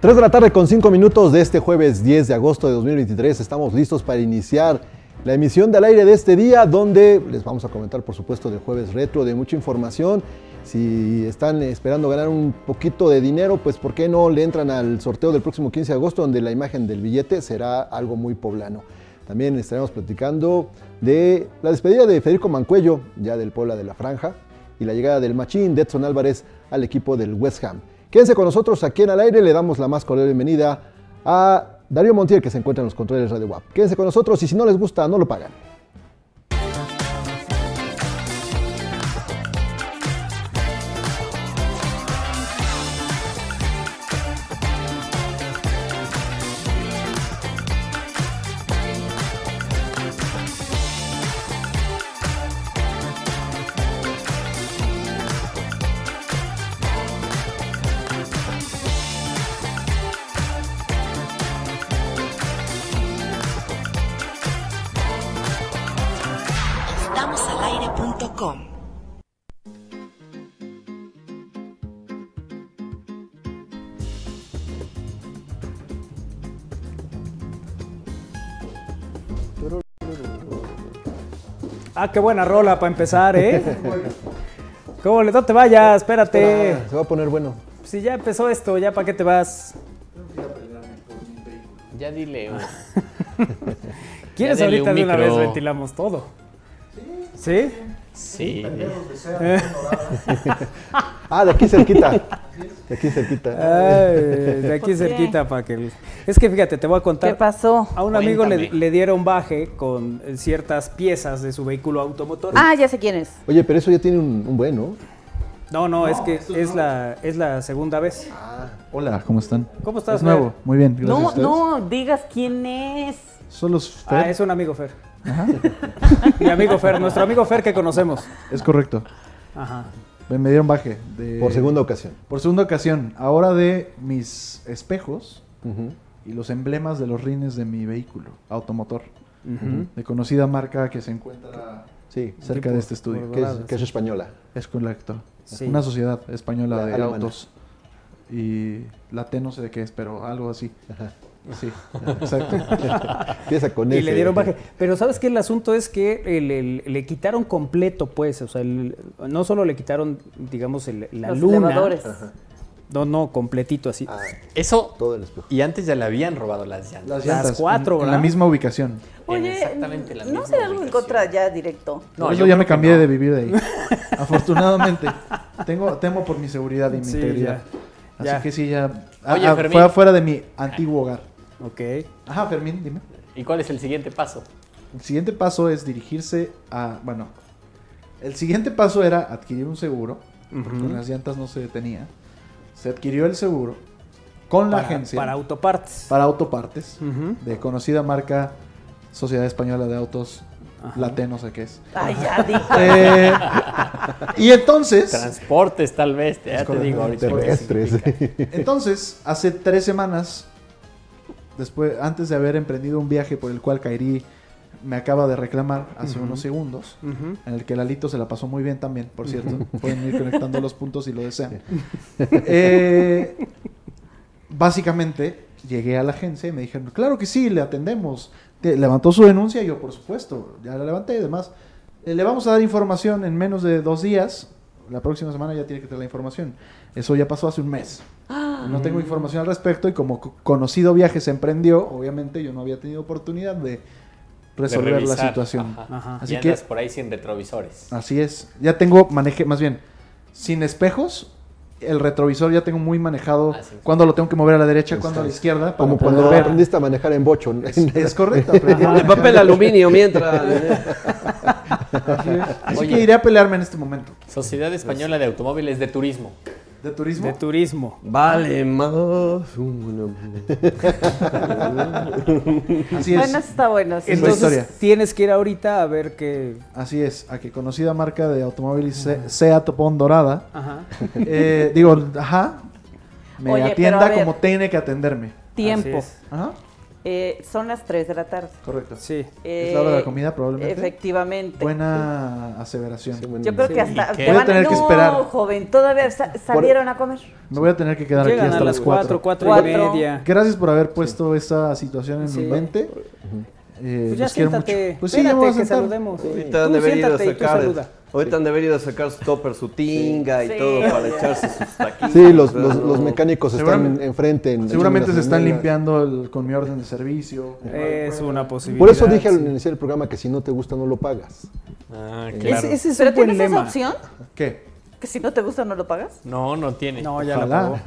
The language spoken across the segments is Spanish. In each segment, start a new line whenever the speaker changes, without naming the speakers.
3 de la tarde con 5 minutos de este jueves 10 de agosto de 2023. Estamos listos para iniciar la emisión del aire de este día, donde les vamos a comentar, por supuesto, del jueves retro, de mucha información. Si están esperando ganar un poquito de dinero, pues ¿por qué no le entran al sorteo del próximo 15 de agosto, donde la imagen del billete será algo muy poblano? También estaremos platicando de la despedida de Federico Mancuello, ya del Puebla de la Franja, y la llegada del Machín de Edson Álvarez al equipo del West Ham. Quédense con nosotros aquí en Al Aire, le damos la más cordial bienvenida a Darío Montiel, que se encuentra en los controles de Radio WAP. Quédense con nosotros y si no les gusta, no lo pagan.
Ah, qué buena rola para empezar, ¿eh? ¿Cómo le? No te vayas, espérate.
Espera, se va a poner bueno.
Si ya empezó esto, ¿ya para qué te vas?
Ya dile. güey.
¿Quieres
Ya dele
ahorita
un
de una vez
micro.
ventilamos todo? ¿Sí?
Sí.
Ah, de aquí cerquita. De aquí cerquita.
Ay, de aquí
¿Por qué?
cerquita para que... el- Es que fíjate, te voy a contar.
¿Qué pasó?
A un amigo le,
Cuéntame.
le dieron baje con eh, ciertas piezas de su vehículo automotor.
Ah, ya sé quién es.
Oye, pero eso ya tiene un, un buen, ¿no?
No, no, es que es, la, es la segunda vez.
Ah,
Hola, ¿cómo están?
¿Cómo estás,
Es nuevo,
Fer?
muy bien, gracias.
No,
¿Ustedes?
no digas quién es.
Son los Fer,
Ah, es un amigo Fer. Mi amigo Fer, nuestro amigo Fer que conocemos.
es correcto.
Ajá.
Me, me dieron baje. de-
Por segunda ocasión.
por segunda ocasión. Ahora de mis espejos
Ujú.
y los emblemas de los rines de mi vehículo automotor. De conocida marca que se encuentra
Sí,
cerca de este estudio.
que es, que es española.
Es correcto.
Sí.
Una sociedad española
La
de
alemana.
autos. Y la T no sé de qué es, pero algo así.
Ajá.
Sí, exacto.
Empieza con
Y
ese.
le dieron baje. Pero ¿sabes qué? El asunto es que eh, le, le quitaron completo, pues. O sea, el- no solo le quitaron, digamos, el- la
Los
luna.
elevadores.
No, no, completito así.
Ah,
Eso.
todo el espejo.
Y antes ya le habían robado las llantas.
Las cuatro,
en- en
¿verdad?
la misma ubicación.
Oye,
exactamente la
no
misma
será algo en
ubicación.
contra ya directo.
No,
No,
yo, ya
yo creo
me
que
cambié
no.
de vivir ahí. Afortunadamente. Tengo, temo por mi seguridad y mi
Sí,
integridad.
ya.
Así
Ya.
que sí, ya. ah,
Oye,
ah,
Fermín.
fue afuera de mi antiguo hogar.
Ok.
Ajá, Fermín, dime.
¿Y cuál es el siguiente paso?
El siguiente paso es dirigirse a. Bueno, el siguiente paso era adquirir un seguro. Porque con las llantas no se detenía. Se adquirió el seguro con la
Para,
agencia
para autopartes.
para autopartes
Ujú.
de conocida marca Sociedad Española de Autos. Late, no sé qué es.
Ay, ya di.
Eh, y entonces.
Transportes, tal vez. Ya te
correcto.
digo ahorita.
Terrestres.
Entonces, hace tres semanas, después, antes de haber emprendido un viaje por el cual Kairi me acaba de reclamar hace unos segundos,
Ujú.
en el que Lalito se la pasó muy bien también, por cierto. Pueden ir conectando los puntos si lo desean. Eh, básicamente, llegué a la agencia y me dijeron, claro que sí, le atendemos. Te- levantó su denuncia, y yo, por supuesto, ya la levanté y demás. Eh, le vamos a dar información en menos de dos días. La próxima semana ya tiene que tener la información. Eso ya pasó hace un mes.
Ah.
No tengo información al respecto y como co- conocido viaje se emprendió, obviamente yo no había tenido oportunidad de resolver la situación.
Ajá.
Así
Así
que-
que. por ahí sin retrovisores.
Así es. Ya tengo, manejé, más bien, sin espejos, el retrovisor ya tengo muy manejado
Ah, sí.
cuando lo tengo que mover a la derecha,
Exacto.
cuando a la izquierda, para
Como
poder
cuando
ver.
aprendiste a manejar en bocho. ¿no?
Es, es correcto. aprendí a
De
manejar.
papel aluminio mientras.
Así, es. Así
Oye.
que iré a pelearme en este momento.
Sociedad Española de Automóviles de Turismo.
¿De turismo?
De turismo.
Vale más un
Así es.
Bueno, eso está bueno. sí.
Entonces-
tienes que ir ahorita a ver qué.
Así es. A que conocida marca de automóviles Se- Seat Pondorada,
Ajá.
eh, digo, ajá, me
Oye, pero a
atienda
ver.
como tiene que atenderme.
tiempo.
Así es.
Ajá.
Eh, son las 3 de la tarde.
Correcto.
Sí.
¿Es la hora de la
Eh,
comida probablemente?
Efectivamente.
Buena aseveración.
Sí, bueno.
Yo creo que
Sí.
hasta
¿Y qué?
te
Voy a
van
tener
no,
que esperar.
joven, todavía sa- salieron a comer.
Me voy a tener que quedar
Llegan
aquí
a
hasta
las 4, 4 y
Cuatro.
media.
Gracias por haber puesto esa situación en
Sí.
mi mente. Eh,
Pues ya
los quiero
siéntate.
mucho. Pues sí, ya
Espérate
me voy a
que
sentar.
saludemos.
Ahorita han
Tú
de haber ido a
siéntate y tú
sacar,
saluda.
ahorita han de haber ido a sacar su topper, su tinga y
Sí.
todo para echarse sus taquitos.
Sí, los,
pero
los-
no.
los mecánicos están
Seguramente-
enfrente. en-
Seguramente
en
se
las
están
neveras.
limpiando el- con mi orden de servicio.
Es una posibilidad.
Por eso dije al
sí.
iniciar el programa que si no te gusta no lo pagas. Eh,
Ah,
Es-
claro.
ese es
¿Pero
un buen
tienes esa
lema.
opción?
¿Qué?
¿Que si no te gusta no lo pagas?
No, no tiene.
No, ya la
Ojalá.
pagó.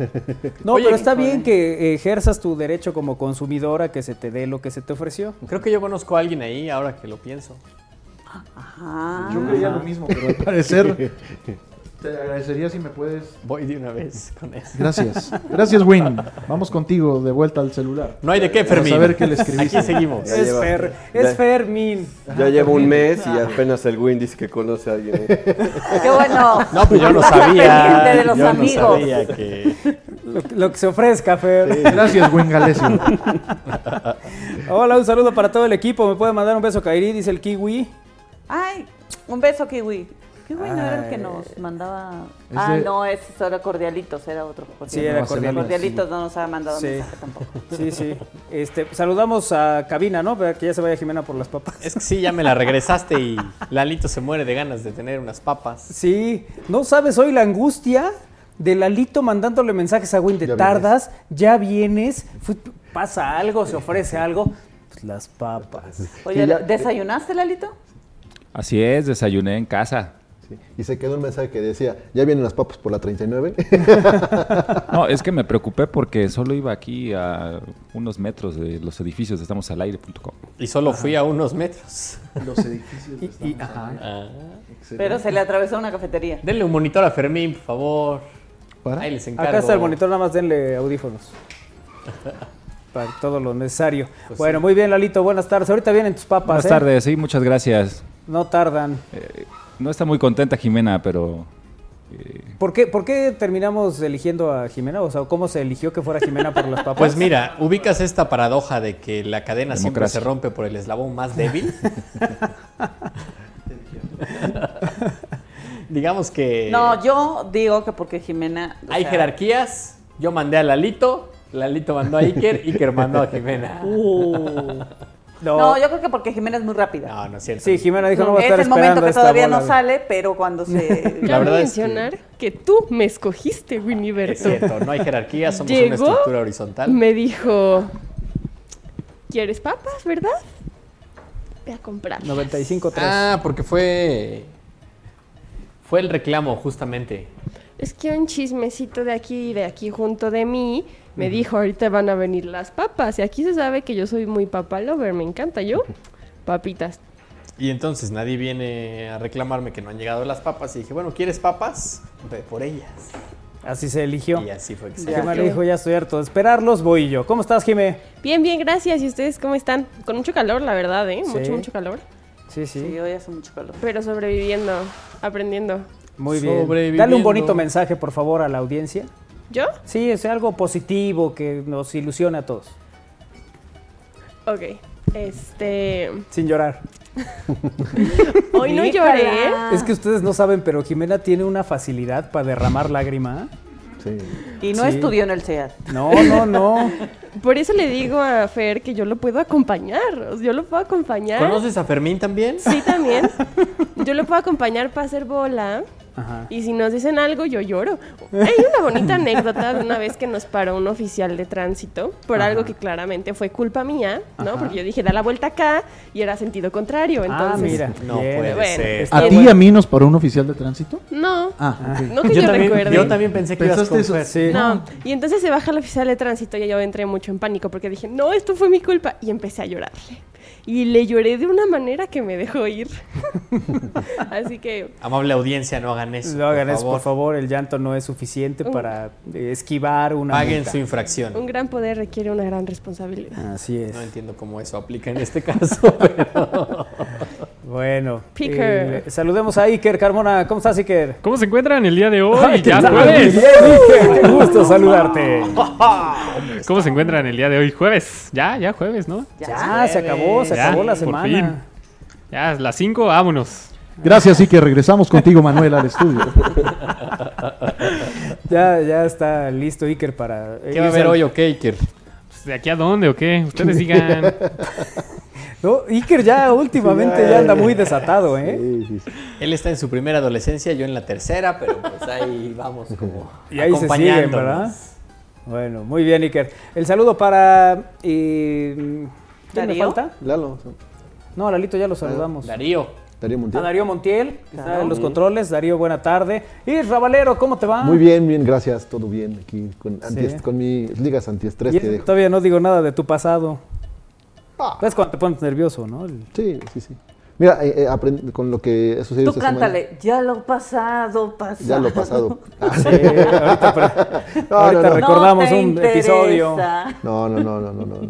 No,
Oye,
pero está bien que ejerzas tu derecho como consumidora, que se te dé lo que se te ofreció.
Creo que yo conozco a alguien ahí ahora que lo pienso.
Ajá.
Yo creía lo mismo, pero al parecer te agradecería si me puedes.
Voy de una vez con eso.
Gracias. Gracias, Win. Vamos contigo de vuelta al celular.
No hay de qué, Fermín.
saber qué le escribiste.
Aquí seguimos.
Ya
es
lleva-
Fer,
ya-
es Fermín.
Ya llevo un mes y apenas el Win dice que conoce a alguien.
Qué bueno.
No, pues yo no
Está
sabía.
pendiente de los
yo
amigos.
no sabía que.
Lo, lo que se ofrezca, Fer.
Gracias, Win Galesio.
Hola, un saludo para todo el equipo. Me puede mandar un beso, Kairi, dice el Kiwi.
Ay, un beso, Kiwi. Kiwi no era el que
Ay.
nos mandaba.
Es
Ah,
de-
no, ese era Cordialitos, era otro. Cordialitos.
Sí, era
No, se llama-
Cordialitos no nos ha mandado
Sí.
mensaje tampoco.
Sí, sí. Este, saludamos a Cabina, ¿no? Para que ya se vaya Jimena por las papas.
Es que sí, ya me la regresaste y Lalito se muere de ganas de tener unas papas.
Sí, no sabes hoy la angustia de Lalito mandándole mensajes a Win de
Ya vienes.
tardas, ya vienes, fu- pasa algo, se ofrece algo. Pues las papas.
Oye,
Y ya-
¿desayunaste, Lalito?
Así es, desayuné en casa.
Sí. Y se quedó un mensaje que decía, ya vienen las papas por la 39.
No, es que me preocupé porque solo iba aquí a unos metros de los edificios de estamosalaire.com.
Y solo fui a unos metros.
Los edificios.
Y- y-
estamos
ajá.
hablando.
Ah.
Excelente.
Pero se le atravesó una cafetería.
Denle un monitor a Fermín, por favor.
¿Para?
Ahí les encargo.
Acá está el monitor, nada más denle audífonos. Para todo lo necesario. bueno, muy bien, Lalito, buenas tardes. Ahorita vienen tus papas.
Buenas
¿eh?
tardes, sí, muchas gracias.
No tardan.
Eh, no está muy contenta Jimena, pero eh,
¿Por qué, ¿Por qué terminamos eligiendo a Jimena? O sea, ¿cómo se eligió que fuera Jimena por las papas?
Pues mira, ubicas esta paradoja de que la cadena siempre
Democracia.
se rompe por el eslabón más débil. Digamos que
No, yo digo que porque Jimena. o
hay
sea,
jerarquías. Yo mandé a Lalito, Lalito mandó a Iker, Iker mandó a Jimena.
No,
Uh. No, yo creo que porque Jimena es muy rápida.
No, no es cierto.
Sí, Jimena dijo, no voy
es
a estar
el momento
esperando
que
esta
todavía no
bola".
sale, pero cuando se.
La
Cabe
verdad es que-
mencionar que... tú me escogiste,
Es
Winiberto.
cierto, no hay jerarquías, somos una
Llegó,
estructura horizontal.
Me dijo, ¿quieres papas, verdad? Ve a comprar.
95-3.
Ah, porque fue. Fue el reclamo, justamente.
Es que un chismecito de aquí y de aquí junto de mí me dijo, ahorita van a venir las papas. Y aquí se sabe que yo soy muy papá lover, me encanta yo. Papitas.
Y entonces nadie viene a reclamarme que no han llegado las papas. Y dije, bueno, ¿quieres papas? Ve por ellas.
Así se eligió.
Y así fue que se
Jimena le dijo, ya estoy harto de esperarlos, voy yo. ¿Cómo estás, Jimé?
Bien, bien, gracias. ¿Y ustedes cómo están? Con mucho calor, la verdad, ¿eh?
Sí.
Mucho, mucho calor.
Sí,
Sí, hoy hace mucho calor.
Pero sobreviviendo, aprendiendo.
Muy bien.
Sobreviviendo.
Dale un bonito mensaje, por favor, a la audiencia.
¿Yo?
Sí, es algo positivo que nos ilusione a todos.
Ok. Este...
Sin llorar.
Hoy no
Déjala.
lloré.
Es que ustedes no saben, pero Jimena tiene una facilidad para derramar lágrima.
sí.
Y no
Sí.
estudió en el CEAD.
No, no, no.
Por eso le digo a Fer que yo lo puedo acompañar. o sea, Yo lo puedo acompañar.
¿Conoces a Fermín también?
Sí, también. Yo lo puedo acompañar para hacer bola.
Ajá.
Y si nos dicen algo, yo lloro. Hay una bonita anécdota de una vez que nos paró un oficial de tránsito por
Ajá.
algo que claramente fue culpa mía, ¿no?
Ajá.
Porque yo dije, da la vuelta acá y era sentido contrario. Entonces,
ah, mira.
No
Bien.
puede
Bueno.
ser.
¿A ti y a mí nos paró un oficial de tránsito?
No,
Ah, ok.
no que yo,
también,
recuerde.
yo también pensé que ibas
¿Pensaste
con
eso?
Fer.
Sí.
No, y entonces se baja el oficial de tránsito y yo entré mucho en pánico porque dije, no, esto fue mi culpa. Y empecé a llorarle. Y le lloré de una manera que me dejó ir. Así que
Amable audiencia, no hagan eso.
No hagan eso, por favor. El llanto no es suficiente para eh, esquivar una.
Paguen
multa.
su infracción.
un gran poder requiere una
Ah,
gran responsabilidad.
Así es.
No entiendo cómo eso aplica en este caso, pero
Bueno.
Picker.
eh, saludemos a Iker Carmona. ¿Cómo estás, Iker?
¿Cómo se encuentran el día de hoy?
Ay, ¿qué
ya
tal?
jueves.
Bien, Iker, qué gusto saludarte.
¿Cómo se encuentran el día de hoy? Jueves. Ya, ya jueves, ¿no?
Ya, se acabó, se
Ya,
acabó la
por fin.
semana.
Ya, es las 5, vámonos.
Gracias, y que regresamos contigo, Manuel, al estudio.
Ya, ya está listo Iker para. eh,
¿Qué va a haber hoy o qué, Iker?
Pues, ¿De aquí a dónde o qué? Ustedes digan.
No, Iker ya últimamente ya anda muy desatado, ¿eh?
Él está en su primera adolescencia, yo en la tercera, pero pues ahí vamos como
Y ahí se siguen,
acompañándonos.
¿verdad? Bueno, muy bien, Iker. El saludo para. Eh, ¿quién me
¿Darío?
falta?
Lalo, o sea,
No, Lalito ya lo saludamos.
Darío.
Darío
A
Montiel.
Darío Montiel, que está en los
Claro.
controles. Darío, buena tarde. Y Ravalero, ¿cómo te
Ah.
va?
Muy bien, bien, gracias, todo bien aquí con, antiest-
Sí.
con mis ligas antiestrés
Y
que dejo.
todavía no digo nada de tu pasado.
Ah.
¿Ves cuando te pones nervioso, no? El-
Sí, sí, sí. Mira, eh, eh, aprendí con lo que ha sucedido
Tú
esta
cántale, ya lo pasado, pasado.
semana. Ya lo pasado. Ah,
Sí, ahorita pre- ahorita
no.
recordamos
No te
un
interesa.
episodio.
No, no, no, no, no, no, no.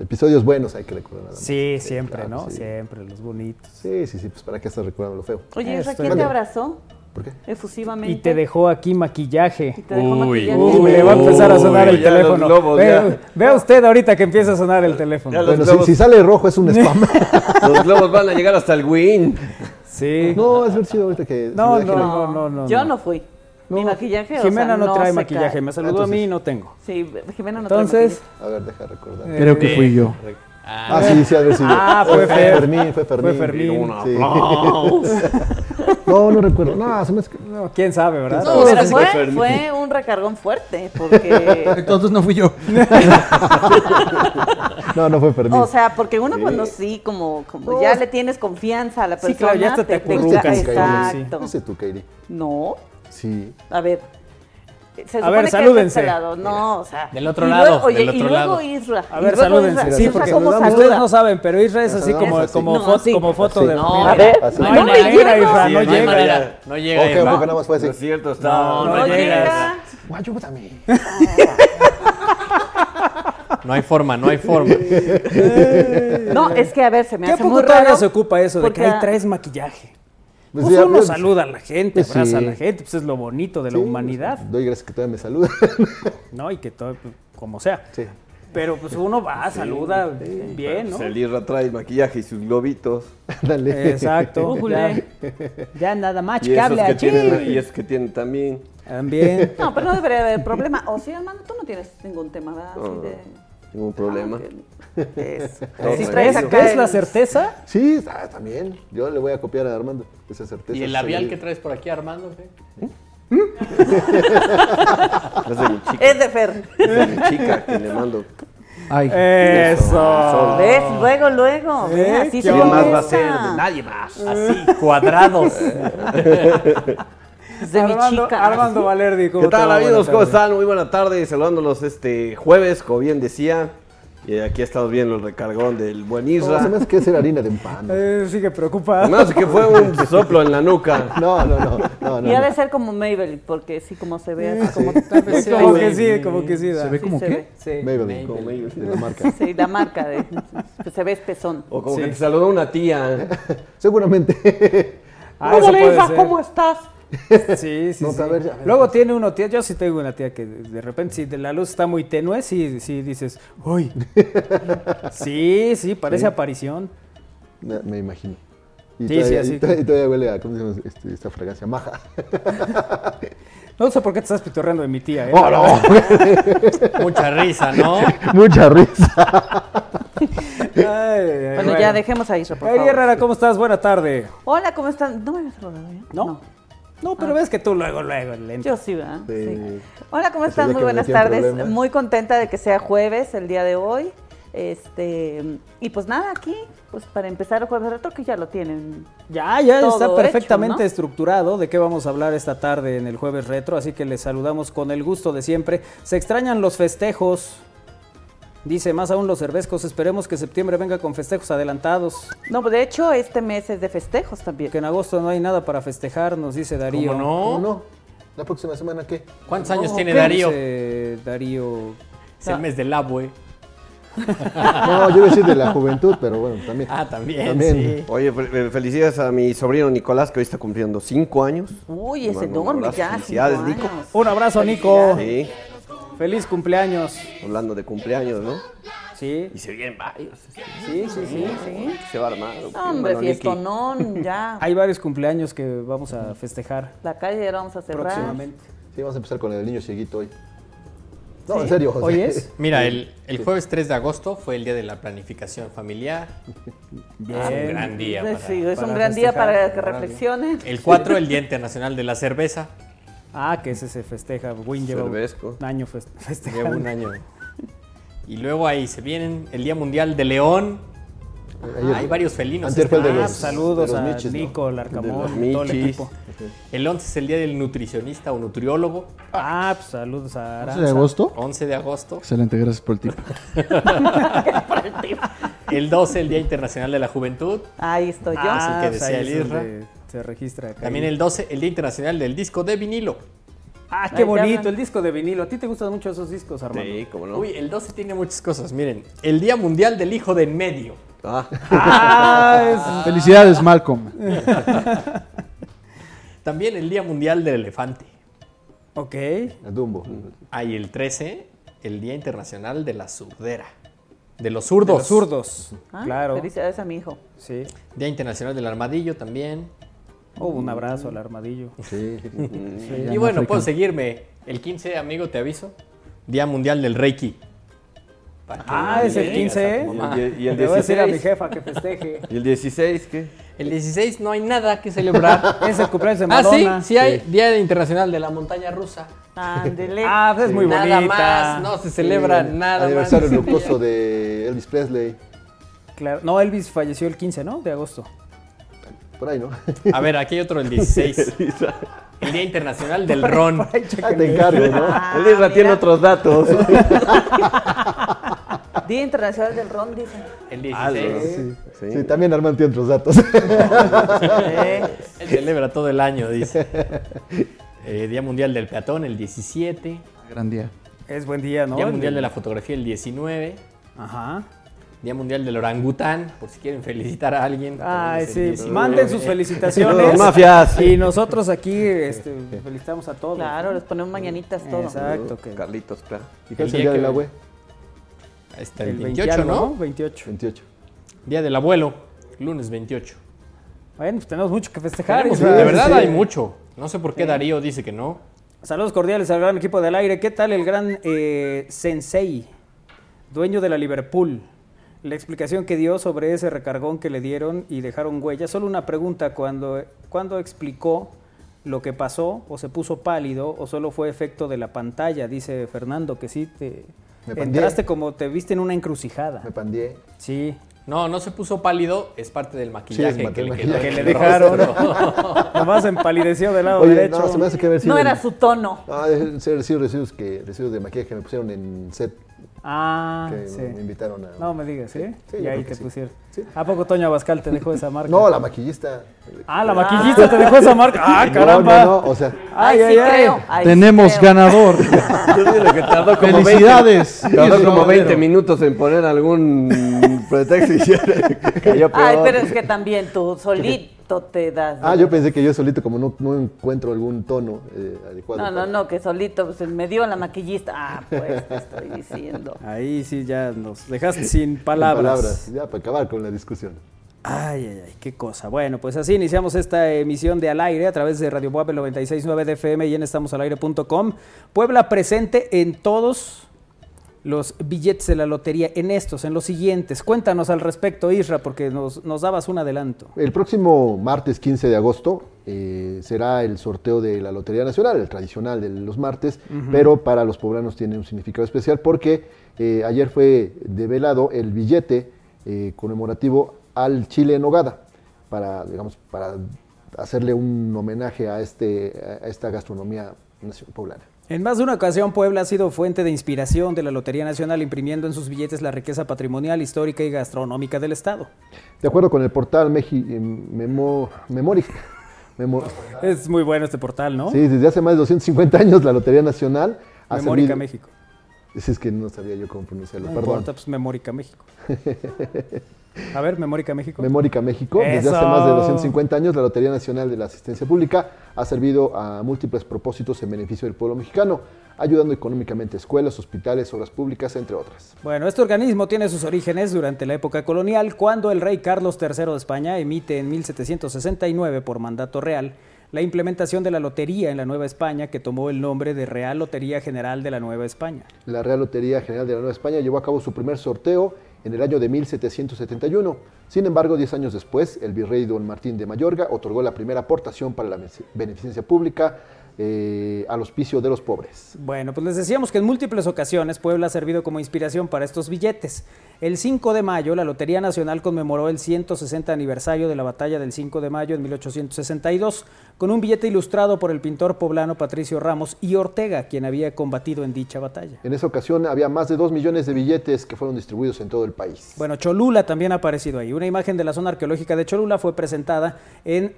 Episodios buenos hay que recordar. nada más.
Sí, siempre,
claro,
¿no?
sí.
Siempre, los bonitos.
Sí, sí, sí, pues para qué estás recordando lo feo.
Oye, Isra,
Estoy
¿quién te
bien.
abrazó
¿Por qué?
efusivamente?
Y te dejó aquí maquillaje.
Y te dejó
Uy.
maquillaje.
Uy, le va a empezar a sonar el
ya los
teléfono.
globos,
Ve,
ya.
vea usted ahorita que empieza a sonar el teléfono.
Ya los
Bueno, si,
globos-
si sale rojo es un spam.
Los globos van a llegar hasta el Win.
Sí.
no, es verdad ahorita que.
No,
me da
no,
giro.
no, no, no.
Yo no fui. Mi maquillaje, o sea,
Jimena no trae
se
maquillaje.
cae.
Me saludó a mí y no tengo.
Sí, Jimena no
Entonces,
trae
A ver, deja recordar.
Creo que fui yo.
Ah, sí, sí, a ver si.
Ah, fue Fer.
Fermín, fue Fermín.
fue Fermín.
Sí. no, no recuerdo. No, se me es que-
No, quién sabe, ¿verdad?
maquillaje. No, pero
Entonces, que
fue,
Fermín.
fue un recargón fuerte, porque...
Entonces no fui yo.
No, no fue Fermín.
O sea, porque uno, pues no, sí, como, como
No,
ya
es-
le tienes confianza a la
Sí,
persona.
claro, ya hasta te
ca-
acurrucan,
Kairi, sí.
Exacto.
Ese tú, Kairi.
No,
Sí.
a ver. Se
A
supone
ver,
que es de
salúdense.
este lado, No, o sea.
Del otro
y luego-
lado,
Oye,
del otro
y luego
lado.
Isra.
A
y luego
ver, salúdense.
Isra.
Sí,
Isra,
porque
¿cómo
ustedes
saluda?
no saben, pero Isra es así como,
así.
como,
No,
foto,
así.
como foto de...
No,
A ver,
así.
no,
No
hay
me
manera,
llega.
Isra,
Sí,
no
hay
llega.
manera, No llega.
Ok,
Irma.
porque nada más fue
No es
así.
cierto, está.
No,
No llega.
Ayúdame.
No hay forma, no hay forma.
No, es que a ver, se me
¿Qué
hace
poco
muy
todavía
raro.
se ocupa eso de que
porque-
ahí traes maquillaje? Pues
sí,
uno
pues-
saluda a la gente,
pues
abraza a la
sí.
gente, pues es lo bonito de la
Sí, pues,
humanidad,
Doy gracias que todavía me saluda.
¿no? Y que todo, pues, como sea.
Sí.
Pero pues uno va, saluda bien, ¿no?
Pues el Irra trae el maquillaje y sus globitos.
Dale.
Exacto. ya,
Ujule.
ya nada más,
Y
que
esos,
hable
que
allí.
tienen, y esos que tienen también.
También.
No, pero no debería haber problema. O sí, hermano, tú no tienes ningún tema, ¿verdad? Así
No,
Ah, de-
Ningún problema.
Eso.
No,
Si traes
¿Ves,
tranquilo.
acá
ves la
el-
certeza?
Sí, ah, también. Yo le voy a copiar a Armando esa certeza.
Y el labial que traes por aquí, Armando. ¿qué?
Ah,
Es de mi chica.
Es de Fer.
Es de mi chica que le mando.
Ay,
Eso.
¿Ves? Luego, luego.
¿Eh?
Mira, así se
¿Quién más
va a ser?
empieza.
De nadie más.
Mm.
Así, cuadrados.
De mi
Armando,
chica.
Armando Valerdi, ¿cómo
¿Qué
te
tal
va?
amigos?
Buenas
¿Cómo
tardes.
están? Muy buena tarde, saludándolos este jueves, como bien decía. Y aquí estamos viendo el recargón del buen
No, se me
Isra.
hace que es harina de pan.
Eh, sigue preocupado.
Más que fue un soplo en la nuca.
No, no, no. no, no,
Y ha de
no.
ser como Maybelline, porque sí, como se ve, así como
Mm. Sí, como que sí, como que sí. da.
¿se ve como
se
qué?
ve, sí.
Maybelline, como de la marca.
Sí, la marca de. pues, se ve espesón.
O como que te saludó una tía.
Seguramente.
Ah, eso puede ser.
estás?
Sí, sí,
No,
sí.
a ver, a ver.
Luego tiene uno tía, yo sí tengo una tía que de de repente si de la luz está muy tenue, sí, sí dices, uy. sí, sí, parece aparición.
Me, me imagino. Y
Sí, sí,
todavía,
así.
y todavía- y todavía huele a, ¿cómo se llama este- esta fragancia? Maja.
No sé por qué te estás pitorreando de mi tía, ¿eh?
¡Oh, no!
Mucha risa, ¿no?
Mucha risa.
Ay, ay, ay,
Bueno, ya dejemos ahí, por
Kairi
favor.
Herrera, ¿cómo estás? Buena tarde.
Hola, ¿cómo están? No me habías saludado, ¿eh?
¿No? No, pero ves que tú luego, luego, lento.
Yo sí, ¿verdad?
Sí.
Sí. Hola, ¿cómo
Ese
están?
día
Muy
que me
buenas
metí en
tardes.
problemas.
Muy contenta de que sea jueves el día de hoy. Este, y pues nada, aquí, pues para empezar el jueves retro, que ya lo tienen.
Ya, ya
Todo
está
hecho,
perfectamente
¿no?
estructurado de qué vamos a hablar esta tarde en el jueves retro, así que les saludamos con el gusto de siempre. Se extrañan los festejos. Dice, más aún los cervezcos, esperemos que septiembre venga con festejos adelantados.
No, pues, de hecho, este mes es de festejos también.
Que en agosto no hay nada para festejar, nos dice Darío.
¿Cómo
¿Cómo
no?
no? ¿La próxima semana qué?
Oh,
¿Cuántos años tiene
¿Qué
Darío?
Ah.
dice Darío.
eh. Es el mes del abue.
No, yo iba a decir de la juventud, pero bueno, también.
Ah, también, sí.
Oye, fel- eh, felicidades a mi sobrino Nicolás, que hoy está cumpliendo cinco años.
Uy,
Te
es
mando un
enorme
abrazo.
ya.
Felicidades,
cinco
Nico.
años.
Un abrazo, Nico.
Sí,
Feliz cumpleaños.
hablando de cumpleaños, ¿no?
Sí,
Y se vienen varios. este,
sí, sí, sí. sí.
Se va a armar.
No, Hombre,
hermano Nicky.
fiestonón, ya.
Ah. Hay varios cumpleaños que vamos a festejar
La calle ya la vamos a cerrar.
próximamente.
Sí, vamos a empezar con el niño cieguito hoy. No, en serio. o sea,
¿Hoy es?
Mira, el, el jueves 3 de agosto fue el día de la planificación familiar. Un gran día.
Ah, Sí,
para-
es
para
un gran día
festejar,
para que
para-
reflexionen.
El 4, el Día Internacional de la Cerveza.
Ah, que ese se festeja. Win lleva
Cervezco.
un año fes- festejando.
Lleva un año. Y luego ahí se vienen el Día Mundial de León.
ayer-
Hay varios felinos.
Antier fue el de
Ah,
los-
saludos
de los
a
michis, ¿no?
Nico,
De
Larcamón,
los
todo el
michis.
equipo.
El 11 es el Día del Nutricionista o Nutriólogo.
Ah, pues saludos a
¿11
Aranza.
de agosto?
11 de agosto.
Excelente, gracias por el tip.
El 12, el Día Internacional de la Juventud.
Ahí estoy yo.
Ah, el que
pues
decía
ahí
el
es
Isra.
donde Se registra acá.
También el 12, el Día Internacional del Disco de Vinilo.
Ah,
Ahí
qué
te
bonito,
hablan.
el disco de vinilo. ¿A ti te gustan mucho esos discos, Armando? eh,
Sí, cómo no.
Uy, el 12 tiene muchas cosas. Miren, el Día Mundial del Hijo de en Medio.
Ah,
Ah,
Felicidades, Malcolm.
También el Día Mundial del Elefante.
Ok.
El Dumbo.
Hay el 13, el Día Internacional de la Surdera. De los
De
zurdos.
los zurdos.
Ah,
claro.
Felicidades a mi hijo.
Sí.
Día Internacional del Armadillo también. Mm.
Oh, un abrazo al armadillo.
Sí.
y bueno, puedo seguirme. El 15, amigo, te aviso. Día Mundial del Reiki. Para que
Ah,
le
es el
digas
15,
a tu
¿eh?
mamá.
y, el- y el
Le voy a decir a mi
16.
jefa que festeje.
¿Y el 16 qué?
El 16 no hay nada que celebrar.
Es el cumpleaños de
ah, sí,
Madonna.
sí hay Día Internacional de la Montaña Rusa.
Ándele.
Ah, pues es muy bonita.
nada más, no se celebra nada
Aniversario
más.
luctuoso de Elvis Presley.
Claro. No, Elvis falleció el 15, ¿no? De agosto.
Por ahí, ¿no?
A ver, aquí hay otro el 16. El Día Internacional del Ron.
Ah, te encargo, ¿no?
Ah,
El Isra tiene
mira,
otros datos.
Día Internacional del Ron, dicen.
El
Ah,
16.
sí.
Sí, también Armando tiene otros datos.
Él celebra todo el año, dice. Eh, Día Mundial del Peatón, el 17.
Gran día.
Es buen día, ¿no?
Día
El
Mundial
de-
de la Fotografía, el 19.
Ajá.
Día Mundial del Orangután, por si quieren felicitar a alguien.
Ay,
Es el
sí.
19.
Manden sus
Saludos,
felicitaciones.
mafias.
Y nosotros aquí este, felicitamos a todos.
Claro, les ponemos mañanitas todo.
Exacto. que-
Carlitos, claro.
¿Y cuál es
El
el
día
día
que-
del abue?
Ahí está el,
El
28,
28,
¿no?
¿no? 28.
28.
Día del Abuelo, lunes 28.
Bueno, pues tenemos mucho que festejar.
Tenemos-
Israel.
de verdad
Sí.
hay mucho. No sé por qué Darío dice que no.
Saludos cordiales al gran equipo del aire. ¿Qué tal el gran eh, Sensei, dueño de la Liverpool? La explicación que dio sobre ese recargón que le dieron y dejaron huella. Solo una pregunta, cuando, ¿cuándo explicó lo que pasó o se puso pálido o solo fue efecto de la pantalla? Dice Fernando que sí, te
Me pandeé.
entraste como te viste en una encrucijada.
Me pandié.
Sí,
No, no se puso pálido, es parte del
Sí, es
maquillaje que, le
parte del
quedó
maquillaje.
que le
en el
dejaron.
rostro.
Nomás empalideció del lado
Oye,
derecho.
no, se me hace que haber sido.
No
el-
era su tono.
Ah, deben ser residuos, residuos, que, residuos de maquillaje que me pusieron en set.
Ah,
que
sí.
me invitaron a.
No me digas, ¿eh?
Sí,
y
yo creo
ahí
que
te
sí.
pusieron.
Sí.
¿A poco Toño Abascal te dejó esa marca?
No, la maquillista.
Ah, la maquillista te dejó esa marca. Ah,
No,
caramba.
No, no, o sea.
Ay, sí creo. ay, sí
Tenemos
creo.
ganador. Felicidades.
Tardó como
Isra
20
Valero.
minutos en poner algún pretexto y ya le cayó peor.
Ay, pero es que también tú solito te das.
Ah, yo pensé que yo solito, como no, no encuentro algún tono eh, adecuado.
Ah, No, no,
para-
no, que solito pues, me dio la maquillista. Ah, pues te estoy diciendo.
Ahí sí ya nos dejaste sin
sin
palabras.
palabras. Ya, para acabar con la discusión.
Ay, ay, ay, qué cosa. Bueno, pues así iniciamos esta emisión de Al Aire a través de Radio Puebla 969 de FM y en estamosalaire.com. Puebla presente en todos los billetes de la lotería, en estos, en los siguientes. Cuéntanos al respecto, Isra, porque nos, nos dabas un adelanto.
El próximo martes 15 de agosto eh, será el sorteo de la Lotería Nacional, el tradicional de los martes, pero para los poblanos tiene un significado especial porque eh, ayer fue develado el billete eh, conmemorativo al Chile en Nogada, para, digamos, para hacerle un homenaje a, este, a esta gastronomía nacio- poblana.
En más de una ocasión, Puebla ha sido fuente de inspiración de la Lotería Nacional, imprimiendo en sus billetes la riqueza patrimonial, histórica y gastronómica del Estado.
De acuerdo con el portal Meji- eh, Memo- Memorix- Memo-
Es muy bueno este portal, ¿no?
sí, desde hace más de 250 años la Lotería Nacional ha
Memórica
servido-
México.
Si es que no sabía yo cómo pronunciarlo,
No
perdón.
importa, pues Memórica México. A ver, Memórica México. Eh,
Memórica México, desde hace
¡Eso!
más de 250 años, la Lotería Nacional de la Asistencia Pública ha servido a múltiples propósitos en beneficio del pueblo mexicano, ayudando económicamente a escuelas, hospitales, obras públicas, entre otras.
Bueno, este organismo tiene sus orígenes durante la época colonial, cuando el rey Carlos III de España emite en 1769, por mandato real, la implementación de la lotería en la Nueva España, que tomó el nombre de Real Lotería General de la Nueva España.
La Real Lotería General de la Nueva España llevó a cabo su primer sorteo en el año de 1771. Sin embargo, 10 años después, el virrey don Martín de Mayorga otorgó la primera aportación para la benefic- beneficencia pública eh, al hospicio de los pobres.
Bueno, pues les decíamos que en múltiples ocasiones Puebla ha servido como inspiración para estos billetes. El 5 de mayo, la Lotería Nacional conmemoró el 160 aniversario de la batalla del 5 de mayo en 1862, con un billete ilustrado por el pintor poblano Patricio Ramos y Ortega, quien había combatido en dicha batalla.
En esa ocasión había más de 2 millones de billetes que fueron distribuidos en todo el país.
Bueno, Cholula también ha aparecido ahí. Una imagen de la zona arqueológica de Cholula fue presentada en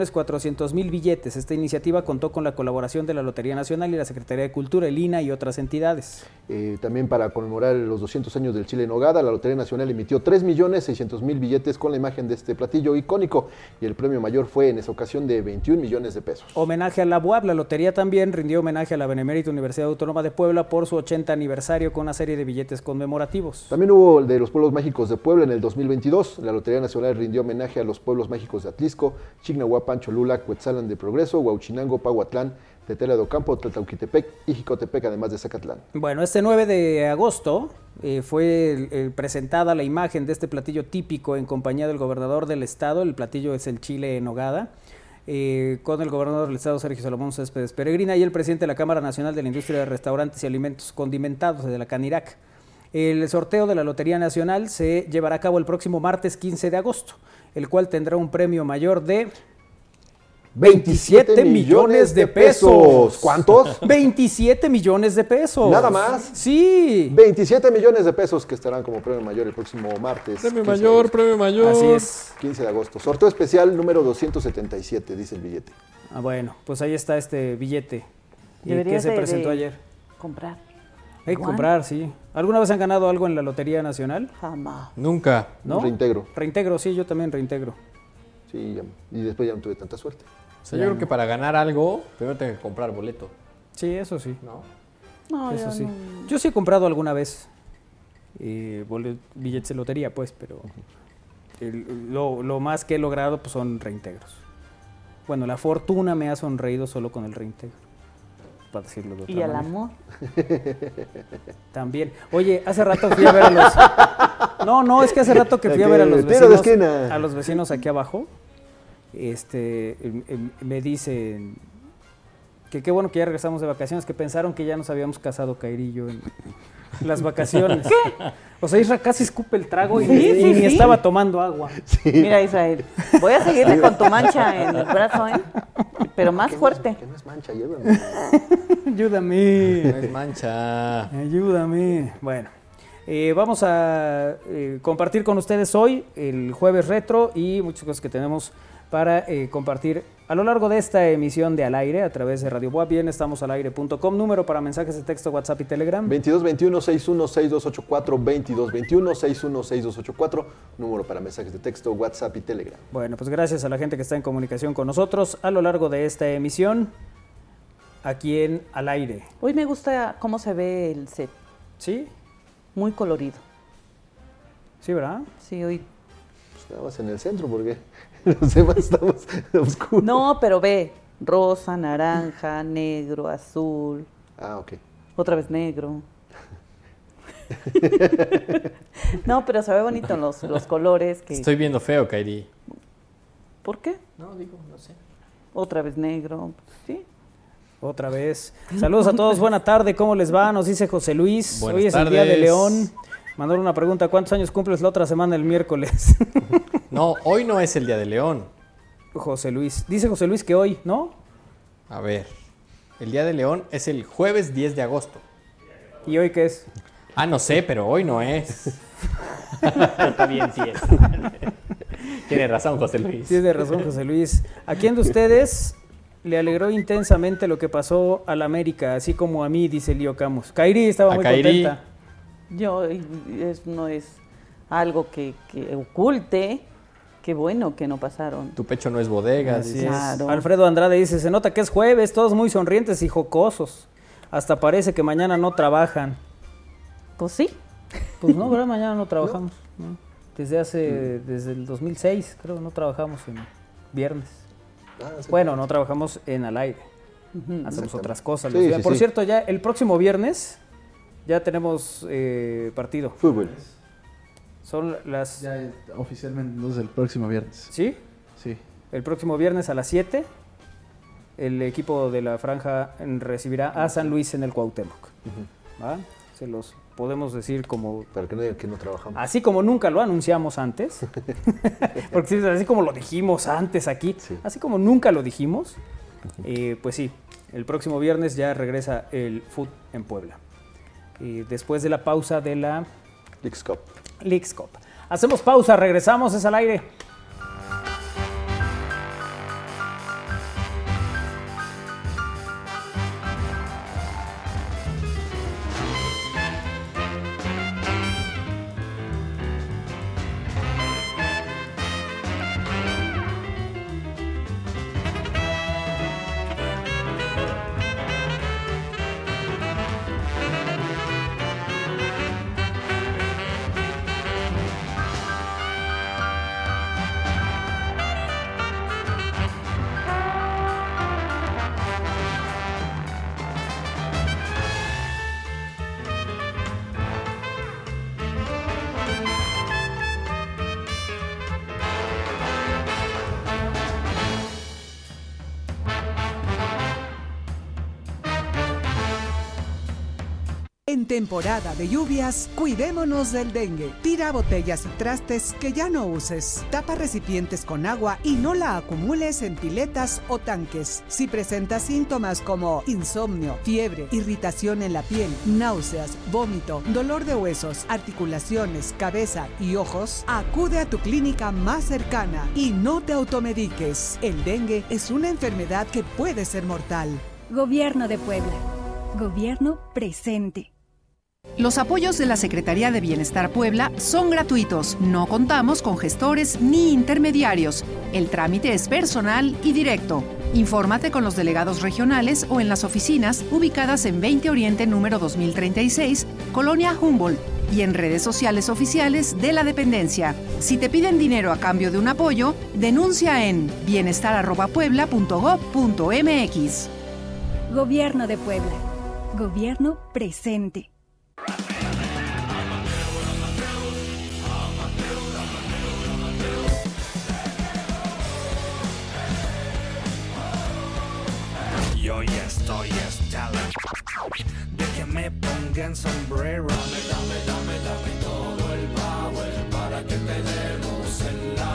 2.400.000 billetes. Esta iniciativa contó con la colaboración de la Lotería Nacional y la Secretaría de Cultura, el INAH y otras entidades.
Eh, también para conmemorar los 200 años del Chile en Hogada, la Lotería Nacional emitió 3.600.000 billetes con la imagen de este platillo icónico y el premio mayor fue en esa ocasión de 21 millones de pesos.
Homenaje a la UAB, la lotería también rindió homenaje a la Benemérita Universidad Autónoma de Puebla por su 80 aniversario con una serie de billetes conmemorativos.
También hubo el de los pueblos mágicos de Puebla en el 2022. La Lotería Nacional rindió homenaje a los pueblos mágicos de Atlisco, Chignahuapan, Cholula, Cuetzalan de Progreso, Huauchinango, Pahuatlán, Tetela de Ocampo, Tlaltauquitepec y Jicotepec, además de Zacatlán.
Bueno, este 9 de agosto eh, fue el- el presentada la imagen de este platillo típico en compañía del gobernador del estado. El platillo es el chile en hogada. eh, con el gobernador del estado Sergio Salomón Céspedes Peregrina y el presidente de la Cámara Nacional de la Industria de Restaurantes y Alimentos Condimentados de la Canirac. El sorteo de la Lotería Nacional se llevará a cabo el próximo martes 15 de agosto, el cual tendrá un premio mayor de 27 millones de pesos.
¿Cuántos?
27 millones de pesos.
¿Nada más?
Sí.
27 millones de pesos que estarán como premio mayor el próximo martes. 15 de agosto.
premio mayor.
Así es.
15 de agosto. Sorteo especial número 277, dice el billete.
Ah, bueno, pues ahí está este billete eh, que
Deberías
se
de-
presentó
de
ayer.
Comprar.
Hay que
Juan.
comprar, sí. ¿Alguna vez han ganado algo en la Lotería Nacional?
Jamás.
Nunca.
¿No?
Reintegro.
Reintegro, sí, yo también reintegro.
Sí, ya- y después ya no tuve tanta suerte.
O sea, yo creo que para ganar algo, primero tengo que comprar boleto,
Sí, eso sí.
¿no?
No,
Eso
yo
sí.
no.
Yo sí he comprado alguna vez eh, bole- billetes de lotería, pues, pero el- lo, lo más que he logrado pues, son reintegros. Bueno, la fortuna me ha sonreído solo con el reintegro. Para decirlo de otra
Y al
manera.
amor.
También. Oye, hace rato fui a ver a los. No, no, es que hace rato que fui a ver a los
Tiro de
vecinos.
esquina.
A los vecinos aquí abajo. Este em- em- me dicen que qué bueno que ya regresamos de vacaciones, que pensaron que ya nos habíamos casado Kairi y yo en las vacaciones. ¿Qué? O sea, Isra casi escupe el trago y,
Sí,
y
sí,
ni
sí.
estaba tomando agua.
Mira, Israel. Voy a seguirte con tu mancha en el brazo, ¿eh? Pero más fuerte.
Que no es mancha, llévame.
No
Ayúdame.
es mancha.
Ayúdame. Bueno, eh, vamos a eh, compartir con ustedes hoy el jueves retro y muchas cosas que tenemos para eh, compartir a lo largo de esta emisión de Al Aire a través de Radio Boa. Bien, estamos al aire.com. Número para mensajes de texto, WhatsApp y Telegram.
2221-616284, 2221-616284, número para mensajes de texto, WhatsApp y Telegram.
Bueno, pues gracias a la gente que está en comunicación con nosotros a lo largo de esta emisión aquí en Al Aire.
Hoy me gusta cómo se ve el set.
¿Sí?
Muy colorido.
¿Sí, verdad?
Sí, hoy.
Pues nada más en el centro, porque los demás estamos oscuros.
No, pero ve. Rosa, naranja, negro, azul.
Ah, ok.
Otra vez negro. no, pero se ve bonito los, los colores. Que...
Estoy viendo feo, Kairi.
¿Por qué?
No, digo, no sé.
Otra vez negro. Sí.
Otra vez. Saludos a todos, buena tarde, ¿cómo les va? Nos dice José Luis.
Buenas
Hoy es el Día de
tardes.
León. Mandaron una pregunta, ¿cuántos años cumples la otra semana el miércoles?
No, hoy no es el día de León.
José Luis. Dice José Luis que hoy, ¿no?
A ver. El día de León es el jueves 10 de agosto.
¿Y hoy qué es?
Ah, no sé, pero hoy no es. Está bien, sí es. Tiene razón, José Luis.
Tiene razón José Luis. ¿A quién de ustedes le alegró intensamente lo que pasó al América, así como a mí, dice Lío Camus. Kairi estaba
A
muy
Kairi.
contenta.
Yo, y- y es- no es algo que, que oculte. Qué bueno que no pasaron.
Tu pecho no es bodega.
Así
dices.
es.
Claro.
Alfredo Andrade dice, se nota que es jueves, todos muy sonrientes y jocosos. Hasta parece que mañana no trabajan.
Pues sí.
Pues no, ¿verdad? Mañana no trabajamos. ¿no? Desde hace,
Mm.
desde el 2006, creo, no trabajamos en viernes.
Ah,
Bueno, no trabajamos en al aire. Hacemos otras cosas. los
Sí,
días.
sí,
Por
sí.
cierto, ya el próximo viernes ya tenemos eh, partido.
Fútbol.
Son las...
Ya eh, oficialmente entonces el próximo viernes.
¿Sí?
Sí.
El próximo viernes a las 7, el equipo de la franja recibirá a San Luis en el Cuauhtémoc. ¿Va? Se los podemos decir como...
Para que no digan que no trabajamos.
Así como nunca lo anunciamos antes, porque sí, así como lo dijimos antes aquí,
Sí.
así como nunca lo dijimos, eh, pues sí, el próximo viernes ya regresa el FUT en Puebla. Y después de la pausa de la
Leagues Cup.
Leagues Cup. Hacemos pausa, regresamos, es al aire.
En temporada de lluvias, cuidémonos del dengue. Tira botellas y trastes que ya no uses. Tapa recipientes con agua y no la acumules en piletas o tanques. Si presentas síntomas como insomnio, fiebre, irritación en la piel, náuseas, vómito, dolor de huesos, articulaciones, cabeza y ojos, acude a tu clínica más cercana y no te automediques. El dengue es una enfermedad que puede ser mortal.
Gobierno de Puebla. Gobierno presente.
Los apoyos de la Secretaría de Bienestar Puebla son gratuitos. No contamos con gestores ni intermediarios. El trámite es personal y directo. Infórmate con los delegados regionales o en las oficinas ubicadas en 20 Oriente número 2036, Colonia Humboldt, y en redes sociales oficiales de la dependencia. Si te piden dinero a cambio de un apoyo, denuncia en bienestar.puebla.gov.mx.
Gobierno de Puebla. Gobierno presente.
Yo ya estoy hasta la de que me pongan sombrero. Dame, dame, dame, dame todo el power para que te demos en la.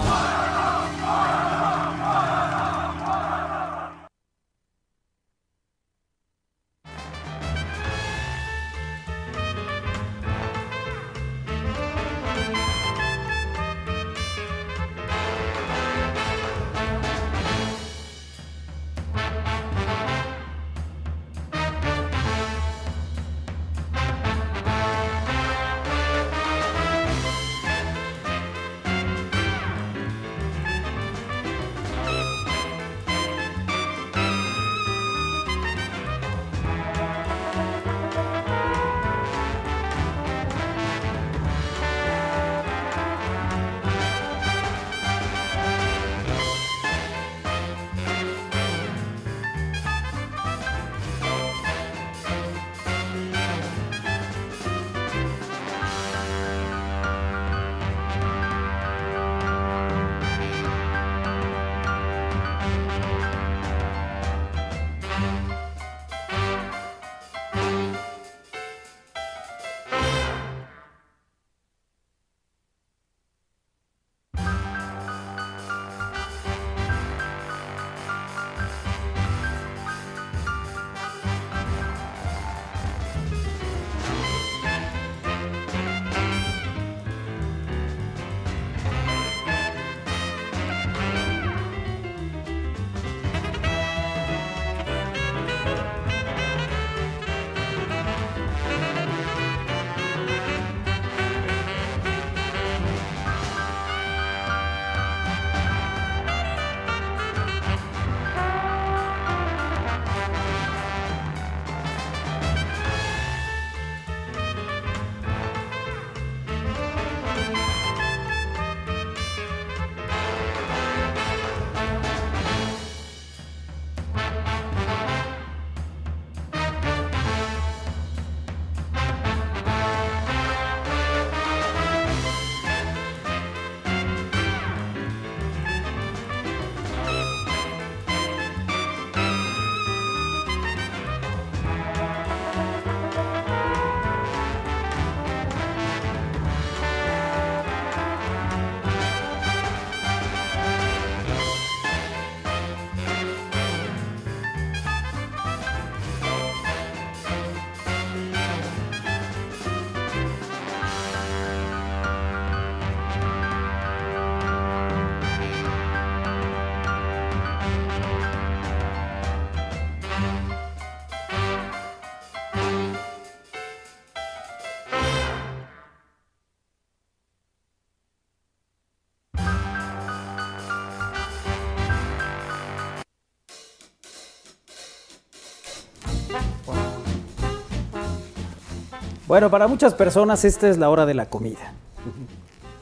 Bueno, para muchas personas esta es la hora de la comida.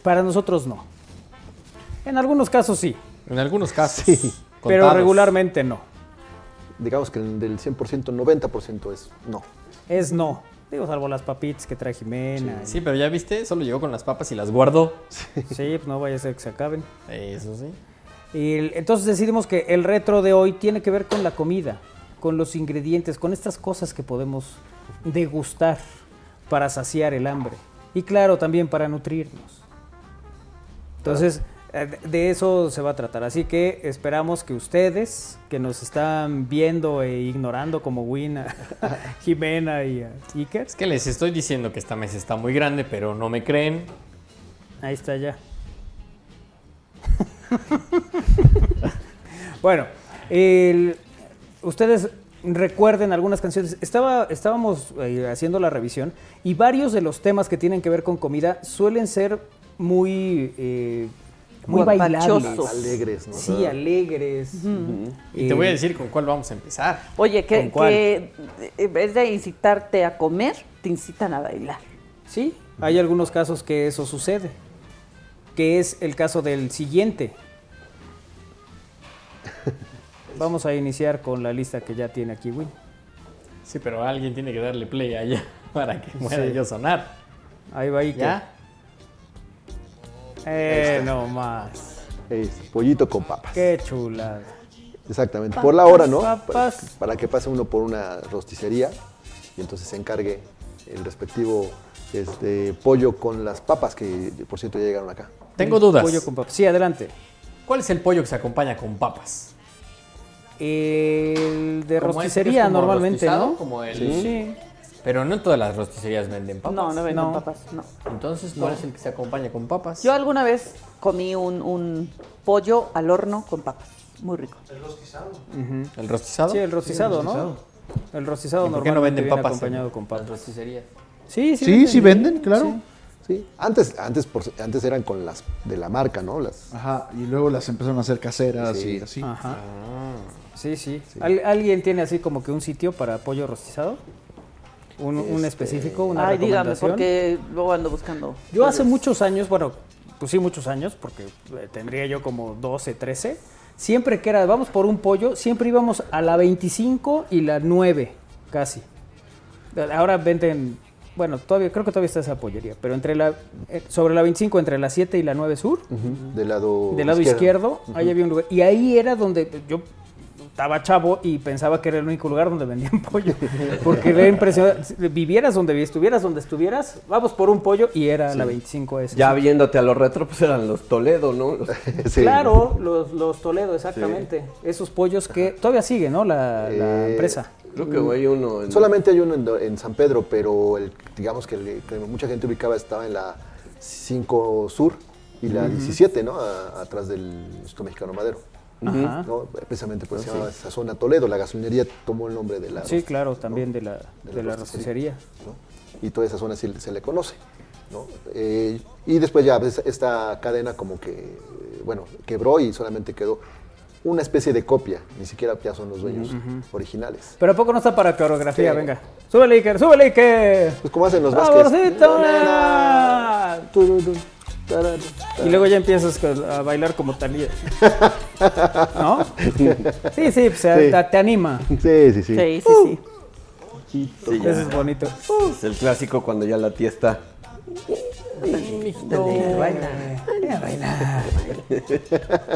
Para nosotros no. En algunos casos sí.
En algunos casos.
Pero
Contados.
regularmente Este no.
Digamos que del 100%, 90% es no.
Es no. Digo, salvo las papitas que trae Jimena.
Sí, pero ya viste, solo llegó con las papas y las guardó.
Sí, pues no vaya a ser que se acaben.
Eso sí.
Y el- entonces decidimos que el retro de hoy tiene que ver con la comida, con los ingredientes, con estas cosas que podemos degustar para saciar el hambre. Y claro, también para nutrirnos. Entonces, eh, de- de eso se va a tratar. Así que esperamos que ustedes, que nos están viendo e ignorando como Win, a- a Jimena y a Iker,
Es que les estoy diciendo que esta mesa está muy grande, pero no me creen.
Ahí está ya. bueno, el- ustedes recuerden algunas canciones. Estaba, estábamos eh, haciendo la revisión y varios de los temas que tienen que ver con comida suelen ser muy... eh, muy
Guapachosos.
bailables.
Alegres,
¿no?
Ah.
Sí, alegres. Eh,
Y te voy a decir con cuál vamos a empezar.
Oye,
¿Con
que,
cuál?
que en vez de incitarte a comer, te incitan a bailar.
Sí, hay algunos casos que eso sucede. Que es el caso del siguiente. Vamos a iniciar con la lista que ya tiene aquí Win.
Sí, pero alguien tiene que darle play allá para que pueda
Sí.
yo sonar.
Ahí va Iker.
¿Ya?
Eh,
Este.
no más.
Es pollito con papas.
Qué chulada.
Exactamente. por la hora, ¿no?
Papas,
Para,
papas.
para que pase uno por una rosticería y entonces se encargue el respectivo este, pollo con las papas que, por cierto, ya llegaron acá.
Tengo dudas.
Pollo con papas. Sí, adelante.
¿Cuál es el pollo que se acompaña con papas?
El de
Como este que es
rosticería
como
normalmente,
rostizado,
¿no?
Como el...
Sí.
Pero no en todas las rosticerías venden papas.
No, no venden
No.
papas, no.
Entonces, ¿cuál
No.
es el que se acompaña con papas?
Yo alguna vez comí un, un pollo al horno con papas. Muy rico.
¿El rostizado?
Sí, el rostizado,
Sí, el
¿no? El rostizado
¿Y por qué no
normalmente
venden
viene
papas
acompañado
en
con papas.
las rosticerías?
Sí, sí.
Sí, sí venden,
claro.
Sí.
Sí. Antes, antes, por- antes eran con las de la marca, ¿no? Las,
Ajá, y luego las empezaron a hacer caseras
Sí.
y así.
Ajá.
Ah.
Sí, sí. ¿Al- ¿Alguien tiene así como que un sitio para pollo rostizado? ¿Un, un
Este,
específico? ¿Una
Ay, dígame,
recomendación?
porque luego ando buscando.
Yo hace muchos años, bueno, pues sí, muchos años, porque eh, tendría yo como 12, 13. Siempre que era, vamos por un pollo, siempre íbamos a la 25 y la 9, casi. Ahora venden, bueno, todavía creo que todavía está esa pollería, pero entre la, eh, sobre la 25, entre la 7 y la 9 sur,
del lado
del lado izquierdo, ahí había un lugar. Y ahí era donde yo estaba chavo y pensaba que era el único lugar donde vendían pollo. Porque era impresionante. Vivieras donde vi- estuvieras, donde estuvieras, vamos por un pollo y era la 25 s
Ya viéndote a los retro, pues eran los Toledo, ¿no?
Claro, los, los Toledo, exactamente. Esos pollos que todavía sigue, ¿no? La, la
Eh,
empresa.
Creo que hay uno en...
Solamente hay uno en, en San Pedro, pero el, digamos que, el- que mucha gente ubicaba estaba en la 5 Sur y la 17, ¿no? A- atrás del Instituto Mexicano Madero.
Ajá.
¿no? Precisamente
Ah,
por eso se llamaba esa zona Toledo. La gasolinería tomó el nombre de la
Sí, claro, también de la,
la
de la
rosticería.
rosticería.
y toda esa zona sí se le conoce. ¿no? Eh, y después ya pues, esta cadena como que, eh, bueno, quebró y solamente quedó una especie de copia, ni siquiera ya son los dueños originales.
Pero ¿a poco no está para coreografía?
Sí.
Venga. Súbele, Iker, súbele, Iker.
Pues como hacen los Vázquez.
¡Saborcito! Y luego ya empiezas con- a bailar como talía. ¿No? Sí, sí, pues,
Sí.
Te, te anima. Uh.
Sí, sí, sí.
Sí, sí, sí.
Sí, ya.
Eso es bonito.
Es el clásico cuando ya la tía está.
Dale, baila, baila, baila,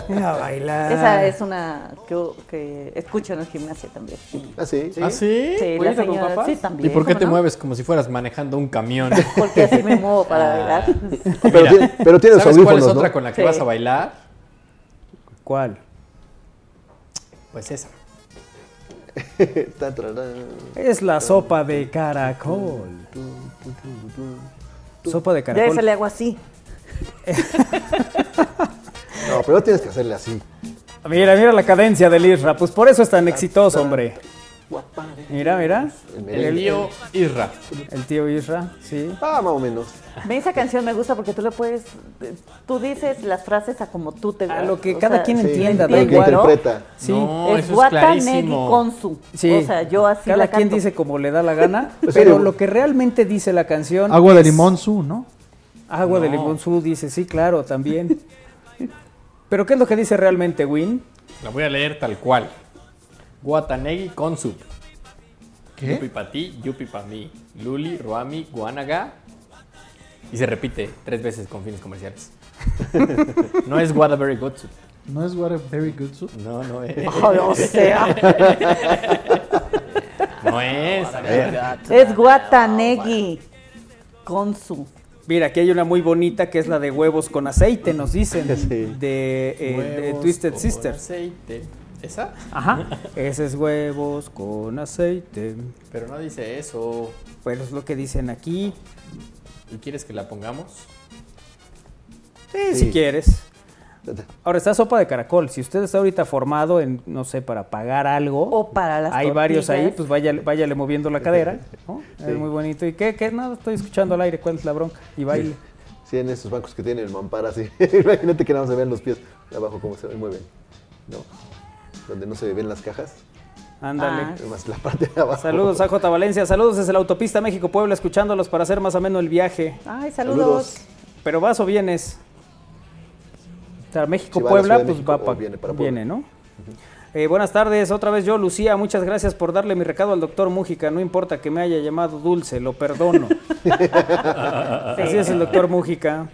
baila, baila.
Esa es una que, que escucho en el gimnasio también. Sí,
Ah, sí.
¿Ah, sí?
la
¿Pollito con
señora-
papas?
sí,
¿Y
también.
por qué
¿cómo
te
no?
mueves como si fueras manejando un camión? Ah.
Porque así me muevo para bailar.
Pero, tiene, pero tiene los
¿Sabes cuál es
audífonos,
otra
¿no?
con la que
Sí.
vas a bailar?
¿Cuál?
Pues esa.
Ta, tra, ra.
Es la sopa de caracol. Sopa de
Ya se
caracol.
le hago así.
No, pero no tienes que hacerle así.
Mira, mira la cadencia del Isra. Pues por eso es tan exitoso, hombre. Mira, mira.
El tío Isra.
El tío Isra, sí.
Ah, más o menos.
Ve, Esa canción me gusta porque tú le puedes, tú dices las frases a como tú te A
lo que cada quien entienda, da
da
igual.
interpreta.
Sí.
No, Es eso es Wata Negi clarísimo. Konsu. O sea, yo así
Cada
la
quien
canto.
dice como le da la gana,
O sea,
pero
yo-
lo que realmente dice la canción
Agua de
es-
limón su, ¿no?
Agua de
No.
limón su dice, sí, claro, también. pero ¿qué es lo que dice realmente Win?
La voy a leer tal cual. Guatanegi Konsup.
¿Qué?
Yupi pa ti, yupi pa mí. Luli, Ruami, Guanaga. Y se repite tres veces con fines comerciales. no es Guadaberry Gotsup.
¿No es what a very good soup?
No, no es.
Oh,
Ojalá sea.
No es.
A ver. Es Guatanegui con su.
Mira, aquí hay una muy bonita que es la de huevos con aceite, nos dicen, de, eh, de
Huevos
Twisted
con
Sister.
aceite. ¿Esa?
Ajá, ese es Ah, huevos con aceite.
Pero no dice eso.
Pues es lo que dicen aquí.
¿Y quieres que la pongamos?
Sí, si quieres. Ahora está sopa de caracol. Si usted está ahorita formado en, no sé, para pagar algo.
O para las
Hay varios ahí,
tortillas.
pues váyale, váyale moviendo la cadera. ¿no? Es muy bonito. ¿Y qué? ¿Qué? Nada, estoy escuchando al aire. ¿Cuál es la bronca? Y baile.
Sí, en esos bancos que tienen el mampara, así. Imagínate que nada más se vean los pies abajo cómo se mueven. ¿No? Donde no se ven las cajas.
Ah.
Ándale.
Más la parte de abajo.
Saludos a J. Valencia. Saludos desde la autopista México-Puebla, escuchándolos para hacer más ameno el viaje.
Ay,
saludos. Saludos.
¿Pero vas o vienes? O sea,
Si va a la Ciudad
México-Puebla,
de
pues
México
va
o
pa-
viene para Puebla.
viene, ¿no? Eh, buenas tardes, otra vez yo, Lucía. Muchas gracias por darle mi recado al doctor Mújica. No importa que me haya llamado dulce, lo perdono. Así es el doctor Mújica.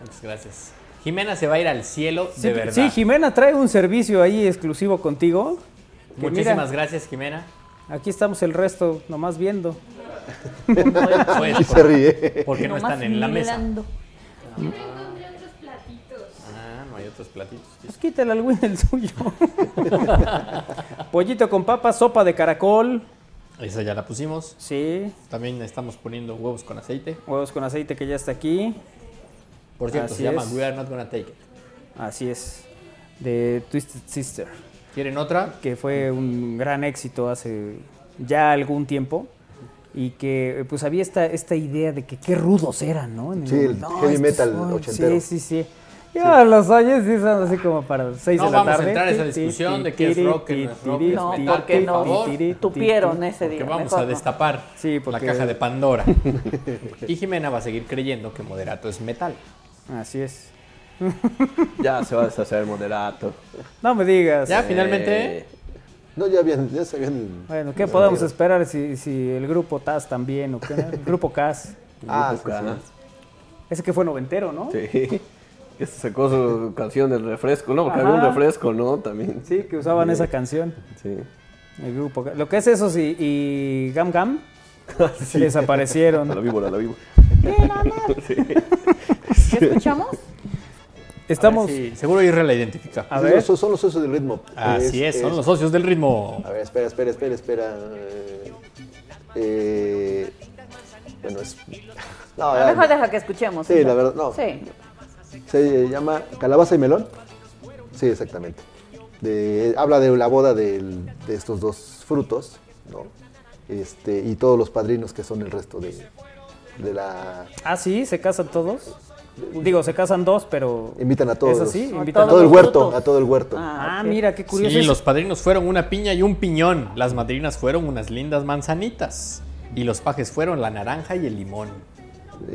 Muchas gracias. Jimena se va a ir al cielo
Sí,
de verdad.
sí, Jimena trae un servicio ahí exclusivo contigo. que
Muchísimas
mira,
gracias, Jimena.
Aquí estamos el resto, nomás viendo.
Pues, Y se por- ríe. porque no están en la mesa. Ah, no hay otros platitos.
Pues quítale al Win el suyo. Pollito con papa, sopa de caracol.
Esa ya la pusimos.
Sí.
También estamos poniendo huevos con aceite.
Huevos con aceite que ya está aquí.
Por cierto,
Así
se llama
es.
We Are Not Gonna Take It.
Así es. De Twisted Sister.
¿Quieren otra?
Que fue un gran éxito hace ya algún tiempo. Y que eh, pues había esta, esta idea de que qué rudos eran, ¿no? En
Sí, el heavy
estos
metal
son-
ochentero.
Sí, sí, sí. Ya los oyes y son así como para seis
No
de la
vamos a
tarde.
entrar a esa discusión de qué es rock, qué no es rock, qué es
No,
metal,
porque
por
no
favor.
tupieron ese día.
Porque vamos
mejor
a
no.
destapar
porque-
la caja de Pandora. y Jimena va a seguir creyendo que moderato es metal.
Así es.
Ya Ah, se va a deshacer moderato.
No me digas.
Ya, eh. finalmente.
No, ya, habían, ya se habían.
Bueno, ¿qué podemos esperar si, si el grupo TAS también? ¿o qué? El grupo CAS.
Ah, sí,
Ese que fue noventero, ¿no?
sí. Sí. Que se sacó su canción del refresco, ¿no? Porque
Ajá.
había un refresco, ¿no? También.
Sí, que usaban esa canción.
Sí.
El grupo Cas. Lo que es esos y, y Gam Gam
Ah,
desaparecieron.
A la víbora, a la víbora. Sí.
¿Qué escuchamos?
Estamos.
seguro Irra la identifica.
A
A
ver.
ver. Son, los socios del ritmo.
Así es, son los socios del ritmo.
A ver, espera, espera, espera, espera. Eh, eh, bueno, es. No,
A lo
ya,
mejor deja que escuchemos.
Sí,
ya.
la verdad, no.
Sí.
Se llama Calabaza y Melón. Sí, exactamente. De- habla de la boda del- de estos dos frutos, ¿no? Este, y todos los padrinos que son el resto de, de la.
Ah, sí, se casan todos. Digo, se casan dos, pero.
Invitan a todos.
¿Es así?
A
Invitan
todo el
todos.
huerto, a todo el huerto.
Ah, mira, qué curioso.
Sí,
es.
los padrinos fueron una piña y un piñón. Las madrinas fueron unas lindas manzanitas. Y los pajes fueron la naranja y el limón.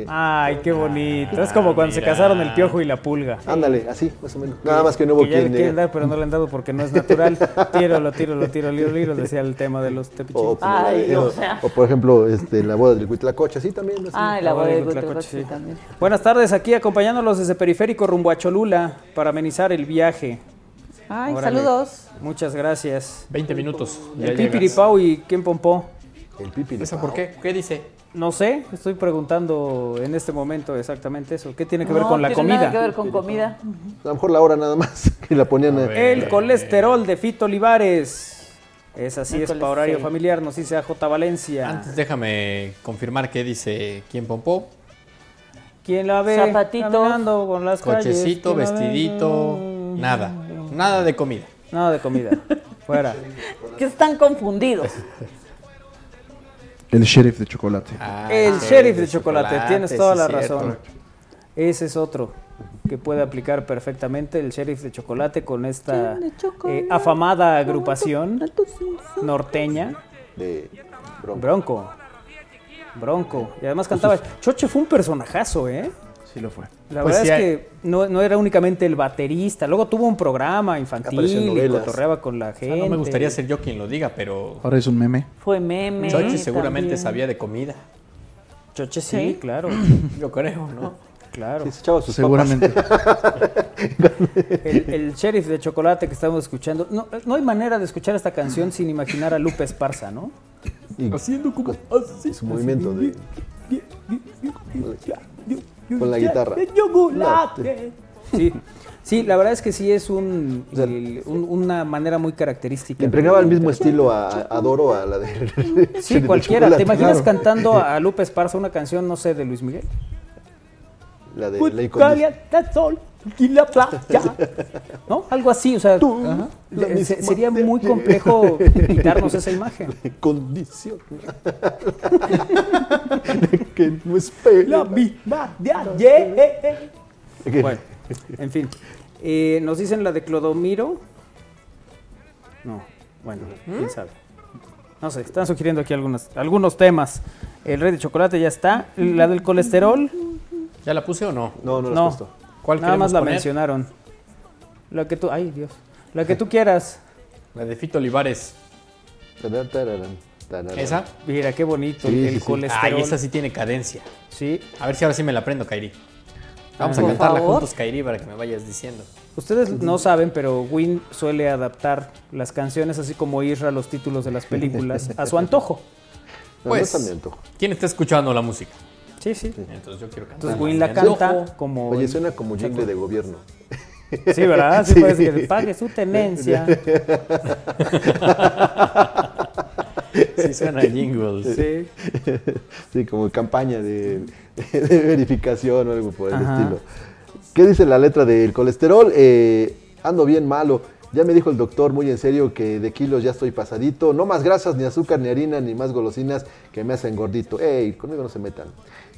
Ah,
Ay, qué bonito. es como cuando se
mira.
casaron el piojo y la pulga.
Ah, Ándale, así, más o menos. Nada más que no hubo
ya le
quien.
quieren
eh,
dar, pero no le han dado porque no es natural. Tiro, lo tiro, lo tiro, liro, liro, decía el tema de los tepichitos.
o, como la de- o- Oh, pues, eh, o, por ejemplo, este, la boda del Huitlacoche, así también. así.
Ay, la voy a
del Huitlacoche, sí. Buenas tardes, aquí acompañándolos desde Periférico rumbo a Cholula para amenizar el viaje.
Ay,
Órale.
saludos.
Muchas gracias.
20 minutos. ya
El
llegas.
pipiripau y quién pompó.
El pipiripau.
¿Esa por qué? ¿Qué dice?
No sé, estoy preguntando en este momento exactamente eso. ¿Qué tiene que ver
No,
con la
tiene
comida?
Nada que ver con comida.
A lo mejor la hora nada más que la ponían. eh,
El colesterol de Fito Olivares. Es así,
El
es para
colesterol.
horario familiar, nos dice AJ Valencia.
Antes déjame confirmar qué dice quién pompó.
¿Quién la ve?
Zapatitos.
Caminando con las calles?
Cochecito,
¿Quién la ve?
vestidito, nada. Nada de comida.
Nada de comida. Fuera.
que están confundidos.
El sheriff de chocolate. Ah,
el sheriff de chocolate, tienes toda
sí,
la
cierto.
razón. Ese es otro que puede aplicar perfectamente el sheriff de chocolate con esta
Sheriff de chocolate,
eh, afamada agrupación norteña
de
Bronco. Bronco. Y además cantaba. Choche fue un personajazo, ¿eh?
Sí lo fue.
La
Pues
verdad
sí,
es
hay-
que no, no era únicamente el baterista. Luego tuvo un programa infantil
Apareció en
y
novelas.
cotorreaba con la gente.
no me gustaría ser yo quien lo diga, pero
Ahora es un meme.
Fue meme.
Choche seguramente
también.
sabía de comida.
Choche
sí,
sí, claro.
Yo creo, ¿no?
Claro.
Sí, se echaba sus
Seguramente.
El, el sheriff de chocolate que estamos escuchando. No, no hay manera de escuchar esta canción sin imaginar a Lupe Esparza, ¿no?
Haciendo como su movimiento de. Con la guitarra.
chocolate. Sí. Sí, la verdad es que sí es un, el- un- una manera muy característica.
Le impregnaba el mismo estilo a, a Doro, a la de.
Sí, cualquiera. ¿Te imaginas cantando a Lupe Esparza una canción, no sé, de Luis Miguel?
La de
Muy
Ley
caliente el sol y la playa. ¿No? Algo así, o sea,
Ajá. La
eh, se-
misma
sería
de
muy
ayer.
complejo quitarnos esa imagen.
Condición. que no espera.
La misma de
Eh,
ayer. Bueno, en fin. Eh, Nos dicen la de Clodomiro. No, bueno, quién sabe. No sé, están sugiriendo aquí algunas, algunos temas. El rey de chocolate ya está. La del colesterol.
¿Ya la puse o no?
No, no la has puesto.
¿Cuál
Nada
queremos
más la
poner?
mencionaron. La que tú, ay Dios, la que tú quieras.
La de Fito Olivares.
Tararán, tararán, tararán.
¿Esa?
Mira qué bonito
Sí,
el
sí, sí.
colesterol.
Ay, esa sí tiene cadencia.
Sí.
A ver si ahora sí me la aprendo, Kairi. Vamos
Ah.
a
Por
cantarla
favor.
juntos, Kairi, para que me vayas diciendo.
Ustedes no saben, pero Win suele adaptar las canciones así como Isra los títulos de las películas a su antojo.
No,
Pues,
no es tan lento.
¿quién está escuchando la música?
Sí, sí.
Entonces yo quiero cantar.
Entonces Win la canta como
Oye, suena como jingle de gobierno.
Sí, ¿verdad? Sí, parece que pague su tenencia.
Sí, suena a jingles.
Sí.
Sí, como campaña de, de verificación o algo por el
Ajá.
estilo. ¿Qué dice la letra del colesterol? Eh, ando bien malo. Ya me dijo el doctor muy en serio que de kilos ya estoy pasadito. No más grasas, ni azúcar, ni harina, ni más golosinas que me hacen gordito. Ey, conmigo no se metan.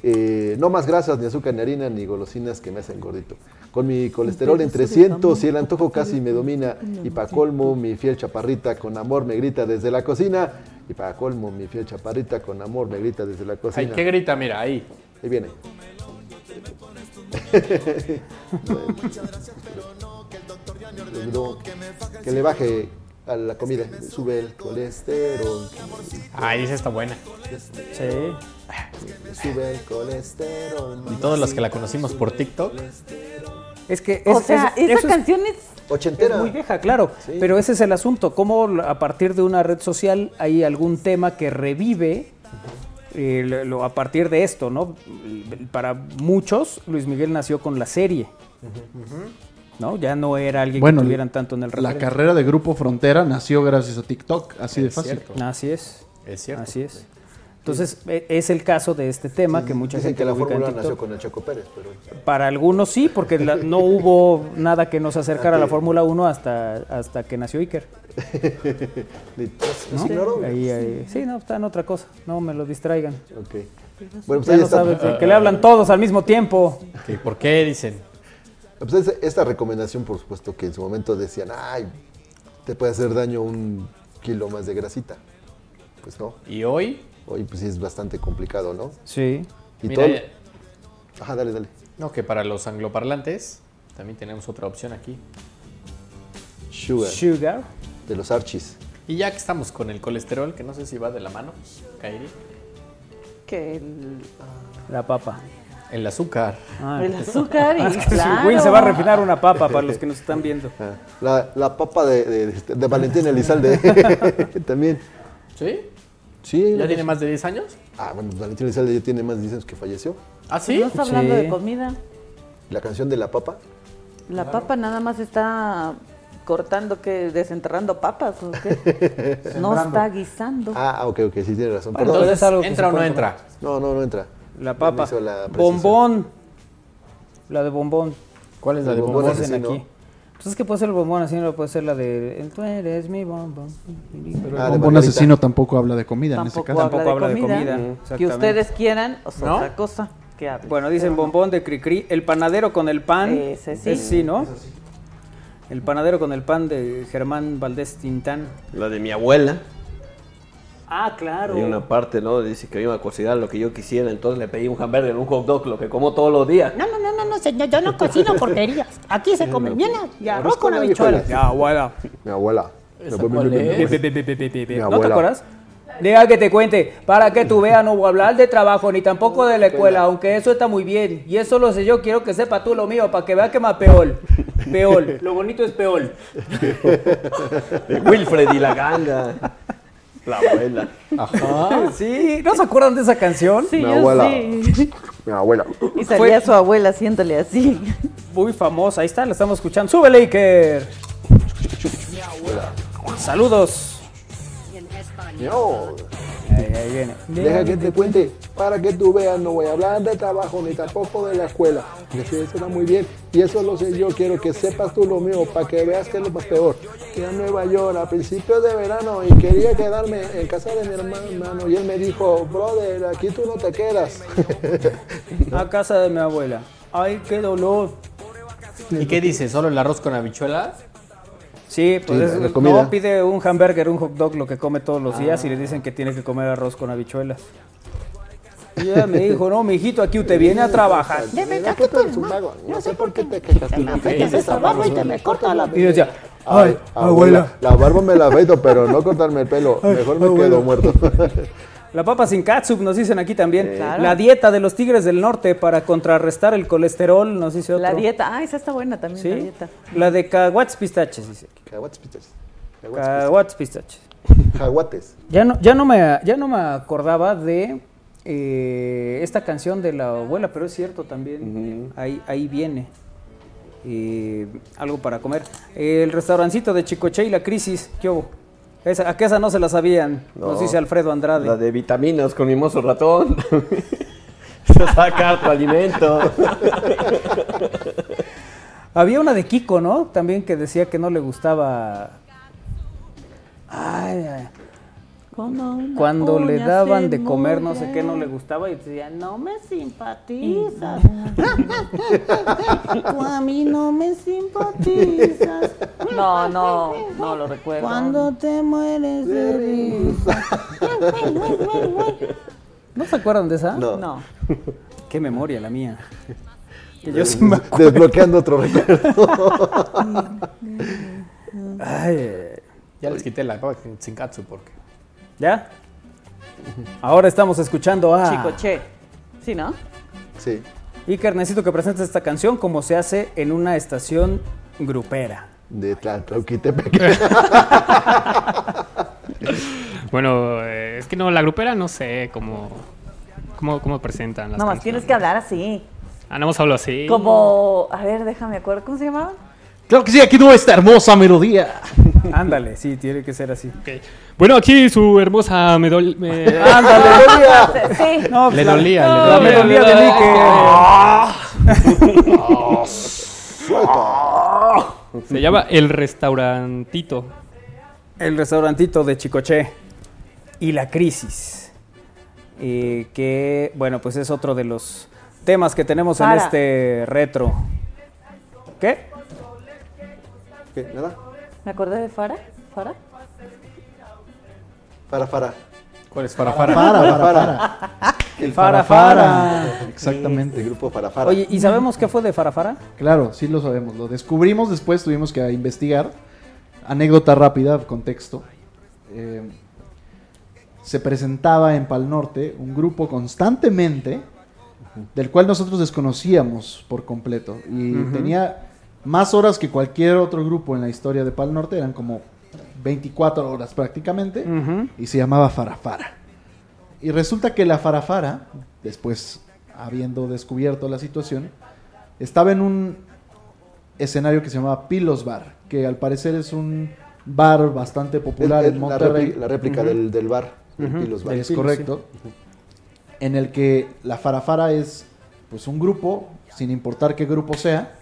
Eh, no más grasas, ni azúcar, ni harina, ni golosinas que me hacen gordito. Con mi colesterol en 300 y el antojo casi me domina. Y pa' colmo, mi fiel chaparrita con amor me grita desde la cocina. Y pa' colmo, mi fiel chaparrita con amor me grita desde la
Ay,
cocina.
¿qué grita? Mira, ahí.
Ahí viene. que le baje a la comida, sube el colesterol,
Ahí esa está buena.
Sí.
sube el colesterol.
Y todos los que la conocimos por TikTok.
Es que
O
es-
sea,
es-
esa
eso es-
canción es...
Ochentera.
Es muy vieja, claro. Pero ese es el asunto, cómo a partir de una red social hay algún tema que revive eh, lo- lo- a partir de esto, ¿no? Para muchos, Luis Miguel nació con la serie, ¿no? Ya no era alguien
Bueno,
que tuvieran tanto en el
La
referente.
carrera de Grupo Frontera nació gracias a TikTok, así de fácil.
cierto.
Así es.
Es cierto.
Así es. Entonces, e- es el caso de este tema que mucha
Dicen
gente
que la
lo ubica en
fórmula
TikTok.
nació con el Choco Pérez, pero
Para algunos sí, porque la- no hubo nada que nos acercara a la Fórmula 1 hasta, hasta que nació Iker.
¿No?
¿no? Ahí, ahí. Sí, no, está en otra cosa. No me lo distraigan.
Ok. Bueno, pues
Ya
ahí
no
está.
sabes, eh, que le hablan todos al mismo tiempo.
¿Y ¿Por qué dicen?
Pues esa- esta recomendación, por supuesto, que en su momento decían, ay, te puede hacer daño un kilo más de grasita. Pues no,
¿Y hoy?
hoy pues sí es bastante complicado, ¿no?
Sí.
Y
Mira,
todo-
ya-
Ajá, dale, dale.
no, que para los angloparlantes también tenemos otra opción aquí.
Sugar,
Sugar.
de los Archis.
Y ya que estamos con el colesterol, que no sé si va de la mano, Kairi,
Que el,
La papa.
el azúcar.
Ah.
el azúcar y
Sí,
claro.
Win se va a refinar una papa para los que nos están viendo.
Ah, La, la papa de, de, de- de Valentín Elizalde también.
¿Sí?
Sí,
¿Ya tiene más de 10 años?
Ah, bueno, Valentín Elizalde ya tiene más de 10 años que falleció.
¿Ah, sí?
No está hablando
Sí.
de comida.
La canción de la papa.
La papa nada más está cortando, que desenterrando papas o qué. no está guisando.
Ah, ah, ok, ok, sí tiene razón.
Bueno,
Perdón.
entonces, algo que
¿Entra
se
o no
puede
entra?
No, no, no entra.
La papa.
hizo la precisión.
bombón. La de bombón.
¿Cuál es la
El
de
bombón
bombón?
Hacen
asesino.
aquí. Entonces, ¿qué puede ser el bombón así? No puede ser la de. "El Tú eres mi bombón. Ah,
Ah,
Pero el bombón asesino tampoco habla de comida en ese
Tampoco
caso.
habla Tampoco de habla de comida. comida,
Mm.
exacto.
Que
Exactamente.
ustedes quieran, o sea,
¿No?
otra cosa que hable.
Bueno, dicen bombón de cricri, el panadero con el pan.
Ese sí.
Ese ¿no? El panadero con el pan de Germán Valdés Tintán.
La de mi abuela.
Ah, claro.
Hay una parte, ¿no? Dice que iba a cocinar lo que yo quisiera, entonces le pedí un hamburger, un hot dog, lo que como todos los días.
No, no, no, no, no, señor, yo no cocino porquerías. Aquí se come bien y arroz con habichuelas.
Ya, abuela.
Mi abuela.
cuál es? Eh, ¿No te
abuela.
acuerdas? Deja que te cuente, para que tú veas, no voy a hablar de trabajo ni tampoco de la escuela, aunque eso está muy bien. Y eso lo sé yo, quiero que sepa tú lo mío, para que veas que más peor. Peor. Lo bonito es peor.
De Wilfred y la ganga. La abuela.
Ajá. Sí, ¿no se acuerdan de esa canción?
Sí, Ah. Mi yo abuela. sí.
Mi abuela.
Y salía su abuela haciéndole así.
Muy famosa, ahí está, la estamos escuchando. ¡Súbele, Iker! Saludos.
No.
Ahí, ahí viene.
Deja que te cuente, para que tú veas, no voy a hablar de trabajo ni tampoco de la escuela. Que sí, Eso está muy bien. Y eso lo sé yo, quiero que sepas tú lo mío, para que veas que es lo más peor. Fui a Nueva York a principios de verano y quería quedarme en casa de mi hermano. hermano, Y él me dijo, brother, aquí tú no te quedas.
A casa de mi abuela. Ay, qué dolor.
¿Y qué dice? ¿Solo el arroz con habichuelas?
Sí, pues
Sí,
es-
la- la comida.
no pide un hamburger, un hot dog, lo que come todos los días y le dicen que tiene que comer arroz con habichuelas. Y ella me dijo, no, mijito, aquí usted viene a trabajar.
Deme ya que tú eres mago. No sé por qué te quejas. Te
me afeitas esa barba y te me cortas la-
Y yo decía,
ay, abuela. La barba me la afeito, pero no cortarme el pelo. Mejor me quedo muerto.
La papa sin catsup, nos dicen aquí también.
Claro.
La dieta de los tigres del norte para contrarrestar el colesterol, nos dice otro.
La dieta, ah, esa está buena también,
Sí.
la dieta.
La de caguates pistaches, dice.
Caguates pistaches.
Caguates pistaches.
Jaguates.
Ya no, ya no, me, ya no me acordaba de eh, esta canción de la abuela, pero es cierto también. ahí, ahí viene. Eh, algo para comer. El restaurancito de Chicoche y la crisis, ¿qué hubo? Esa, a que esa no se la sabían, nos
No.
dice Alfredo Andrade.
La de vitaminas con mi mozo ratón. Se saca tu alimento.
Había una de Kiko, ¿no? También que decía que no le gustaba. Ay, ay, cuando le daban de comer, no sé qué, no le gustaba y decía, no me simpatizas.
Tú a mí no me simpatizas.
No, no, no lo recuerdo.
Cuando te mueres de risa.
¿No se acuerdan de esa?
No.
Qué memoria la mía. Que yo
Des-
sí me acuerdo.
Desbloqueando otro recuerdo.
Ay,
ya les quité la papa sin katsu porque.
¿Ya? Ahora estamos escuchando a.
Chicoche. Sí, ¿no?
Sí.
Iker, necesito que presentes esta canción como se hace en una estación grupera.
De
Bueno, eh, es que no, la grupera no sé cómo, cómo, cómo presentan las
No más,
canciones.
tienes que hablar así.
Ah, no hemos hablado así.
Como, a ver, déjame acuerdo, ¿cómo se llamaba?
Claro que sí, aquí tuvo esta hermosa melodía.
Ándale, sí, tiene que ser así.
Bueno, aquí su hermosa medol... eh, me-
Ándale,
dolía. Sí.
pues,
No,
Le
la-
dolía,
no,
le dolía.
me dolía de mí que-
Se llama El Restaurantito.
El restaurantito de Chicoche y la crisis. Eh, que, bueno, pues es otro de los temas que tenemos en
Para.
este retro. ¿Qué?
¿Qué? ¿Nada?
¿Me acordé de Fara? ¿Fara?
Para, para.
¿Cuál es
Farafara?
Farafara.
El
Farafara.
Farafara.
Exactamente.
El grupo Farafara.
Oye, ¿y sabemos qué fue de Farafara?
Claro, sí lo sabemos. Lo descubrimos después, tuvimos que investigar. Anécdota rápida, contexto. Eh, se presentaba en Pal Norte un grupo constantemente del cual nosotros desconocíamos por completo. Y
Ujú.
tenía más horas que cualquier otro grupo en la historia de Pal Norte. Eran como 24 horas prácticamente. Y se llamaba Farafara. Y resulta que la Farafara, después habiendo descubierto la situación, estaba en un escenario que se llamaba Pilos Bar, que al parecer es un bar bastante popular
Es- es
en
la
Monterrey.
repli- la réplica del- del bar, del Pilos Bar.
Es
Del Pilos,
correcto. En el que la Farafara es pues un grupo, sin importar qué grupo sea,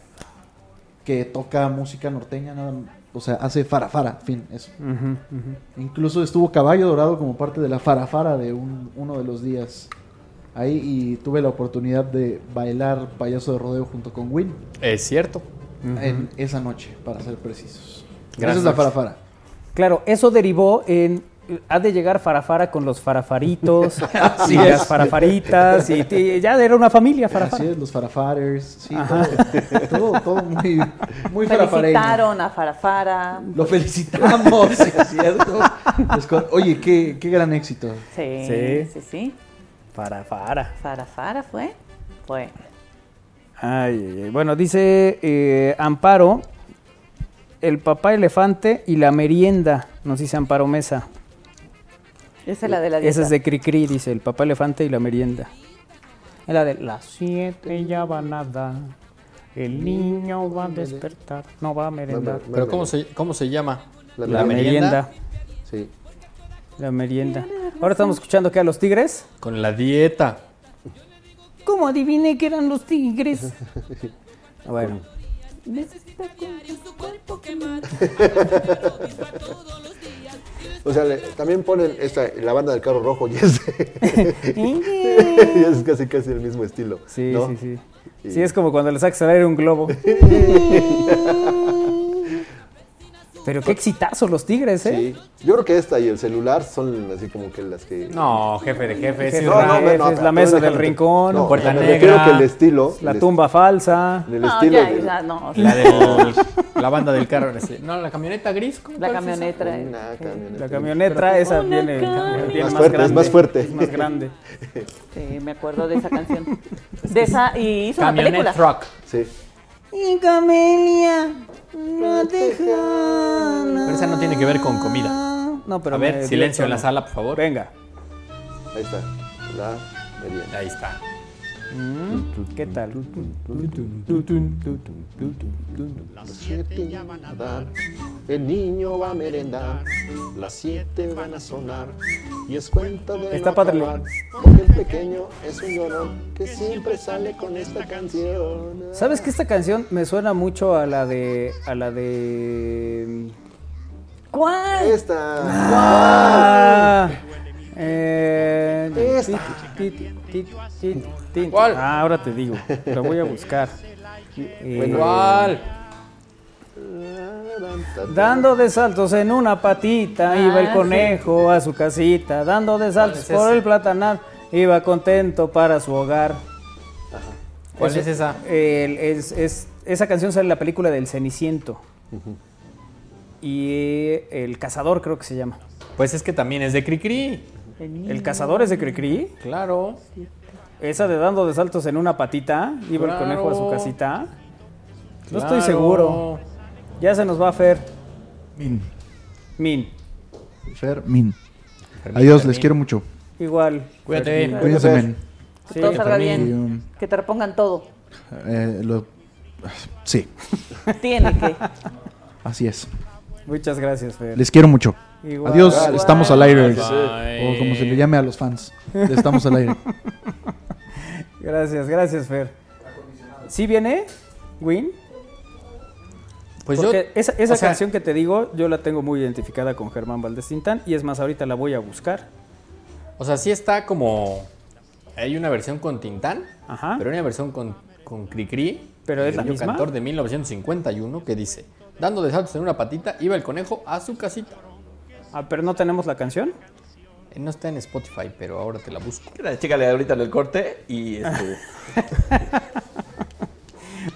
que toca música norteña, nada, o sea, hace farafara, fin, eso. Incluso estuvo Caballo Dorado como parte de la farafara de un- uno de los días ahí y tuve la oportunidad de bailar payaso de rodeo junto con Will
Es cierto.
en esa noche, para ser precisos.
Gracias.
Esa es la farafara.
Claro, eso derivó en. Ha de llegar Farafara con los farafaritos
Así
y
es.
las farafaritas y, y ya era una familia Farafara.
Así es, los farafares, sí,
Ajá.
todo, todo, todo muy, muy farafareño.
Felicitaron a Farafara.
Lo felicitamos, sí, es cierto. Es co- Oye, qué, qué gran éxito.
Sí, sí, sí.
Farafara.
Farafara fue. Fue.
Ay, ay, ay. Bueno, dice eh, Amparo, el papá elefante y la merienda, nos dice Amparo Mesa.
Esa es la de la dieta.
Esa es de Cricri, dice, el papá elefante y la merienda. Es la de las siete ya va nada, el niño va a despertar, no va a merendar.
Pero ¿cómo se, cómo se llama?
La, merienda.
Sí.
La merienda. Ahora estamos escuchando que a los tigres.
Con la dieta.
¿Cómo adiviné que eran los tigres? Bueno.
O sea, le- también ponen esta, la banda del carro rojo y es, y es casi casi el mismo estilo.
Sí,
¿no?
sí, sí.
Y-
Sí, es como cuando le sacas al aire un globo. Pero qué exitazo los tigres, ¿eh?
Yo creo que esta y el celular son así como que las que.
No, jefe de jefes,
Jefe
sí,
de
no, no,
jefes,
no, pero
la mesa
déjame-
del rincón,
no, Puerta
me
Negra.
refiero que el estilo-
la
el est-
tumba falsa.
el
No, estilo ya, del- ya, no.
La, del- la banda del carro. ese. No, la camioneta gris. ¿cómo
La
cuál es esa?
camioneta. eh.
Ah, camioneta.
La camioneta, esa
Una
viene,
camioneta.
viene
Más
más,
fuerte, es
grande.
más fuerte.
es más grande.
Sí, me acuerdo de esa canción. De esa, y hizo una película.
Camionet truck.
Sí.
Y Camelia, no te Pero
esa no tiene que ver con comida.
No, pero
A ver,
me dio
silencio en
tono.
la sala, por favor.
Venga.
Ahí está. La merienda.
Ahí está.
¿Qué tal?
Las siete ya van a dar, el niño va a merendar, las siete van a sonar, y es cuenta de
Está
no
padre.
acabar, porque el pequeño es un llorón que siempre sale con esta canción.
¿Sabes que esta canción me suena mucho a la de. a la de.
¿Cuál?
Ah.
Esta. Ah, Eh,
Esta.
tit, tit, tit, tit, tit. Ah, ahora te digo. La voy a buscar. Eh, Dando de saltos en una patita, iba el
Ah, sí.
conejo a su casita. Dando de saltos
es
por
esa?
el platanal, iba contento para su hogar.
¿Cuál
Eso-
es esa?
el- es- es- esa canción sale en la película del Ceniciento. Y eh, El Cazador creo que se llama.
Pues es que también es de Cricri.
¿El Cazador es de Cricri?
Claro.
Esa de dando de saltos en una patita, iba
Claro.
el conejo a su casita. No
Claro.
estoy seguro. Ya se nos va a Fer.
Min.
Min.
Fermín. Adiós, les
Fermín.
quiero mucho.
Igual.
Cuídate.
Fermín.
Cuídense, men.
Que todo
Sí,
salga
para mí.
Y,
bien.
um,
Que te repongan todo.
eh, lo- Sí,
Tiene que.
así es.
Muchas gracias, Fer.
Les quiero mucho.
Igual.
Adiós,
Igual.
estamos al aire.
Bye.
O como se le llame a los fans. Estamos al aire.
Gracias, gracias, Fer. ¿Sí viene, Win?
Pues
Porque
yo-
esa, esa
o sea-
canción que te digo, yo la tengo muy identificada con Germán Valdés Tintán y es más, ahorita la voy a buscar.
O sea, sí está como. Hay una versión con Tintán, pero hay una versión con, con Cricri.
Pero es
del
la
niño
misma.
cantor de 1951 que dice: Dando de saltos en una patita, iba el conejo a su casita.
Ah, pero no tenemos la canción.
Eh, No está en Spotify, pero ahora te la busco.
Chécale ahorita en el corte y este,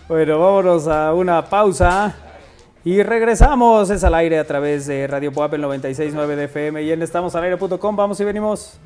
Bueno, vámonos a una pausa y regresamos. Es al aire a través de Radio Puebla 969 de FM y en estamosalaire.com. Vamos y venimos.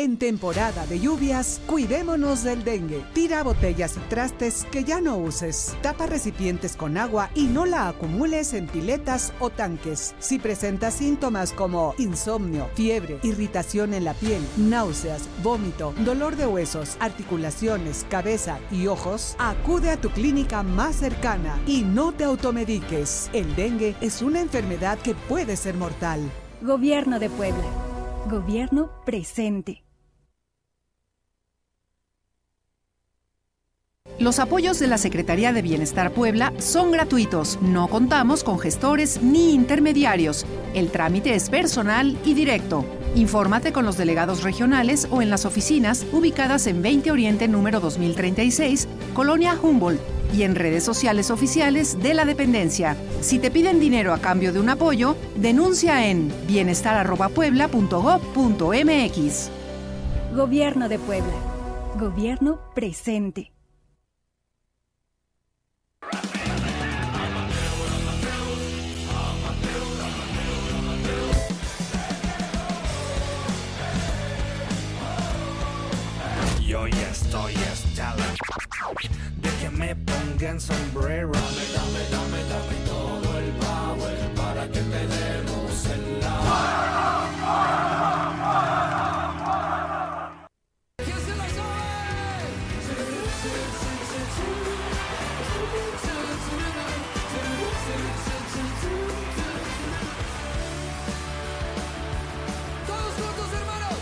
En temporada de lluvias, cuidémonos del dengue. Tira botellas y trastes que ya no uses. Tapa recipientes con agua y no la acumules en piletas o tanques. Si presentas síntomas como insomnio, fiebre, irritación en la piel, náuseas, vómito, dolor de huesos, articulaciones, cabeza y ojos, acude a tu clínica más cercana y no te automediques. El dengue es una enfermedad que puede ser mortal.
Gobierno de Puebla. Gobierno presente.
Los apoyos de la Secretaría de Bienestar Puebla son gratuitos. No contamos con gestores ni intermediarios. El trámite es personal y directo. Infórmate con los delegados regionales o en las oficinas ubicadas en 20 Oriente número 2036, Colonia Humboldt, y en redes sociales oficiales de la dependencia. Si te piden dinero a cambio de un apoyo, denuncia en bienestar.puebla.gov.mx.
Gobierno de Puebla. Gobierno presente.
Yo ya estoy hasta la de que me pongan sombrero. Dame, dame, dame, dame todo el power para que te demos el la.
Todos juntos, hermanos.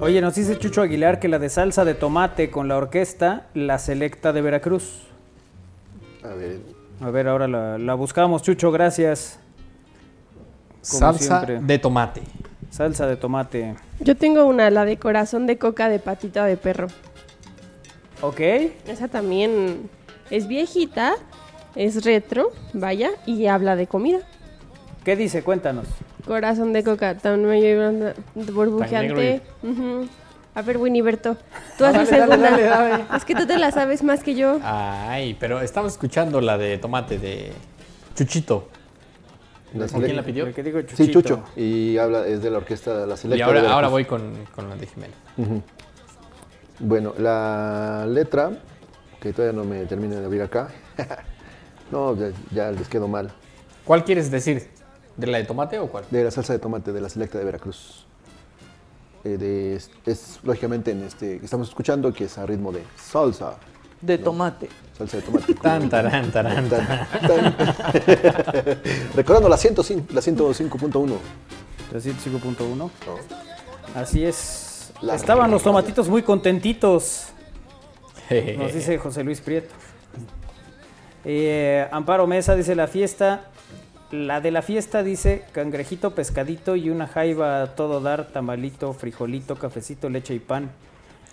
Oye, nos dice Chucho Aguilar que la de salsa de tomate con la orquesta, la selecta de Veracruz.
A ver.
A ver, ahora la, la buscamos, Chucho, gracias. Como
Salsa
siempre.
de tomate.
Salsa de tomate.
Yo tengo una, la de corazón de coca de patita de perro.
Ok.
Esa también es viejita, es retro, vaya, y habla de comida.
¿Qué dice? Cuéntanos.
Corazón de coca, tan medio burbujeante. Ujú. A ver, Winiberto, tú
Dale,
haces
dale,
alguna.
dale, dale.
Es que tú te la sabes más que yo.
Ay, pero estamos escuchando la de tomate de Chuchito. ¿Con quién la pidió?
Sí, Chucho. Y habla, es de la orquesta de la selecta.
Y
de
ahora,
Veracruz.
ahora voy con, con la de Jimena.
Ujú. Bueno, la letra, que todavía no me termina de abrir acá. no, ya, ya les quedó mal.
¿Cuál quieres decir? ¿De la de tomate o cuál?
De la salsa de tomate de la selecta de Veracruz. Eh, de- es, es, lógicamente en este que estamos escuchando que es a ritmo de salsa.
De tomate.
Salsa de tomate.
Tan, tarán, tarán,
Tan,
tarán.
tan. Recordando la 105.1. La 105.1.
La 105.1. Así es.
La
Estaban los
reina.
tomatitos muy contentitos. Nos dice José Luis Prieto. Eh, Amparo Mesa dice la fiesta. La de la fiesta dice cangrejito, pescadito y una jaiba a todo dar, tamalito, frijolito, cafecito, leche y pan.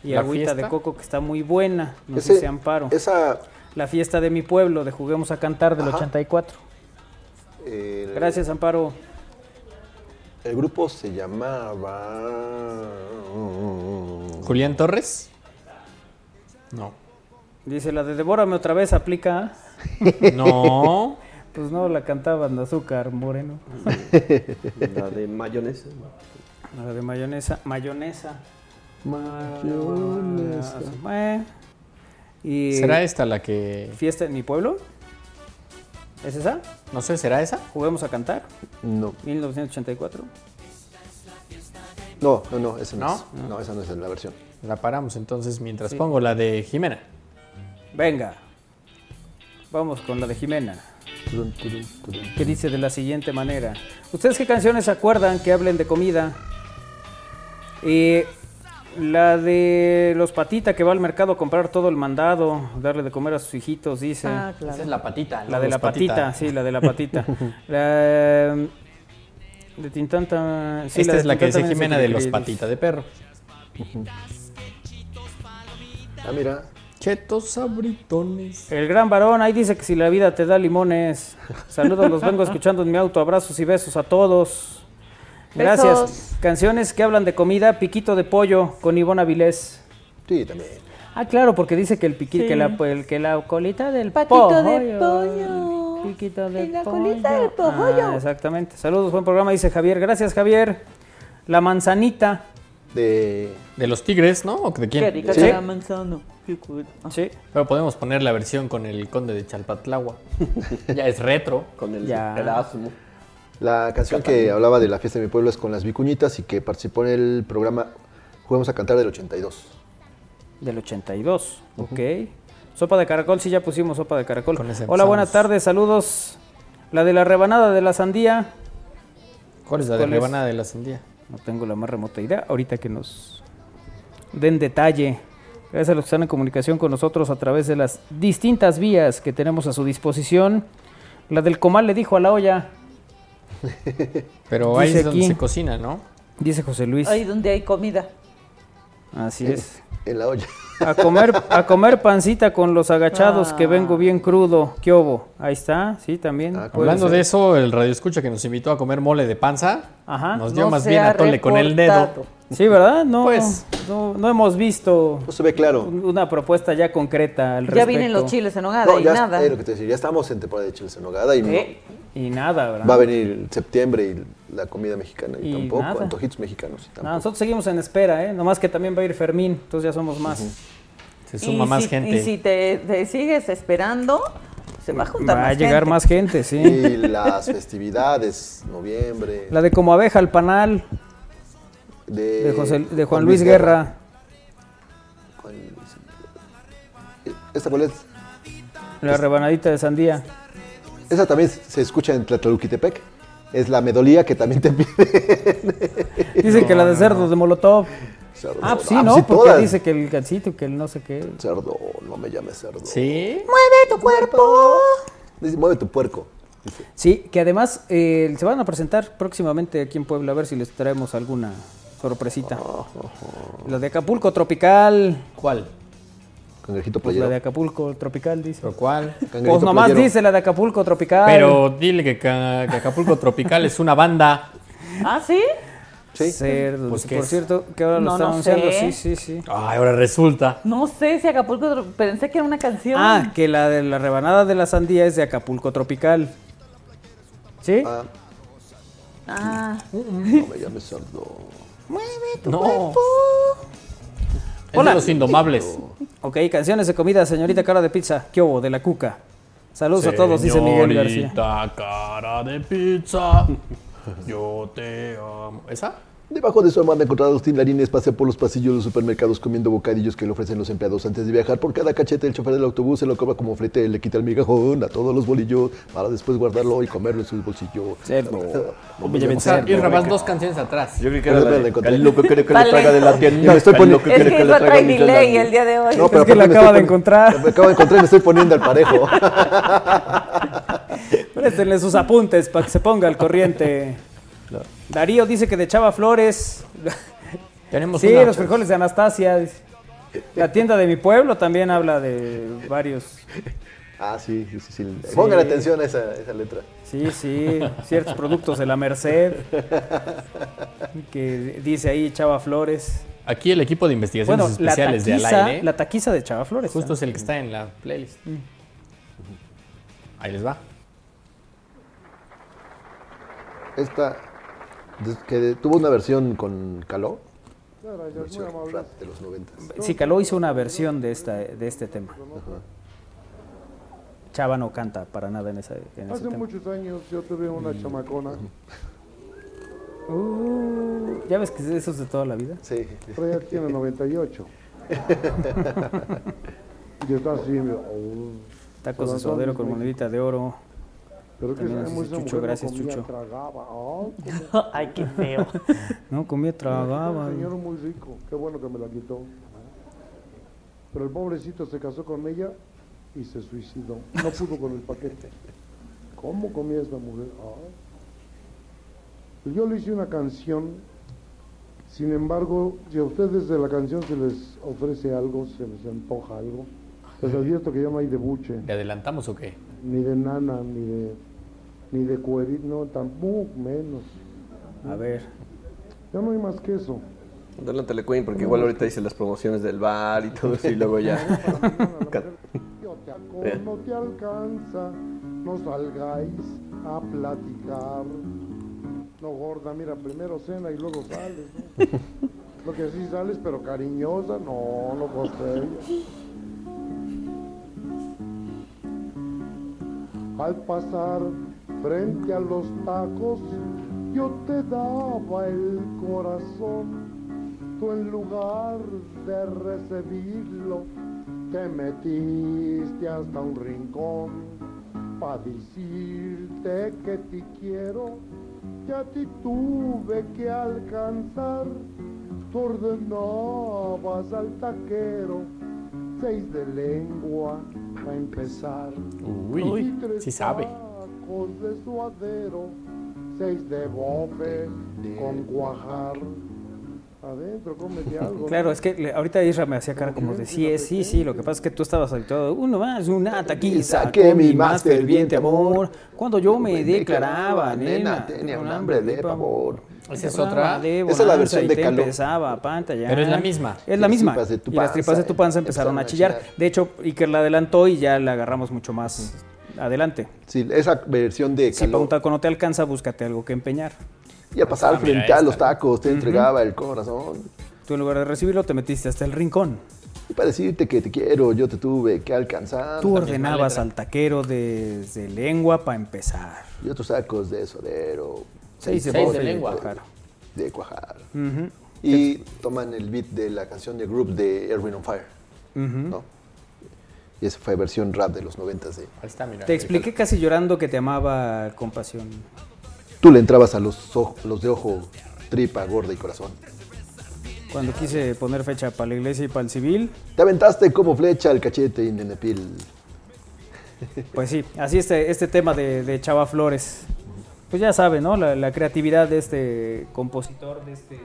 Y
¿La
agüita
fiesta?
de coco que está muy buena, nos
Ese-
dice Amparo.
Esa...
La fiesta de mi pueblo, de Juguemos a Cantar del
Ajá.
84.
El-
Gracias, Amparo.
El grupo se llamaba.
¿Julián Torres? No.
Dice, la de Devórame otra vez aplica. ¿ah?".
No.
pues no, la cantaban de azúcar moreno.
La de mayonesa.
La de mayonesa. Mayonesa.
Mayonesa.
Eh. Y
¿Será esta la que.?
¿Fiesta en mi pueblo? ¿Es esa?
No sé, ¿será esa?
¿Juguemos a cantar?
No.
1984.
No, no, no, esa no,
¿No?
es. No, esa no es la versión.
La paramos entonces mientras
Sí.
pongo la de Jimena.
Venga. Vamos con la de Jimena. Que dice de la siguiente manera. ¿Ustedes qué canciones se acuerdan que hablen de comida? Eh, la de los patita que va al mercado a comprar todo el mandado, darle de comer a sus hijitos, dice.
Ah, claro. Esa es la patita,
La
¿no?
de
Los
la patita.
patita.
sí, la de la patita. La, eh, de Tintanta. sí,
Esta
de
es la que dice
Tintanta también
Jimena de los
increíble.
patitas de perro.
Ah, mira.
Chetos sabritones.
El gran varón ahí dice que si la vida te da limones. Saludos, los vengo escuchando en mi auto. Abrazos y besos a todos. Gracias.
Besos.
Canciones que hablan de comida, piquito de pollo con Ivona Vilés.
Sí, también.
Ah, claro, porque dice que el piquito,
Sí.
que, la, el- que la colita del
Patito
pollo.
de pollo.
Piquito de
en la colita del pollo.
Ah, exactamente. Saludos, buen programa, dice Javier. Gracias, Javier. La manzanita.
De.
De los tigres, ¿no? ¿O de quién?
Sí.
manzana.
Sí.
Pero podemos poner la versión con el conde de Chalpatlagua. ya es retro.
Con el
Ya.
pedazo.
La canción que hablaba de la fiesta de mi pueblo es con las vicuñitas y que participó en el programa Juguemos a Cantar del 82.
Del 82, ok. Sopa de caracol, sí, ya pusimos sopa de caracol. Hola,
empezamos.
buenas tardes, saludos. La de la rebanada de la sandía.
¿Cuál es la de
¿Cuál es?
rebanada de la sandía?
No tengo la más remota idea. Ahorita que nos den detalle. Gracias a los que están en comunicación con nosotros a través de las distintas vías que tenemos a su disposición. La del comal le dijo a la olla,
Pero ahí
Dice
es donde
aquí.
se cocina, ¿no?
dice José Luis.
Ahí donde hay comida.
Eh.
Así es.
En la olla.
A comer, a comer pancita con los agachados que vengo bien crudo. ¿Qué hubo? Ahí está, sí, también. puede
Ah, Hablando
ser.
de eso, el radio escucha que nos invitó a comer mole de panza
Ah,
Ajá.
nos dio
No
más
se
bien
ha
a Tole con el dedo.
reportado. Sí, ¿verdad? No,
Pues.
no, no hemos visto
No se ve claro.
un- una propuesta ya concreta al respecto.
Ya vienen los chiles en hogada
No,
y
ya
nada.
es lo que te decía, ya estamos en temporada de chiles en nogada y no-
¿Eh? Y nada, ¿verdad?
va a venir septiembre y la comida mexicana y,
Y
tampoco,
nada.
antojitos mexicanos y
No,
tampoco.
Ah, nosotros seguimos en espera, ¿eh? Nomás que también va a ir Fermín, entonces ya somos más.
Se
Y si- Y si te, te sigues esperando, se va a juntar
Va a
más
llegar
gente.
más gente, sí.
Y las festividades, noviembre,
La de Como Abeja al Panal,
de,
de, José- de Juan Luis Guerra.
Juan Luis- ¿Esta cuál es?
La rebanadita de sandía.
Esa también se escucha en Tlatelolquitepec. Es la medolía que también te piden.
Dicen que la de cerdo de Molotov.
Cerdo.
Ah, pues sí,
Ah,
¿no?
pues sí,
Porque
todas.
dice que el gancito, que el no sé qué.
Cerdo, no me llames cerdo.
¿Sí?
Mueve tu cuerpo.
Dice, mueve tu puerco.
Sí, que además eh, se van a presentar próximamente aquí en Puebla, a ver si les traemos alguna sorpresita.
Oh.
La de Acapulco Tropical.
¿Cuál?
Cangrejito
Pues la
playero.
de Acapulco Tropical, dice.
¿Pero cuál?
Pues nomás dice la de Acapulco Tropical.
Pero dile que, Ca- que Acapulco Tropical es una banda.
¿Ah, sí?
Sí.
Cerdo,
Pues,
dice,
¿qué
por
es?
cierto, que ahora lo
No,
están
no
anunciando.
sé.
Sí, sí, sí.
Ay, ahora resulta.
No sé si Acapulco, Tro- pensé que era una canción.
Ah, que la de la rebanada de la sandía es de Acapulco Tropical. ¿Sí?
Ah.
Uh,
No me llames cerdo.
Mueve tu
No.
cuerpo.
Es de los indomables.
Ok, canciones de comida, señorita cara de pizza. ¿Qué hubo? De la cuca. Saludos a todos, dice Miguel García.
Señorita cara de pizza, yo te amo. ¿Esa?
Debajo de su hermana encontrados Timlarines pasea por los pasillos de los supermercados comiendo bocadillos que le ofrecen los empleados antes de viajar. Por cada cachete el chofer del autobús se lo cobra como flete, le quita el migajón a todos los bolillos para después guardarlo y comerlo en su bolsillo.
Cerdo.
No
Oye,
llames
O sea,
cerdo,
Irra, vas
güey.
dos canciones atrás.
Yo creo que
Pero
era
me
la
la
de
encontré.
"Al loco quiere que le
Vale.
traiga de la tienda.
Ya me estoy
al
poniendo-
loco
es
quiere
que
que le
eso
traiga
trae
Michelada".
delay el día de hoy.
No, pero
Es
aparte
que la
me
acaba
estoy
de
poni-
encontrar.
Me acabo de encontrar y me estoy poniendo al parejo.
Préstenle sus apuntes para que se ponga al corriente. Darío dice que de Chava Flores.
Tenemos
Sí,
una-
los frijoles de Anastasia. dice. La tienda de mi pueblo también habla de varios.
Ah, sí, sí, sí. sí.
Sí.
Pongan atención a esa, esa letra.
Sí, sí, ciertos productos de la Merced. Que dice ahí Chava Flores.
Aquí el equipo de investigaciones
Bueno, la
especiales
taquiza,
de Alain, ¿eh?
la taquiza de Chava Flores.
Justo
¿no?
es el que está en la playlist.
Mm.
Ahí les va.
Esta, des- que tuvo una versión con Caló. Mucho rap de los 90.
Zicaló hizo una versión de, esta, de este tema. Chava no canta para nada en, esa, en ese
Hace
tema.
muchos años yo tuve una
Mm.
chamacona.
Uh, ¿Ya ves que eso es de toda la vida?
Sí.
Pero ella tiene 98. Yo estaba así, mira, oh,
Tacos de
Corazón
sodero con
de México.
monedita de oro.
Pero que
También
esa-
nos
esa
dice
mujer
Chucho,
no
gracias
comía,
Chucho.
Tragaba. Oh,
Ay, qué feo. No, comía, tragaba.
Un señor muy rico, qué bueno que me la quitó. Pero el pobrecito se casó con ella y se suicidó. No pudo con el paquete. ¿Cómo comía esta mujer? Ah. Pues Yo le hice una canción, sin embargo, si a ustedes de la canción se les ofrece algo, se les antoja algo, les advierto que ya no hay de buche,
¿Le adelantamos o qué?
ni de nana, ni de, ni de cuerito, no, tampoco menos.
A ver.
Ya no hay más que eso.
Adelántale, Queen, porque igual ahorita dice las promociones del bar y todo eso, y luego ya.
Yo te aco- no te alcanza, no salgáis a platicar. No, gorda, mira, primero cena y luego sales. ¿no? Lo que sí sales, pero cariñosa, no, no costé. Al pasar frente a los tacos, yo te daba el corazón. Tú en lugar de recibirlo, te metiste hasta un rincón para decirte que te quiero, que a ti tuve que alcanzar. Tú ordenabas al taquero seis de lengua para empezar.
Uy,
Y tres
sí sabe.
tacos de suadero, seis de bofe con cuajar. Adentro, cómete algo.
Claro, es que le- ahorita Isra me hacía cara como de sí, es, sí, sí. Lo que pasa es que tú estabas habituado. Uno más, una taquiza,
Saqué
que
mi
mi
más
más
ferviente
ferviente amor. Cuando yo me
declaraba,
declaraba, nena,
nena, tenía un hambre de pavor.
Esa es
Te hablaba
otra.
de Esa es la versión
bonanza y
de
te
Caló.
empezaba, pantalla.
Pero es la misma.
Es la
Y las
misma.
tripas de tu
y las tripas de
panza,
tu panza empezaron a chillar. De hecho, Iker la adelantó y ya la agarramos mucho más adelante.
Sí, esa versión de
Si para un taco no te alcanza, búscate algo que empeñar.
Y a pasar
Ah, mira,
frente a los
esta.
tacos, te
Ujú.
entregaba el corazón.
Tú en lugar de recibirlo te metiste hasta el rincón.
Y para decirte que te quiero, yo te tuve que alcanzar.
Tú ordenabas al taquero desde lengua para empezar.
Y otros tacos de sodero.
Seis de
bofe
bofe de cuajar.
De cuajar.
Ujú.
Y toman el beat de la canción de Group de Erwin on Fire. ¿no? Y esa fue versión rap de los noventas. De...
Te expliqué casi llorando que te amaba con pasión.
Tú le entrabas a los, oj- los de ojo, tripa, gorda y corazón.
Cuando quise poner fecha para la iglesia y para el civil,
Te aventaste como flecha al cachete y nenepil.
pues sí, así este, este tema de, de Chava Flores. Pues ya sabe, ¿no? La, la creatividad de este compositor, de este,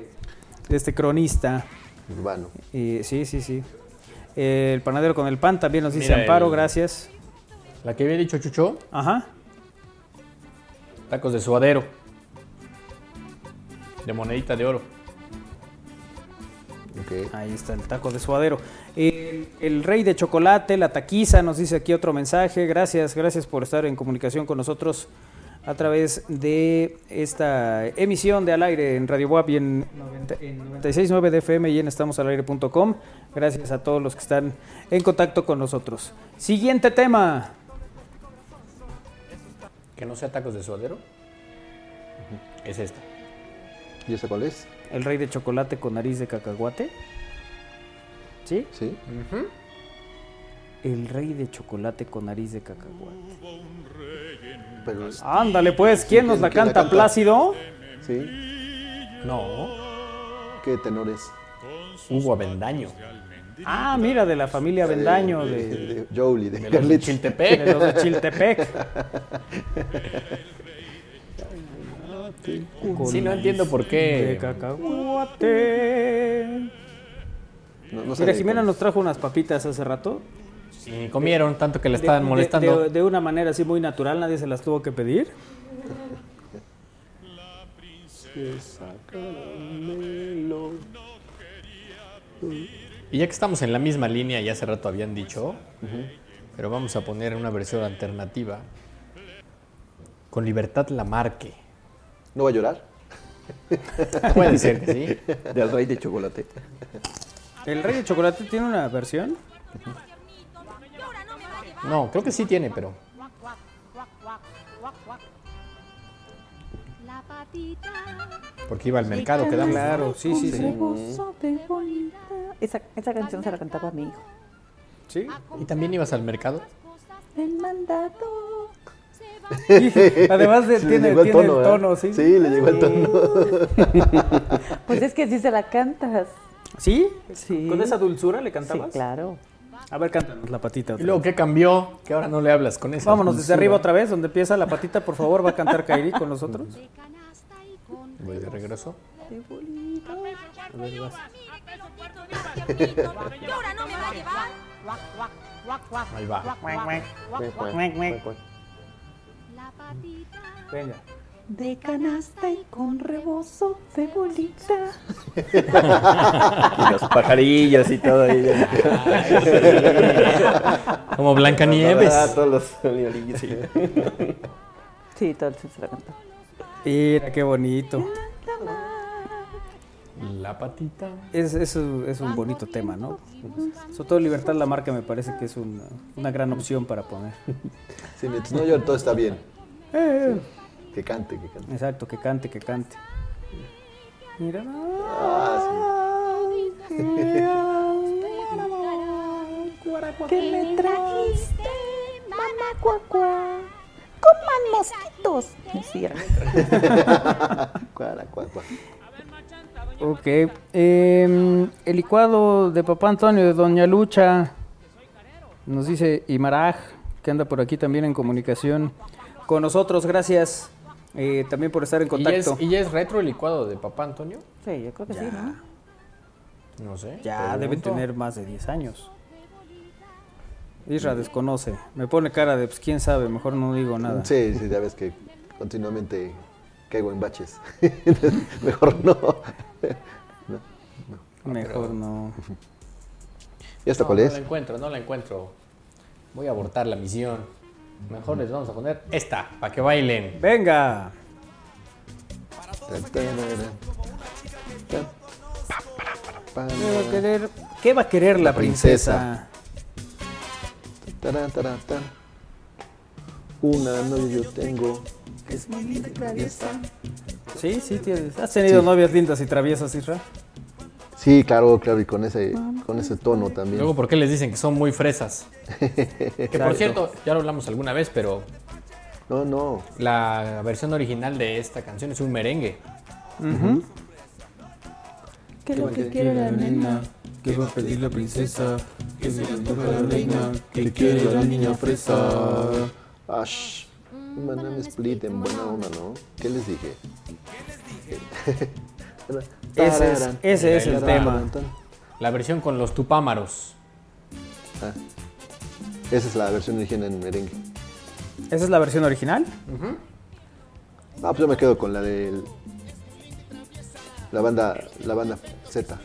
de este cronista.
Urbano.
Y, sí, sí, sí. Eh, el panadero con el pan también nos dice
Mira,
Amparo,
el-
gracias.
La que había dicho Chucho,
Ajá.
tacos de suadero. De monedita de oro.
Ahí está el taco de suadero. El, el rey de chocolate, la taquiza, nos dice aquí otro mensaje. Gracias, gracias por estar en comunicación con nosotros a través de esta emisión de Al Aire en Radio Boab y en 90 en 96.9 de FM y en estamosalaire.com. Gracias a todos los que están en contacto con nosotros. Siguiente tema.
Que no sea tacos de suadero. Es este. esta.
¿Y esa cuál es?
El rey de chocolate con nariz de cacahuate. ¿Sí?
Sí.
El rey de chocolate con nariz de cacahuate.
Pero
Ándale pues, ¿quién nos la
¿Quién
canta? Plácido.
Sí.
No.
¿Qué tenores?
Hugo Avendaño.
Ah, mira, de la familia Bendaño,
de,
de,
de eh, Jolie, de,
de los de
Carlitos.
Chiltepec. De los de Chiltepec.
Sí, no entiendo por
De
qué.
cacahuate.
No,
Mira, Jimena nos trajo unas papitas hace rato.
Sí, comieron tanto que la
De-
estaban
de-
molestando.
De, de una manera así muy natural, nadie se las tuvo que pedir.
Y ya que estamos en la misma línea, ya hace rato habían dicho,
Ujú.
pero vamos a poner una versión alternativa. Con Libertad Lamarque.
¿No va a llorar?
Puede ser que sí.
Del rey de chocolate.
¿El Rey de Chocolate tiene una versión?
No, creo que sí tiene, pero. Porque iba al mercado, quedamos.
Claro, sí, sí, sí.
Esa, esa canción se la cantaba a mi hijo.
¿Sí?
¿Y también ibas al mercado?
El mandato.
Además de-
Sí, le
tiene,
llegó el
tiene
tono,
el
¿verdad?
tono, sí.
Sí, le llegó el tono.
Pues es que así se la cantas.
¿Sí?
Sí.
¿Con esa dulzura le cantabas?
Sí, claro.
A ver, cántanos la patita.
¿Y luego qué cambió? Que ahora no le hablas con esa.
Vámonos desde
dulzura.
arriba otra vez, donde empieza la patita, por favor, va a cantar Kairi con nosotros.
Voy de regreso. A ver, vas.
Ahí va.
Venga.
De canasta y con rebozo de bolita.
Y los pajarillos y todo ahí.
Como Blancanieves.
Ah, todos los animalillos, sí.
Sí, todo el sí se la cantaba.
Mira, qué bonito.
La patita.
Es, es un- es un bonito tema, ¿no? Sobre todo Libertad Lamarca me parece que es una, una gran opción para poner.
Sí, mientras no llore, todo está bien.
Eh,
Que cante, que cante.
Exacto, que cante, que cante. Mira.
Ah,
¿Qué me trajiste, mamá cuacuá?
Coman mosquitos. Sí, ya.
Cuara, cuara, cuara.
Ok. em, el licuado de papá Antonio de Doña Lucha nos dice Imaraj, que anda por aquí también en comunicación con nosotros. Gracias eh, también por estar en
¿Y ya, es,
contacto.
¿Y ya es retro el licuado de papá Antonio?
Sí, yo creo que sí, ¿no?
No sé.
Ya debe
pregunto.
tener más de 10 años. Isra desconoce. Me pone cara de, pues quién sabe, mejor no digo nada.
Sí, sí, ya ves que continuamente caigo en baches. Mejor no. No, no.
Mejor no.
¿Y esta
No,
cuál
no
es?
la encuentro, no la encuentro. Voy a abortar la misión. Mejor les vamos a poner esta, para que bailen.
¡Venga! ¿Qué va a querer, qué va a querer la,
La princesa.
princesa?
Tarán, tarán, tarán. Una novia yo tengo. Es mi linda y traviesa.
Sí, sí, tienes. ¿Has tenido
Sí.
novias lindas y traviesas, Isra?
Sí, claro, claro, y con ese, con ese tono también.
Luego, ¿por qué les dicen que son muy fresas? Que por
Exacto.
cierto, ya lo hablamos alguna vez, pero.
No, no.
La versión original de esta canción es un merengue.
¿Qué es lo que quiere la nena? ¿Qué va a pedir la princesa? ¿Qué se le antoja a la reina? ¿Qué quiere la niña fresa?
Ash. Un banana split en buena onda, ¿no? ¿Qué les dije?
Ese es- ese es
Ahí
el
les va.
tema.
La versión con los tupámaros.
Ah, esa es la versión original en merengue.
¿Esa es la versión original?
No, pues yo me quedo con la de la banda, la banda Z.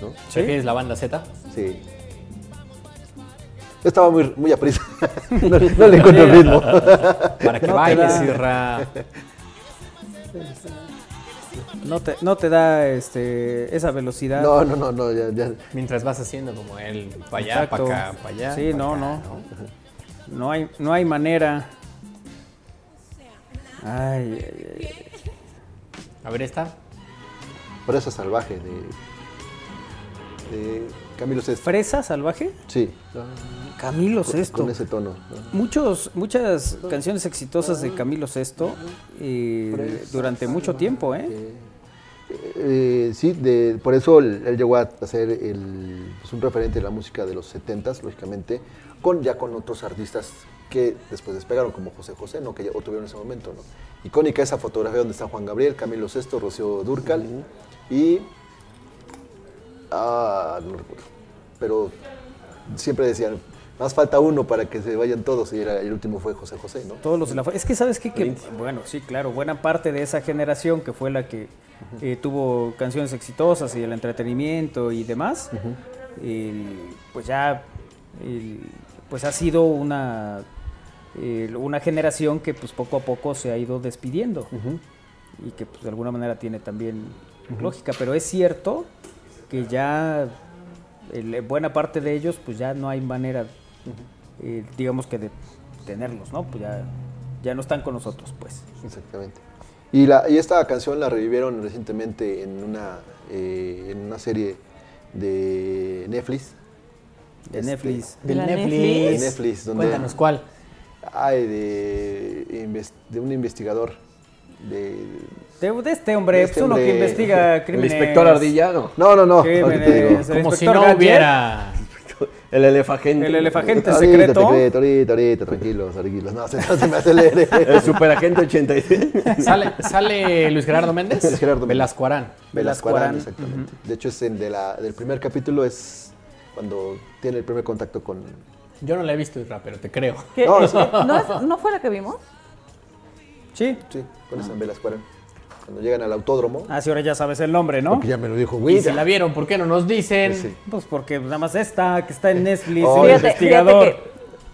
¿No?
¿Sí? es la banda Z?
Sí. Yo estaba muy, muy a prisa. No, no le encuentro el ritmo.
Para que
No te
bailes,
da.
Irra.
No te, no te da este, esa velocidad.
No, no, no, no, ya, ya.
Mientras vas haciendo como él, para allá,
Exacto.
para acá, para allá.
Sí,
pa'
no,
acá,
no. No hay, no hay manera. Ay, ay, ay.
A ver esta.
Fresa salvaje de, de Camilo Sesto.
¿Fresa salvaje?
Sí.
Camilo
Con-
Sesto.
Con ese tono. ¿no?
Muchos, muchas canciones exitosas de Camilo Sesto eh, durante mucho tiempo, ¿eh?
Eh, sí, de- por eso él, él llegó a ser el- pues, un referente de la música de los 70s, lógicamente, con, ya con otros artistas que después despegaron, como José José, ¿no? que ya obtuvieron ese momento. ¿no? Icónica esa fotografía donde está Juan Gabriel, Camilo Sesto, Rocío Durcal y... Ah, no recuerdo. Pero siempre decían, más falta uno para que se vayan todos, y era- el último fue José José, ¿no?
Todos los de la fa- Es que sabes qué? que, bueno, sí, claro, buena parte de esa generación que fue la que eh, tuvo canciones exitosas y el entretenimiento y demás, el- pues ya el- pues ha sido una, el- una generación que pues poco a poco se ha ido despidiendo. y que pues, de alguna manera tiene también lógica, pero es cierto que ya el- eh, buena parte de ellos pues ya no hay manera, eh, digamos que de tenerlos, ¿no? Pues ya, ya no están con nosotros, pues.
Exactamente. Y, la, y esta canción la revivieron recientemente en una, eh, en una serie de Netflix.
De Netflix.
del
¿La
De
Netflix?
Netflix. Donde,
Cuéntanos, ¿cuál?
Ay, de, inves- de un investigador. De,
De, de este hombre, pues uno que investiga crímenes.
No, no, no.
Crímenes,
ahorita te digo.
el inspector Gadget.
El elefagente.
El elefagente
Ahorita te
secreto.
creo, ahorita, ahorita, tranquilos, tranquilos. No, se, no se me acelere.
El superagente 86.
¿Sale, sale Luis Gerardo Méndez?
Luis Gerardo Méndez.
Velascoarán.
Velascoarán, exactamente. De hecho, es en de la, del primer capítulo es cuando tiene el primer contacto con...
Yo no la he visto, Isra, pero te creo.
¿Qué?
No,
¿No,
es-
es- ¿no fue la que vimos?
Sí.
Sí, con esa en Velascoarán. Cuando llegan al autódromo.
Ah, sí, ahora ya sabes el nombre, ¿no?
Porque ya me lo dijo
Güey,
Will.
si la
vieron, ¿por qué no nos dicen?
Pues, porque nada más esta que está en Netflix,
Oh,
el
fíjate, fíjate
investigador.
que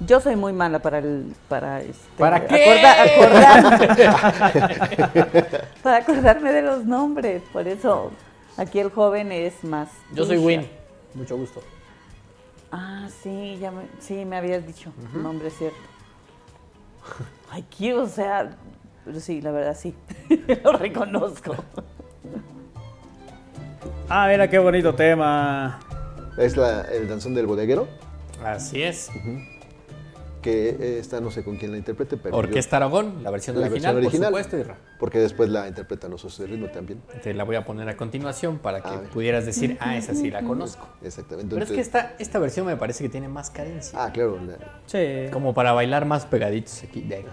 yo soy muy mala para el para este,
¿Para qué?
acorda- acordar- para acordarme de los nombres, por eso aquí el joven es más.
Yo soy
pinche.
Win. Mucho gusto.
Ah, sí, ya me, sí me habías dicho, tu nombre es cierto. Ay, qué, o sea, pero sí, la verdad sí. Lo reconozco.
Ah, mira qué bonito tema.
Es la, el danzón del bodeguero,
Así es.
que eh, esta no sé con quién la interprete, pero... yo-
Orquesta Aragón, la versión original, por supuesto, Irra.
Porque después la interpretan los socios de ritmo también.
Te la voy a poner a continuación para que pudieras decir, ah, esa sí la conozco.
Exactamente.
Pero es que esta, esta versión me parece que tiene más carencia.
Ah, claro.
Sí.
Como para bailar más pegaditos aquí. de aquí.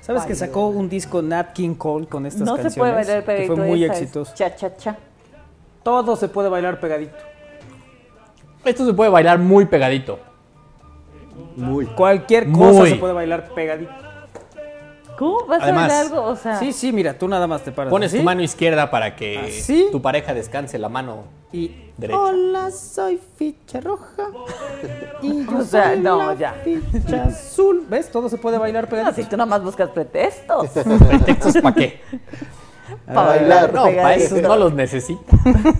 ¿Sabes que sacó un disco Nat King Cole con estas
no
canciones?
se puede bailar
que
pegadito.
fue muy
esa es
exitoso.
Cha, cha, cha.
Todo se puede bailar pegadito.
Esto se puede bailar muy pegadito.
Muy.
Cualquier cosa se puede bailar pegadito.
¿Cómo? ¿Vas
Además-
a bailar algo? O sea,
Sí, sí, mira, tú nada más te paras.
Pones
así.
tu mano izquierda para que
¿Así?
tu pareja descanse la mano y derecha.
Hola, soy ficha roja. Y yo
O sea,
soy
no,
la
ya.
ficha
azul. ¿Ves? Todo se puede bailar pegadito.
Así tú nada más buscas pretextos.
¿Pretextos para qué?
Para bailar.
No, para
pegadito.
eso no los necesita.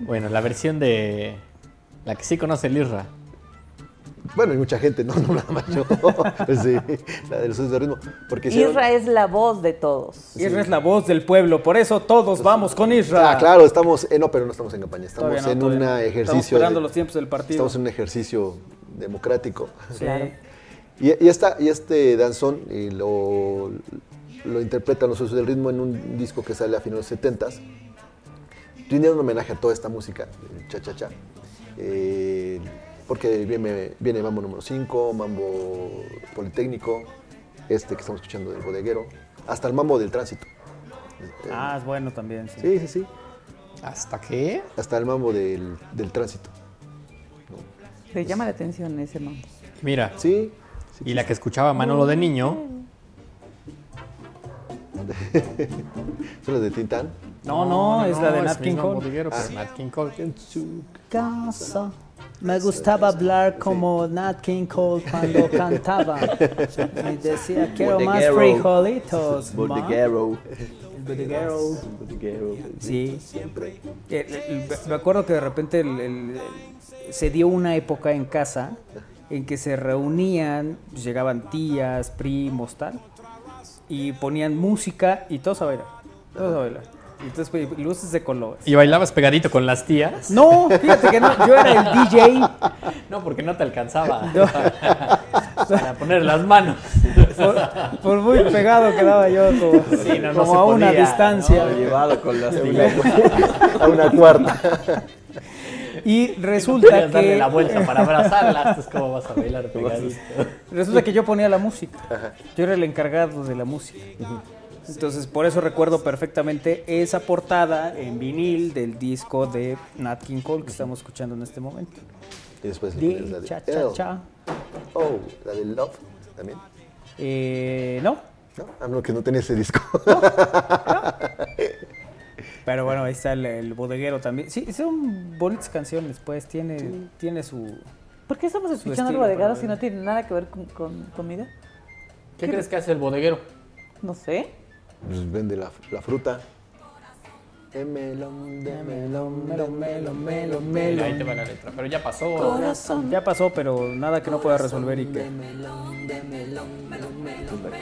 bueno, la versión de. La que sí conoce el Isra.
Bueno, hay mucha gente, no, no nada más yo. sí, la de los socios de ritmo. Porque hicieron-
Isra es la voz de todos.
Isra es la voz del pueblo, por eso todos vamos con Isra.
Ah, claro, estamos, eh, no, pero no estamos en campaña, estamos
Todavía no,
en
todavía
un
no. Estamos
ejercicio.
esperando los tiempos del partido.
Estamos en un ejercicio democrático.
Sí. Claro.
Y, y esta, y este danzón y lo, lo interpretan los socios del ritmo en un disco que sale a finales de los 70s. Rindieron un homenaje a toda esta música, el cha-cha-cha. Eh, porque viene, viene Mambo número 5, Mambo Politécnico, este que estamos escuchando del bodeguero, hasta el Mambo del tránsito.
Ah, es bueno también. Sí,
Sí, sí, sí.
¿Hasta qué?
Hasta el mambo del, del tránsito.
Te llama la atención ese mambo.
Mira.
Sí.
y la que escuchaba Manolo de niño.
¿Son las de Tintán?
No, no, es la de Nat
es
King
mismo pues.
Cole.
bodeguero, pero
Ah.
Nat King Cole.
Casa. Me gustaba hablar como Nat King Cole cuando cantaba. Y decía, quiero más
Bodeguero.
frijolitos. ma".
Bodeguero.
El bodeguero.
Bodeguero.
Sí. Siempre. Eh, eh, Me acuerdo que de repente el- el- el- se dio una época en casa en que se reunían, pues, llegaban tías, primos, tal, y ponían música y todos a bailar. Todos a bailar. Y entonces pues, luces de color.
¿Y bailabas pegadito con las tías?
No, fíjate que no, yo era el DJ.
No, porque no te alcanzaba
No.
para poner las manos.
Por, por muy pegado quedaba yo como,
Sí, no, no
como
se
a una
podía,
distancia.
¿no? Llevado con las
A una cuarta.
Y
Podías
resulta que...
darle la vuelta para abrazarlas. Es como vas a bailar pegadito.
Resulta que yo ponía la música. Yo era el encargado de la música. Entonces, por eso recuerdo perfectamente esa portada en vinil del disco de Nat King Cole que estamos escuchando en este momento.
Y después le
Di,
pones la de
cha,
L.
cha, cha.
Oh, la de Love también.
Eh, no,
No, ah, no, que no tenía ese disco.
pero bueno, ahí está el, el bodeguero también. Sí, son bonitas canciones, pues, tiene, tiene su...
¿Por qué estamos
Su
escuchando el
estilo,
bodegado
pero-
si no tiene nada que ver con, con comida?
¿Qué crees que hace el bodeguero?
No sé.
Pues vende la, la fruta. Melón, melón, melón, melón, melón,
Mira, ahí te va la letra. Pero ya pasó.
Ya pasó, pero nada que no pueda resolver y que.
que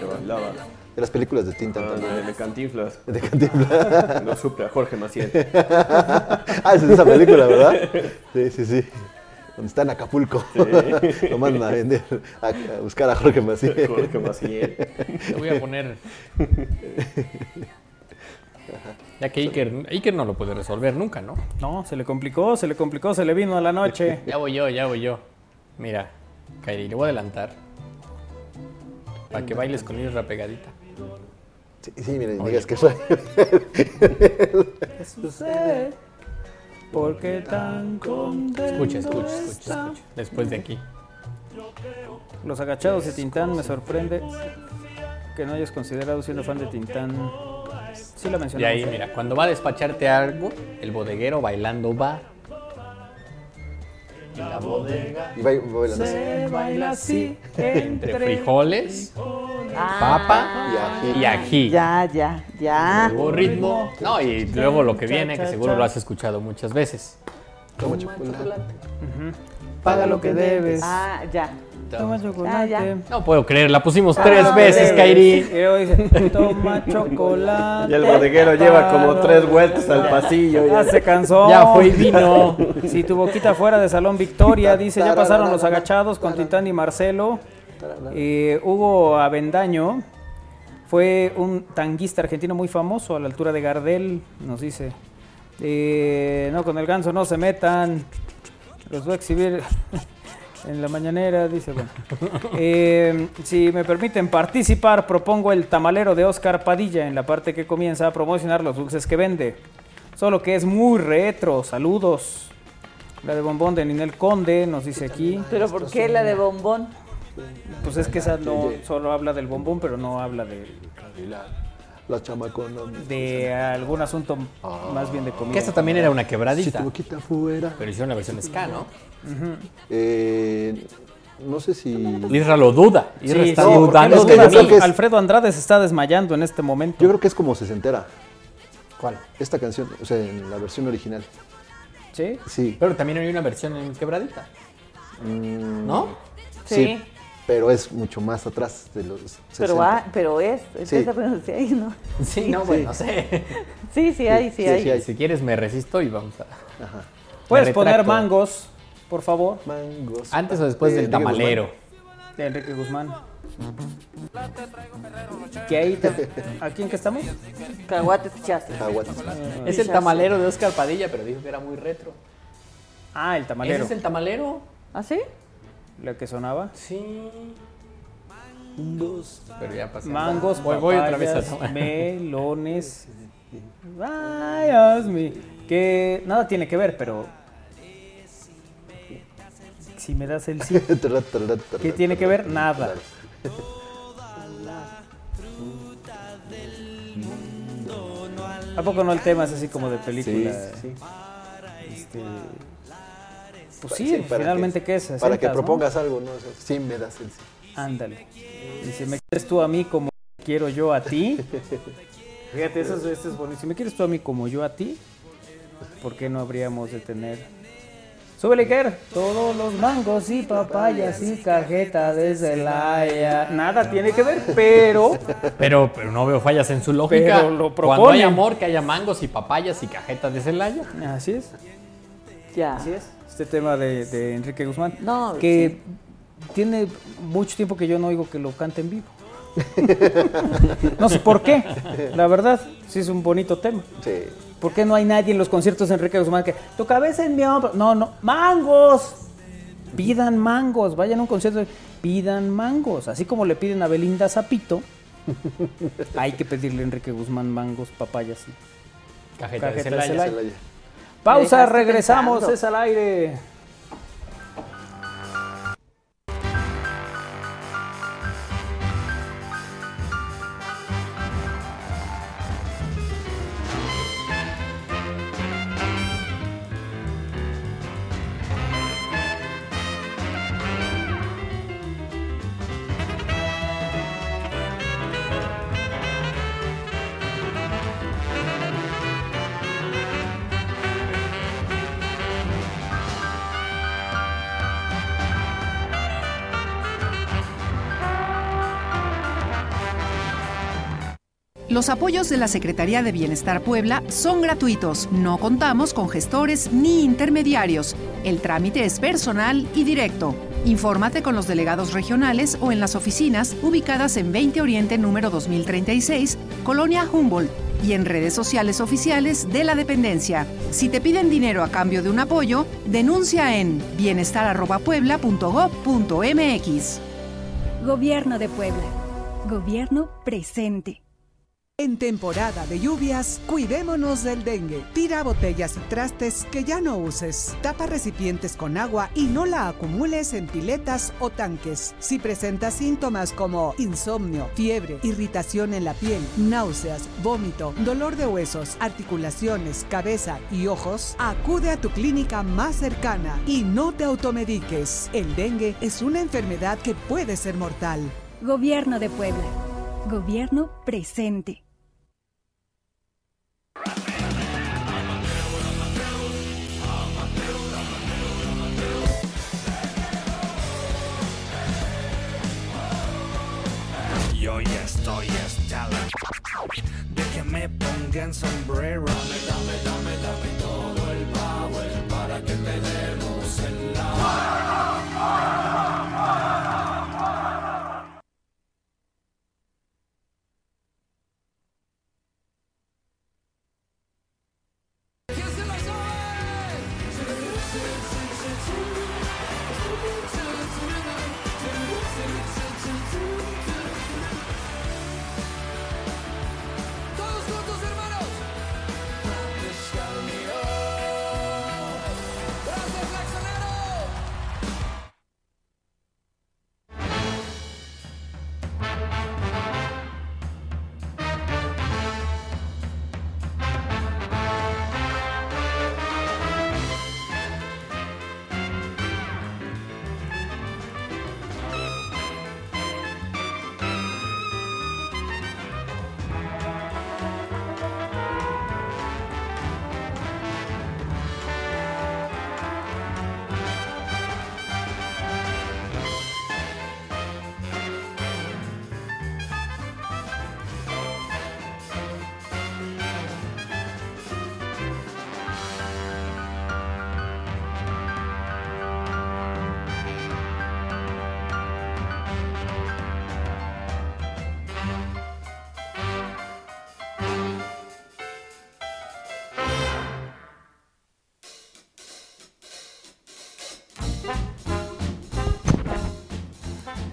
bailaba.
De las películas de Tinta.
de, de Cantinflas.
De Cantinflas.
Lo supe a Jorge Maciel.
ah, es de esa película, ¿verdad? Sí, sí, sí. Donde está en Acapulco.
Sí.
Lo mandan a vender, a, a buscar a Jorge Maciel.
Jorge Maciel.
Te voy a poner. Ya que Iker, Iker no lo puede resolver nunca, ¿no?
No, se le complicó, se le complicó, se le vino a la noche.
Ya voy yo, ya voy yo. Mira, Kairi, le voy a adelantar. Para que bailes con Isra pegadita.
Sí, sí, miren, digas que soy.
¿Qué
eh.
sucede? ¿Por qué tan contento
Escucha, escucha, escucha,
está?
escucha. Después de aquí.
Los agachados de Tintán me sorprende que no hayas considerado siendo fan de Tintán. Sí la
Y
mencionamos.
ahí,
¿eh?
mira, cuando va a despacharte algo, el bodeguero bailando va. En la bodega.
Y va, va bailando así.
Se baila así
Entre frijoles,
Ah.
papa y ají.
Ya, ya, Ah.
Ah.
ya.
Nuevo ritmo. No, y luego lo que viene, que seguro lo has escuchado muchas veces.
Como chocolate.
Paga lo que debes.
Ah, ya.
Toma chocolate.
Ah, ya.
No puedo creer, la pusimos
Paga
tres
lo que
veces,
debes.
Kairi.
Y luego dice, toma chocolate.
Y el bodeguero lleva como tres vueltas al pasillo.
Ya se cansó.
Ya fue y vino.
Si tu boquita fuera de Salón Victoria, dice, ya pasaron los agachados con Tintán y Marcelo. Eh, Hugo Avendaño fue un tanguista argentino muy famoso a la altura de Gardel, nos dice. Eh, no, con el ganso no se metan. Los voy a exhibir en la mañanera, dice. Bueno. Eh, si me permiten participar, propongo el tamalero de Oscar Padilla en la parte que comienza a promocionar los dulces que vende. Solo que es muy retro, saludos. La de bombón de Ninel Conde nos dice aquí.
Pero ¿por qué la de bombón?
Pues es que esa no solo habla del bombón, pero no habla de,
La chamacona.
de algún asunto
Ah.
más bien de comida.
Que esta también era una
Si tu
quebradita.
boquita fuera.
Pero hicieron la versión ska, ¿no?
Eh, no sé si.
Isra lo duda. Isra
Sí,
está
sí,
dudando
porque
de
no duda.
mí.
es-
Alfredo Andrade se está desmayando en este momento.
Yo creo que es como sesentera.
¿Cuál?
Esta canción, o sea, en la versión original.
¿Sí?
Sí.
Pero también hay una versión en quebradita,
Mm,
¿no?
sí.
Sí.
Pero es mucho más atrás de los 60.
Pero, ah, pero es.
Sí.
Entonces apenas sí hay, ¿no?
Sí, no, bueno, no sé.
Sí, sí hay, sí,
sí,
hay.
sí hay.
Si quieres me resisto y vamos a...
Ajá.
Puedes
Me
poner
retracto.
mangos, por favor,
Mangos. eh,
Antes o después
de
del
Enrique
tamalero.
de Enrique Guzmán. Que ahí te- ¿Aquí en qué estamos? Eh,
Caguates chastes.
Guzmán. Ah, what?
Es el tamalero de Oscar Padilla, pero dijo que era muy retro.
Ah, el
¿Ese
tamalero.
es el tamalero?
¿Ah, sí?
Lo que sonaba.
Sí. Pero ya pasé.
Mangos,
voy, voy otra vez al
papayas,
tamalero.
melones. Vayas, mi. Que nada tiene que ver, pero. Si me das el sí.
Tarra, tarra, tarra,
¿Qué tiene que
tarra,
ver?
tarra,
Nada.
tarra.
¿A poco no el tema es así como de película?
Sí, sí.
Este, Pues sí,
para
finalmente, ¿qué es?
Para
60s,
que
¿no?
propongas algo, ¿no? O sea, sí me das el sí.
Ándale. Y si me quieres tú a mí como quiero yo a ti. Fíjate, eso es, eso es bonito. Si me quieres tú a mí como yo a ti, ¿por qué no habríamos de tener? Súbele, Iker. Todos los mangos y papayas y cajeta de Celaya. Nada tiene que ver, pero
Pero, pero no veo fallas en su lógica.
Pero lo
Cuando hay
proponen.
amor, que haya mangos y papayas y cajetas de Celaya.
Así es,
Ya.
así es. Este tema de, de Enrique Guzmán.
No,
que tiene mucho tiempo que yo no oigo que lo cante en vivo. no sé por qué. La verdad, sí es un bonito tema.
Sí.
¿Por qué no hay nadie en los conciertos de Enrique Guzmán que tu cabeza en mi hombro? No, no, mangos. Pidan mangos, vayan a un concierto, pidan mangos. Así como le piden a Belinda Zapito, hay que pedirle a Enrique Guzmán mangos, papayas. y- Cajeta
Cajeta,
de
de Celaya.
Celaya.
Celaya.
Pausa,
dejaste
regresamos,
pensando.
es al aire.
Los apoyos de la Secretaría de Bienestar Puebla son gratuitos. No contamos con gestores ni intermediarios. El trámite es personal y directo. Infórmate con los delegados regionales o en las oficinas ubicadas en 20 Oriente número 2036, Colonia Humboldt, y en redes sociales oficiales de la dependencia. Si te piden dinero a cambio de un apoyo, denuncia en bienestar@puebla.gov.mx.
Gobierno de Puebla. Gobierno presente.
En temporada de lluvias, cuidémonos del dengue. Tira botellas y trastes que ya no uses. Tapa recipientes con agua y no la acumules en piletas o tanques. Si presentas síntomas como insomnio, fiebre, irritación en la piel, náuseas, vómito, dolor de huesos, articulaciones, cabeza y ojos, acude a tu clínica más cercana y no te automediques. El dengue es una enfermedad que puede ser mortal.
Gobierno de Puebla. Gobierno presente.
Yo ya estoy hasta la de que me pongan sombrero. Dame, dame, dame, dame todo el power para que te demos en la
Todos juntos, hermanos. Gracias, Laxonero.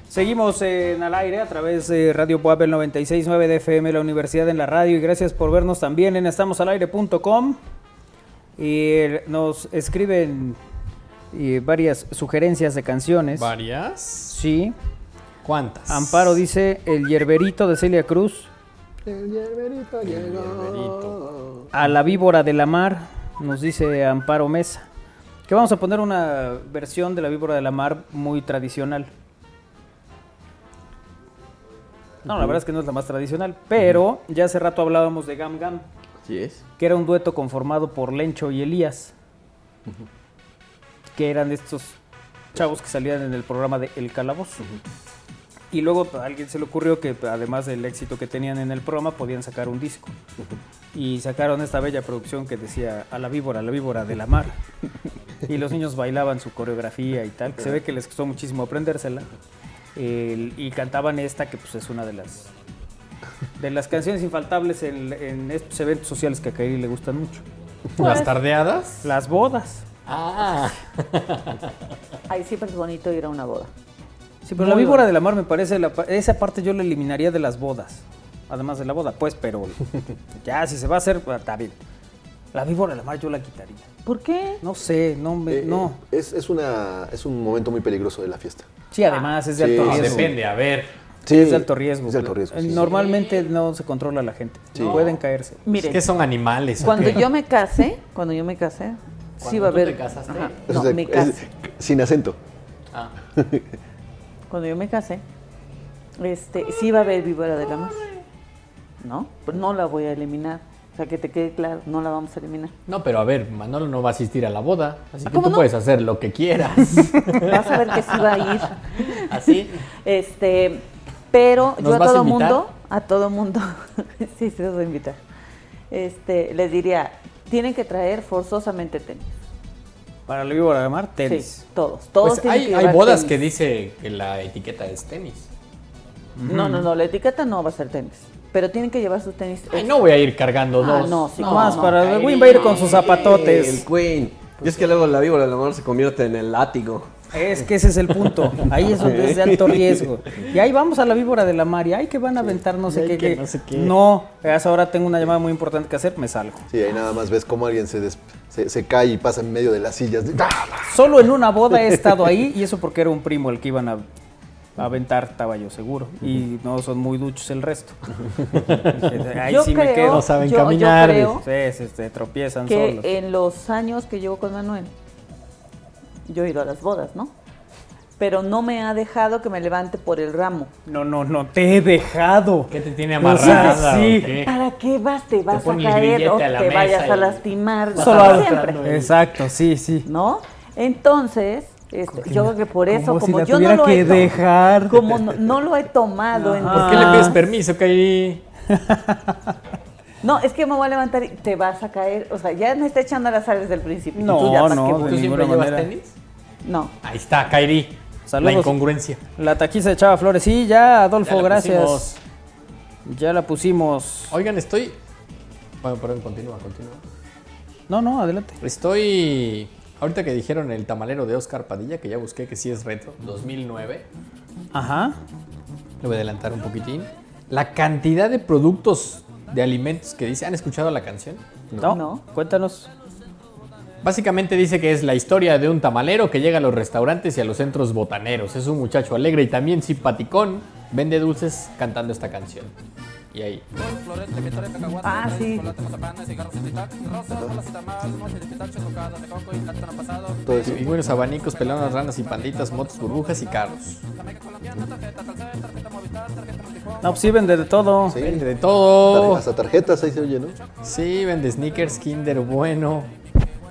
Seguimos en al aire a través de Radio Puebla 969 de FM, la Universidad en la Radio. Y gracias por vernos también en estamosalaire.com. Y eh, nos escriben eh, varias sugerencias de canciones.
¿Varias?
Sí.
¿Cuántas?
Amparo dice El Yerberito de Celia Cruz.
El hierberito llegó.
A la víbora de la mar, nos dice Amparo Mesa. Que vamos a poner una versión de la víbora de la mar muy tradicional. No, la verdad es que no es la más tradicional, pero ya hace rato hablábamos de Gam Gam,
Así es.
que era un dueto conformado por Lencho y Elías, que eran estos chavos que salían en el programa de El Calabozo. Y luego a alguien se le ocurrió que además del éxito que tenían en el programa, podían sacar un disco. Y sacaron esta bella producción que decía A la víbora, a la víbora de la mar. Y los niños bailaban su coreografía y tal, que se ve que les costó muchísimo aprendérsela. El- y cantaban esta, que pues es una de las de las canciones infaltables en, en estos eventos sociales que a Kairi le gustan mucho.
Pues,
¿Las tardeadas?
Las bodas.
Ah.
Ahí siempre es bonito ir a una boda.
Sí, pero la
Muy
víbora de la mar me parece, la pa- esa parte yo la eliminaría de las bodas. Además de la boda, pues, pero ya si se va a hacer, pues, está bien. La víbora de la mar yo la quitaría.
¿Por qué?
No sé, no me- no.
Eh, Es, es una, es un momento muy peligroso de la fiesta.
Ah, Sí,
Ah.
además es de
Sí,
alto
sí.
riesgo.
Depende,
a ver.
Sí,
es de alto riesgo.
es de alto riesgo,
Eh,
sí.
Normalmente no se controla la gente.
Sí.
Pueden caerse.
Miren.
¿Qué son animales? o
Cuando
qué?
yo me casé, cuando yo me casé, sí va a
tú te
haber.
casaste?
Ajá.
Es
No,
de-
me
es-
casé.
sin acento.
Ah.
Cuando yo me casé, este, sí va a haber víbora de la mar. ¿No? Pues no la voy a eliminar. O sea, que te quede claro, no la vamos a eliminar.
No, pero a ver, Manolo no va a asistir a la boda, así que
¿Cómo
tú
no?
puedes hacer lo que quieras.
Vas a ver que sí va a ir.
¿Así?
Este, pero
¿Nos
yo a
¿Ah, vas a
todo
invitar?
mundo, a todo mundo, sí, se los voy a invitar, este, les diría, tienen que traer forzosamente tenis.
Para la víbora de mar, tenis.
Sí, todos, todos
Pues
tienen
hay,
que
hay
llevar
bodas
tenis.
que dice que la etiqueta es tenis.
No, no, no, la etiqueta no va a ser tenis, pero tienen que llevar sus tenis.
Ay, no voy a ir cargando
Ah,
dos.
no, sí,
No,
cómo
más
no.
para- el Queen va a ir con sus zapatotes.
El Queen. Y es que luego la víbora de la mar se convierte en el látigo.
Es que ese es el punto. Ahí es donde es de alto riesgo. Y ahí vamos a la víbora de la mar. Y ay, que van a aventar no sé
ay,
qué. qué.
que no sé qué.
No, a esa hora tengo una llamada muy importante que hacer, me salgo.
Sí, ahí nada más ves cómo alguien se, des- se, se cae y pasa en medio de las sillas.
Solo en una boda he estado ahí y eso porque era un primo el que iban a, a aventar, estaba yo seguro. Y no son muy duchos el resto. Ahí
Yo
sí me
creo-
quedo.
No saben yo- yo caminar. creo
sí, sí, se tropiezan
que eh,
solos.
en los años que llevo con Manuel, yo he ido a las bodas, ¿no? Pero no me ha dejado que me levante por el ramo.
No, no, no, te he dejado. ¿Qué
te tiene
amarrado?
amarrada o qué?
¿Para qué vas? Te vas a
ponen el
caer
grillete
o
a la
te
mesa
vayas a
y-
lastimar.
Vas
como
a-
siempre.
Exacto, sí, sí.
¿No? Entonces, este, yo creo que por eso,
como
como,
si la
yo no
tuviera
lo he
que
to-
dejar.
Como no, no lo he tomado. en
¿Por qué le pides Pues permiso, Kairi?
No, es que me voy a levantar y te vas a caer. O sea, ya me está echando las sales del principio.
No,
Tú ya vas que
no,
voy.
de ninguna manera.
No.
Ahí está, Kairi. La
Saludos.
incongruencia.
La taquiza de Chava Flores. Sí, ya, Adolfo,
Ya la
gracias.
pusimos.
Ya la pusimos.
Oigan, estoy. Bueno, perdón, continúa, continúa.
No, no, adelante.
Estoy. Ahorita que dijeron el tamalero de Oscar Padilla, que ya busqué que sí es retro, 2009.
Ajá.
Le voy a adelantar un poquitín. La cantidad de productos de alimentos que dice. ¿Han escuchado la canción?
No. Cuéntanos.
Básicamente dice que es la historia de un tamalero que llega a los restaurantes y a los centros botaneros. Es un muchacho alegre y también simpaticón. Vende dulces cantando esta canción. Y ahí.
Ah, sí.
Pingüinos, abanicos, pelonas, ranas y panditas, motos, burbujas y carros.
No, pues sí, vende de todo.
Vende de todo.
Hasta tarjetas ahí se oye, ¿no?
Sí, vende sneakers, Kinder Bueno,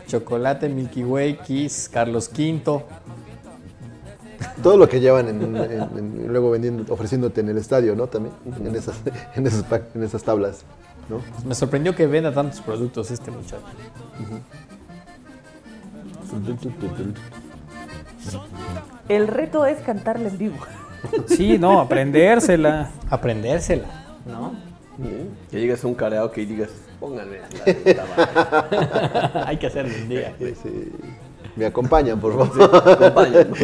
chocolate, Milky Way, Kiss, Carlos V.
Todo lo que llevan en, en- en- luego vendiendo, ofreciéndote en el estadio, ¿no? También, en esas, en esas, pa- en esas tablas, ¿no?
Me sorprendió que venda tantos productos este muchacho.
El reto es cantarle en vivo.
Sí, no, aprendérsela.
Aprendérsela, ¿no?
Que llegues a un karaoke y digas, pónganme la de tamal".
Hay que hacerlo un día.
Sí. Me acompañan, por favor.
Sí, acompáñanos.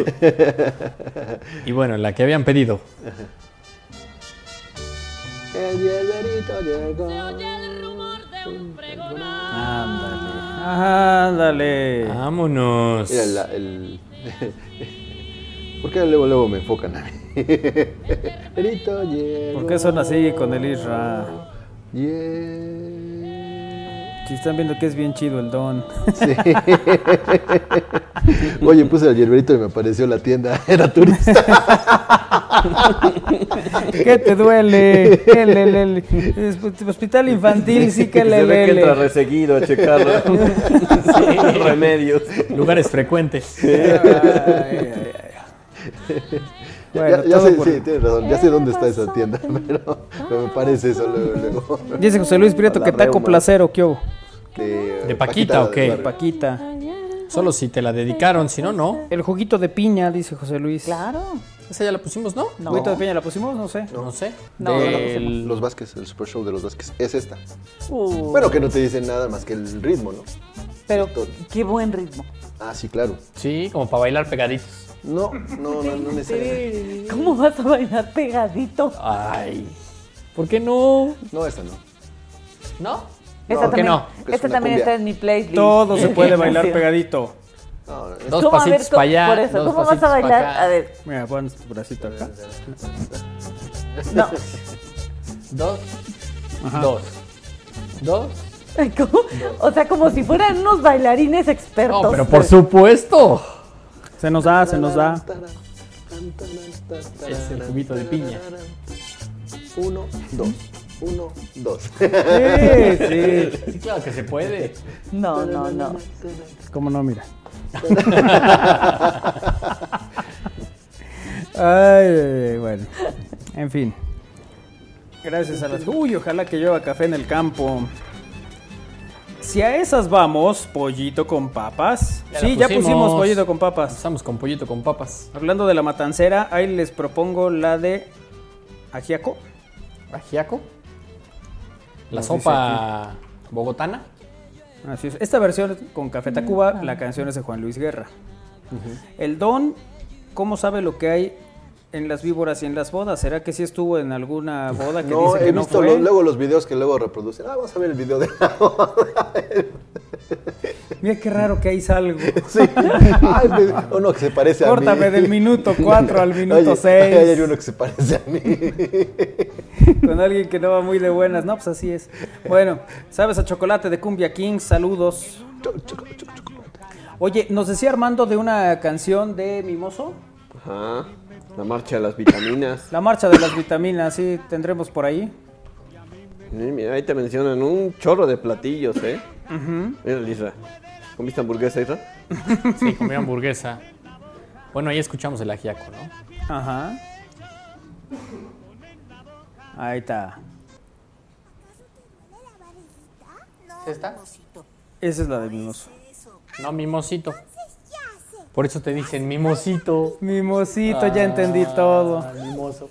Y bueno, la que habían pedido.
El diablito llegó.
Ándale.
Vámonos.
Mira, la- el... ¿Por qué luego, luego me enfocan a mí? Perito llegó.
¿Por qué son así con el Isra? Si están viendo que es bien chido el don.
Sí. Oye, puse el hierberito y me apareció la tienda. Era turista.
¿Qué te duele? ¿Qué le, le, le? Es- Hospital infantil, sí que le,
Se ve
le,
que
le.
entra reseguido a checar los remedios.
Lugares frecuentes.
Ya-
Bueno,
ya ya
todo
sé,
por-
sí, tienes razón, ya sé dónde está esa tienda, pero, pero me parece eso luego. luego.
Dice José Luis Prieto
La
que taco
reuma.
placero, ¿qué hubo?
De,
¿De Paquita o qué?
Barrio.
Paquita.
Solo si te la dedicaron, si no, no.
El juguito de piña, dice José Luis.
Claro.
Esa ya la pusimos, ¿no?
No.
¿Juguito de piña la pusimos? No sé.
No sé.
No, no, no,
Del-
Los Vázquez, el Super Show de los Vázquez, es esta.
Uh,
Bueno, que no te dicen nada más que el ritmo, ¿no?
pero qué buen ritmo.
Ah, sí, claro.
Sí, como para bailar pegaditos.
No, no, no, no necesariamente.
¿Cómo vas a bailar pegadito?
Ay. ¿Por qué no?
No, esta no.
¿No?
Esta
¿Por qué
también,
no?
Porque es
esta
una
también
cumbia.
está en mi playlist.
Todo se puede bailar
Sí.
pegadito.
No, no,
Dos
¿Cómo? A ver,
pasitos
¿cómo-
para allá.
por eso,
dos
¿cómo vas a
pasitos pa'
bailar?
acá.
A ver.
Mira, pon tu bracito acá.
No.
Dos. Dos. Dos.
Ay, ¿cómo? O sea, como si fueran unos bailarines expertos.
No, pero por supuesto.
Se nos da, se nos da.
Es el juguito de piña.
Uno, dos. Uno, dos.
Sí, sí.
Sí, claro que se puede.
No, no, no.
¿Cómo no? Mira. Ay, bueno. En fin. Gracias a las. Uy, ojalá que lleva café en el campo. Si a esas vamos, pollito con papas.
Ya la
sí, ya pusimos
pusimos.
pollito con papas.
Estamos con pollito con papas.
Hablando de la matancera, ahí les propongo la de ajiaco.
¿Ajiaco? La
Nos
sopa bogotana. Mm.
Así es. Esta versión con Café Tacuba, la canción es de Juan Luis Guerra. El don, ¿cómo sabe lo que hay en las víboras y en las bodas? ¿Será que sí estuvo en alguna boda que
No,
dice que
he
no
visto
fue?
los- luego los videos que luego reproducen. Ah, vamos a ver el video de
Mira qué raro que ahí salgo.
Ah, es de- uno que se parece a mí.
Córtame del minuto cuatro al minuto
Oye,
seis.
Hay uno que se parece a mí.
Con alguien que no va muy de buenas. No, pues así es. Bueno, sabes a Chocolate de Cumbia King, saludos. Oye, nos decía Armando de una canción de Mimoso,
Ajá. La marcha de las vitaminas.
La Marcha de las Vitaminas, sí, tendremos por ahí.
Sí, mira, ahí te mencionan un chorro de platillos, ¿eh?
Ujú.
Mira, Lisa. ¿Comiste hamburguesa, Isra?
Sí, comí hamburguesa. Bueno, ahí escuchamos el ajiaco, ¿no?
Ajá. Ahí está.
¿Esta?
Esa es la de Mimoso.
No, mimosito. Por eso te dicen mimosito. Ah,
Mimosito,
Ah.
ya entendí todo.
Mimoso.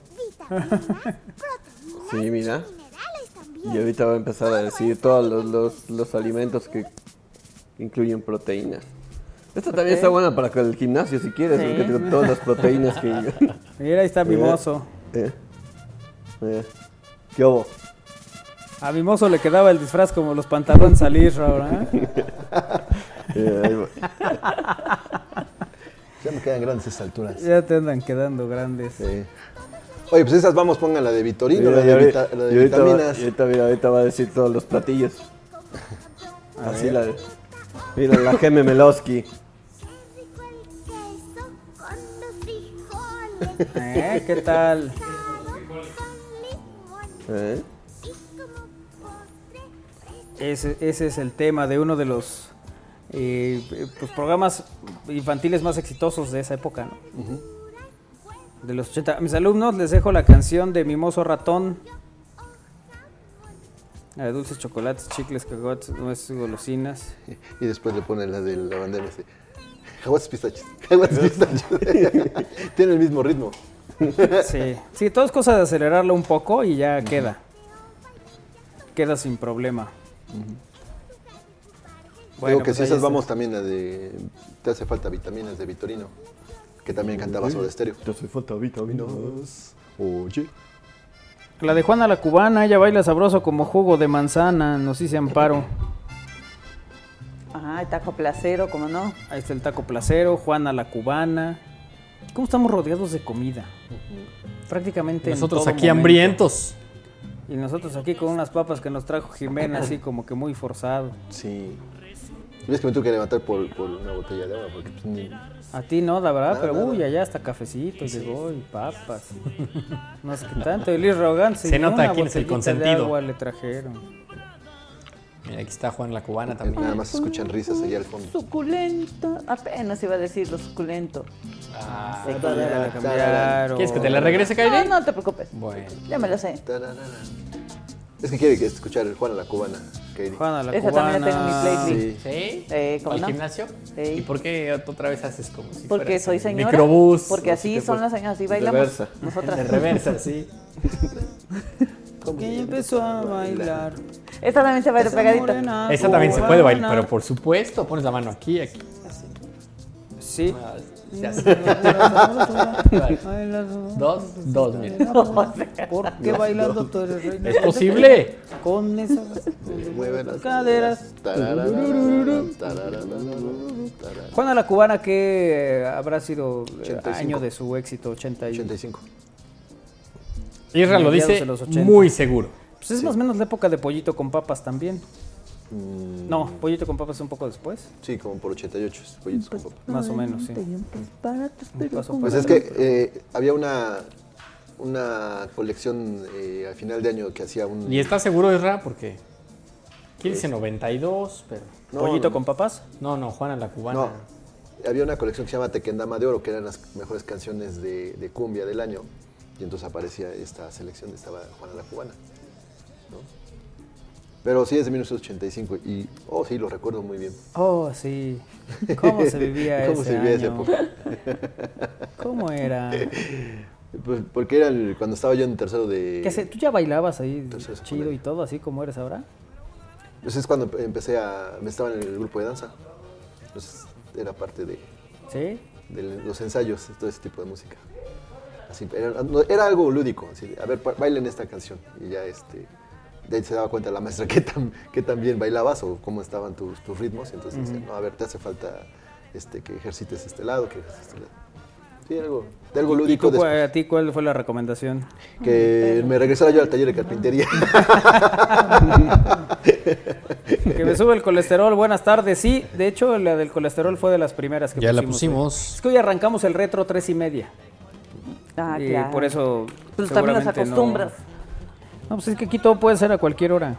Sí, mira. Y ahorita va a empezar a decir todos los, los- los alimentos que incluyen proteínas. Esta también
Ok.
está buena para el gimnasio si quieres,
Sí.
porque tiene todas las proteínas que...
Mira, ahí está Mimoso.
Eh, eh. ¿Qué hubo?
A Mimoso le quedaba el disfraz como los pantalones al Isra ahora.
Eh, ahí
Ya me quedan grandes esas alturas.
Ya te andan quedando grandes.
Oye, pues esas vamos, pongan la de Vitorino,
Mira,
la
y
de,
ahorita-
vita- la
y
de
ahorita va-
vitaminas.
y ahorita, mira, ahorita va a decir todos los platillos.
A
Así
ver.
la de. Mira, la Geme Meloski.
¿Eh? ¿Qué tal?
¿Eh?
Ese, ese es el tema de uno de los eh, eh, pues, programas infantiles más exitosos de esa época, ¿no? De los 80. A mis alumnos les dejo la canción de Mimoso Ratón. La de dulces, chocolates, chicles, cacahuates, nueces, golosinas.
Y después le ponen la de la bandera así. Jaguates pistaches. Jaguates pistaches. Tiene el mismo ritmo.
Sí, sí, todo es cosa de acelerarlo un poco y ya queda. Queda sin problema.
Digo que
pues
si
ahí
esas
está.
vamos también la de Te hace falta vitaminas de Vitorino, que también cantaba sobre estéreo. Te hace falta vitaminas. Oye.
La de Juana la Cubana, ella baila sabroso como jugo de manzana, nos dice Amparo.
Ajá, el taco placero, como no.
Ahí está el taco placero, Juana la Cubana. ¿Cómo estamos rodeados de comida? Prácticamente en
Nosotros
todo
aquí
momento.
hambrientos.
Y nosotros aquí con unas papas que nos trajo Jimena, así como que muy forzado.
Sí. Ves que me tuve que levantar por, por una botella de agua, porque pues, ni-
A ti no, la verdad,
Nada,
pero uy,
nada.
allá hasta cafecito llegó y papas. No sé qué tanto. El Rogan
Se nota quién es el consentido.
agua le trajeron.
Mira, aquí está Juan la cubana también.
nada más se escuchan risas allá al fondo.
Suculento. Apenas iba a decir lo suculento.
Ah,
Se
ya
queda.
la cambiaron. ¿Quieres que te la regrese, Kairi?
No, no te preocupes.
Bueno.
Ya me lo sé.
Es que quiere que- escuchar el Juan a la cubana, Katie.
Juan a la
Esa también la tengo en mi playlist.
¿Sí?
Eh, ¿cómo
¿Al
no?
gimnasio?
Sí.
¿Y por qué otra vez haces como si
Porque
fueras
soy
el
señora.
Microbús.
Porque así
te
son
fue-
las señoras, así bailamos
reversa.
nosotras.
De reversa, sí.
Y empezó a bailar.
Esta también se va a ir
Esa
pegadita.
morena
Esa también se
cubana.
puede bailar, pero por supuesto, pones la mano aquí, aquí. así.
Sí.
Ah, se hace. Dos, dos, mira.
¿Por qué bailando tú eres reina?
¿Es posible?
Con esas
Mueve las
caderas.
Tarararararán, tarararararán, tarararán.
Juana la cubana, que habrá sido eh,
85.
año de su éxito, 80 y-
85.
Israel lo
Mediados
dice
de los 80.
muy seguro.
Pues es más o menos la época de pollito con papas también. No, pollito con papas un poco después.
Mm. Sí, como por 88, es pollitos
Pues
con papa.
Pues Más o menos, sí. Paso
Pues
para
es
atrás.
que eh, había una, una colección eh, al final de año que hacía un...
¿Y estás seguro, Israel? Porque. ¿Quién dice 92? Pero.
No,
¿Pollito
no,
con papas?
No, no, Juana la cubana.
No, había una colección que se llama Tequendama de Oro, que eran las mejores canciones de, de cumbia del año. Y entonces aparecía esta selección, estaba Juana la Cubana. ¿no? Pero sí es de 1985 y, oh sí, lo recuerdo muy bien.
Oh, sí. ¿Cómo se vivía
¿Cómo
ese
se vivía
año?
esa época?
¿Cómo era?
Pues porque era el- cuando estaba yo en tercero de...
¿Qué se- ¿Tú ya bailabas ahí chido y todo, así como eres ahora?
Pues es cuando empecé a... Me estaba en el grupo de danza. Entonces era parte de...
¿Sí?
De los ensayos, todo ese tipo de música. Así, era, no, era algo lúdico. así de, a ver, pa- bailen esta canción. Y ya este... De ahí se daba cuenta la maestra que tan, que tan bien bailabas o cómo estaban tus, tus ritmos. Entonces decía,
Ujú.
no, a ver, te hace falta este, que ejercites este lado, que ejercites este lado. Sí, algo, de algo lúdico.
¿Y tú,
después-
cua- ¿A ti cuál fue la recomendación?
que me regresara yo al taller de carpintería.
Que me sube el colesterol, buenas tardes. Sí, de hecho, la del colesterol fue de las primeras que
Ya la
¿eh? Es que hoy arrancamos el retro tres y media.
Ah,
y
claro.
por eso.
Pues también las
seguramente no-
acostumbras.
No, pues es que aquí todo puede ser a cualquier hora.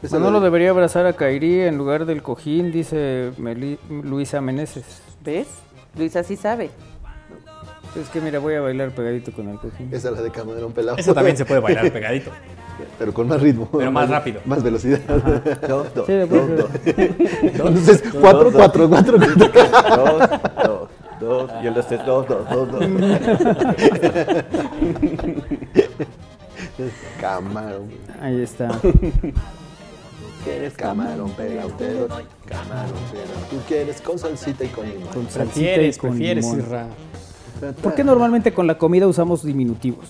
Pues
no
ándale.
lo debería abrazar a Kairi en lugar del cojín, dice Meli- Luisa Meneses.
¿Ves? Luisa sí sabe.
Pues,
Es que mira, voy a bailar pegadito con el cojín.
Esa es la de Camarón Pelado.
Esa también se puede bailar pegadito.
Pero con más ritmo.
Pero más rápido.
Más velocidad.
Ajá.
No, no,
Sí,
no,
pues,
no.
dos,
Entonces,
dos,
cuatro,
dos.
cuatro, cuatro, cuatro.
Dos, dos, dos. Y el de este, dos, dos, dos, dos.
Camarón.
Ahí está.
¿Quieres camarón pelado? Te doy Camarón pelado. Tú quieres con salsita y con limón.
Con salsita y
Prefieres,
con
prefieres,
limón.
Isra.
¿Por qué normalmente con la comida usamos diminutivos?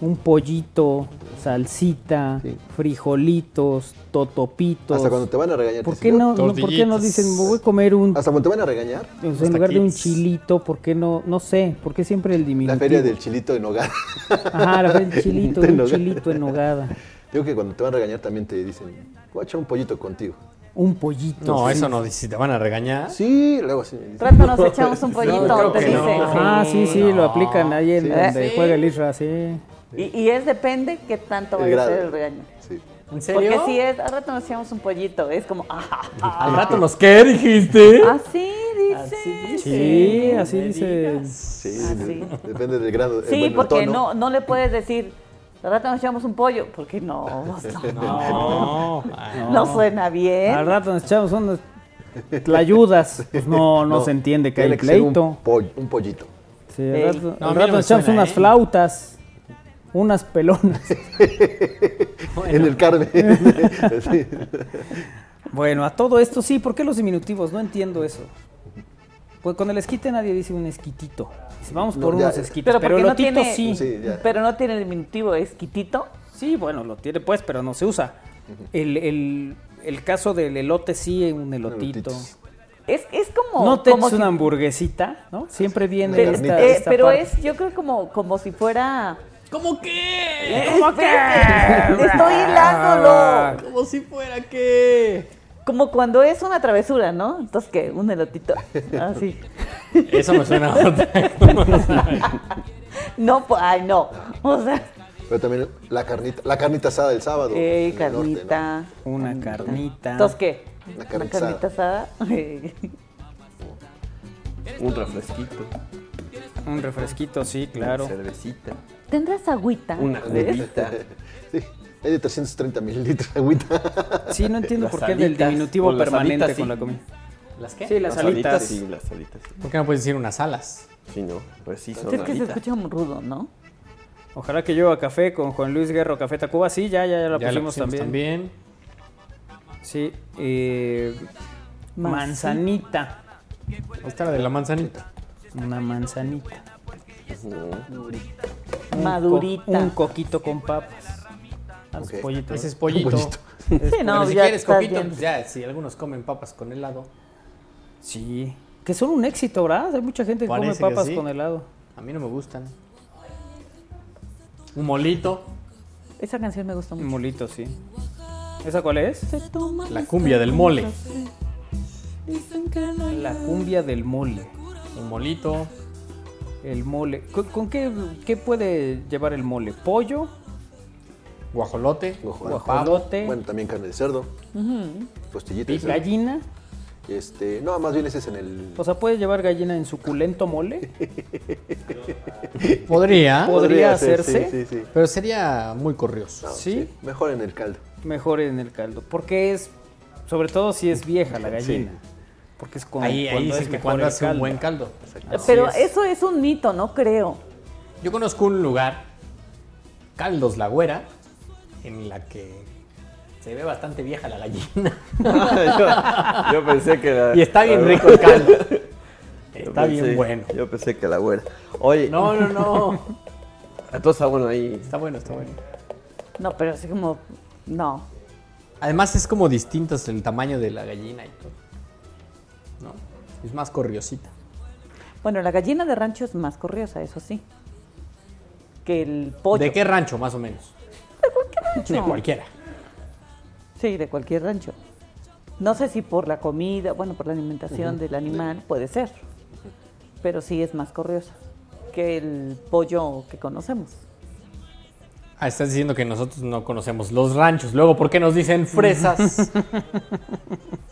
Un pollito, salsita, frijolitos, totopitos.
Hasta cuando te van a regañar.
¿Por
te
qué
dicen,
no, no- ¿por qué no dicen, "Me voy a comer un...
Hasta cuando te van a regañar.
o sea, en lugar de un chilito, ¿por qué no? No sé, ¿por qué siempre el diminutivo?
La feria del chilito en hogar.
Ajá, la feria del chilito, de un chilito en nogada.
Digo que cuando te van a regañar también te dicen, voy a echar un pollito contigo.
Un pollito.
No,
sí.
eso no, si te van a regañar.
Sí, luego sí.
Rato nos echamos un pollito,
creo
te
que no.
dicen.
Ah, sí, sí, lo aplican ahí en
Sí.
donde
Sí.
juega el Isra, sí.
Y, y es depende qué tanto
El
vaya a ser
grado.
el regaño.
¿En
Porque si es, al rato nos hacíamos un pollito, es como, ah, ah,
Al rato nos qué dijiste.
Así dice.
Sí, así dice.
Sí, de- depende del grado. eh,
Ah, Sí,
bueno, el
porque
tono.
no, no le puedes decir, al rato nos echamos un pollo, porque no, no, no, suena bien.
Este, Al rato nos echamos unas tlayudas. Pues no, no,
No,
se entiende que hay
tiene que ser un
pleito.
poll- un pollito.
Sí, al
Ey.
rato,
No, a
al
mí no
rato
me
nos echamos
suena,
unas
¿eh?
flautas, unas pelonas.
En el Carmen.
Pues
Sí.
Bueno, a todo esto sí, ¿por qué los diminutivos? No entiendo eso. Pues con el esquite nadie dice un esquitito. Dice, vamos por
No, ya.
unos esquites, pero,
porque
el
no
otito
tiene,
sí.
Pero no tiene el diminutivo, es quitito.
Sí, bueno, lo tiene pues, pero no se usa. El, el- el caso del elote sí, un elotito.
Es, es como.
No te
como
es
si-
una hamburguesita, ¿no? Siempre viene
Pero,
esta,
eh,
esta
pero
parte.
es, yo creo como, como si fuera.
¿Cómo que?
Eh, espérate, Estoy hilándolo.
Como si fuera que.
Como cuando es una travesura, ¿no? Entonces que un elotito. Ah, Así.
Eso me suena a otra cosa.
No, pues, ay, no. O sea,
Pero también la carnita, la carnita asada del sábado.
Ey,
en el norte, ¿no?
carnita.
Una carnita.
entonces qué?
La
Una
carnita
carnita asada.
Un refresquito.
Un refresquito, sí, claro.
Una cervecita.
¿Tendrás agüita? ¿Ves?
Ah, Sí, hay de 330 mililitros de agüita.
Sí, no entiendo por qué del diminutivo permanente con la comida.
¿Las qué?
Sí, las alitas.
Sí, las alitas. sí.
¿Por qué no puedes decir unas alas?
Sí, no, pues sí son
Es que se
alitas.
escucha muy rudo, ¿no?
Ojalá que lleva café con Juan Luis Guerro Café Tacuba. Sí, ya, ya, ya la,
Ya la
pusimos,
pusimos también.
Sí. eh, manzanita.
Ahí está la de la manzanita.
Una manzanita. Un
Madurita.
co- un coquito con papas. Ah, es
Ok.
pollito.
Ese es
Un
pollito.
Es
Sí, no,
pollito.
si quieres coquito, pues ya, si algunos comen papas con helado.
Sí. Que son un éxito, ¿verdad? Hay mucha gente que
Parece que
come papas
sí.
con helado.
A mí no me gustan. Un molito.
Esa canción me gusta
Un
mucho.
molito, sí. ¿Esa cuál es?
este
La cumbia del mole.
La cumbia del mole.
Un molito.
El mole. ¿Con, con qué, qué puede llevar el mole? ¿Pollo?
Guajolote.
Ojo,
Guajolote.
Bueno, también carne de cerdo.
Ujú.
Costillita. de cerdo.
¿Gallina?
Este, no, más bien ese es en el.
O sea, ¿puedes llevar gallina en suculento mole?
Podría.
Podría hacerse.
sí, sí, sí.
Pero sería muy corrioso.
No, sí, Mejor en el caldo.
Mejor en el caldo. Porque es, sobre todo si es vieja la gallina. Porque es con,
Ahí- ahí
cuando
dicen
es
que
mejor
cuando
el
hace un buen caldo.
Así
Pero
es.
eso es un mito, no creo.
Yo conozco un lugar, Caldos La Güera, en la que se ve bastante vieja la gallina.
yo, yo pensé que la-
Y está bien
la-
rico el caldo.
Yo
Está bien
pensé-
bueno.
Yo pensé que la güera. Oye.
No, no, no.
Entonces está bueno ahí.
Está bueno, está bueno.
No, pero así como. No.
Además es como distinto el tamaño de la gallina y todo. ¿No? Es más corriosita.
Bueno, la gallina de rancho es más corriosa, eso sí. Que el pollo.
¿De qué rancho más o menos?
rancho?
De cualquiera.
Sí, de cualquier rancho. No sé si por la comida, bueno, por la alimentación
Ujú.
del animal, puede ser. Pero sí es más corriosa que el pollo que conocemos.
Ah, estás diciendo que nosotros no conocemos los ranchos. Luego, ¿por qué nos dicen fresas?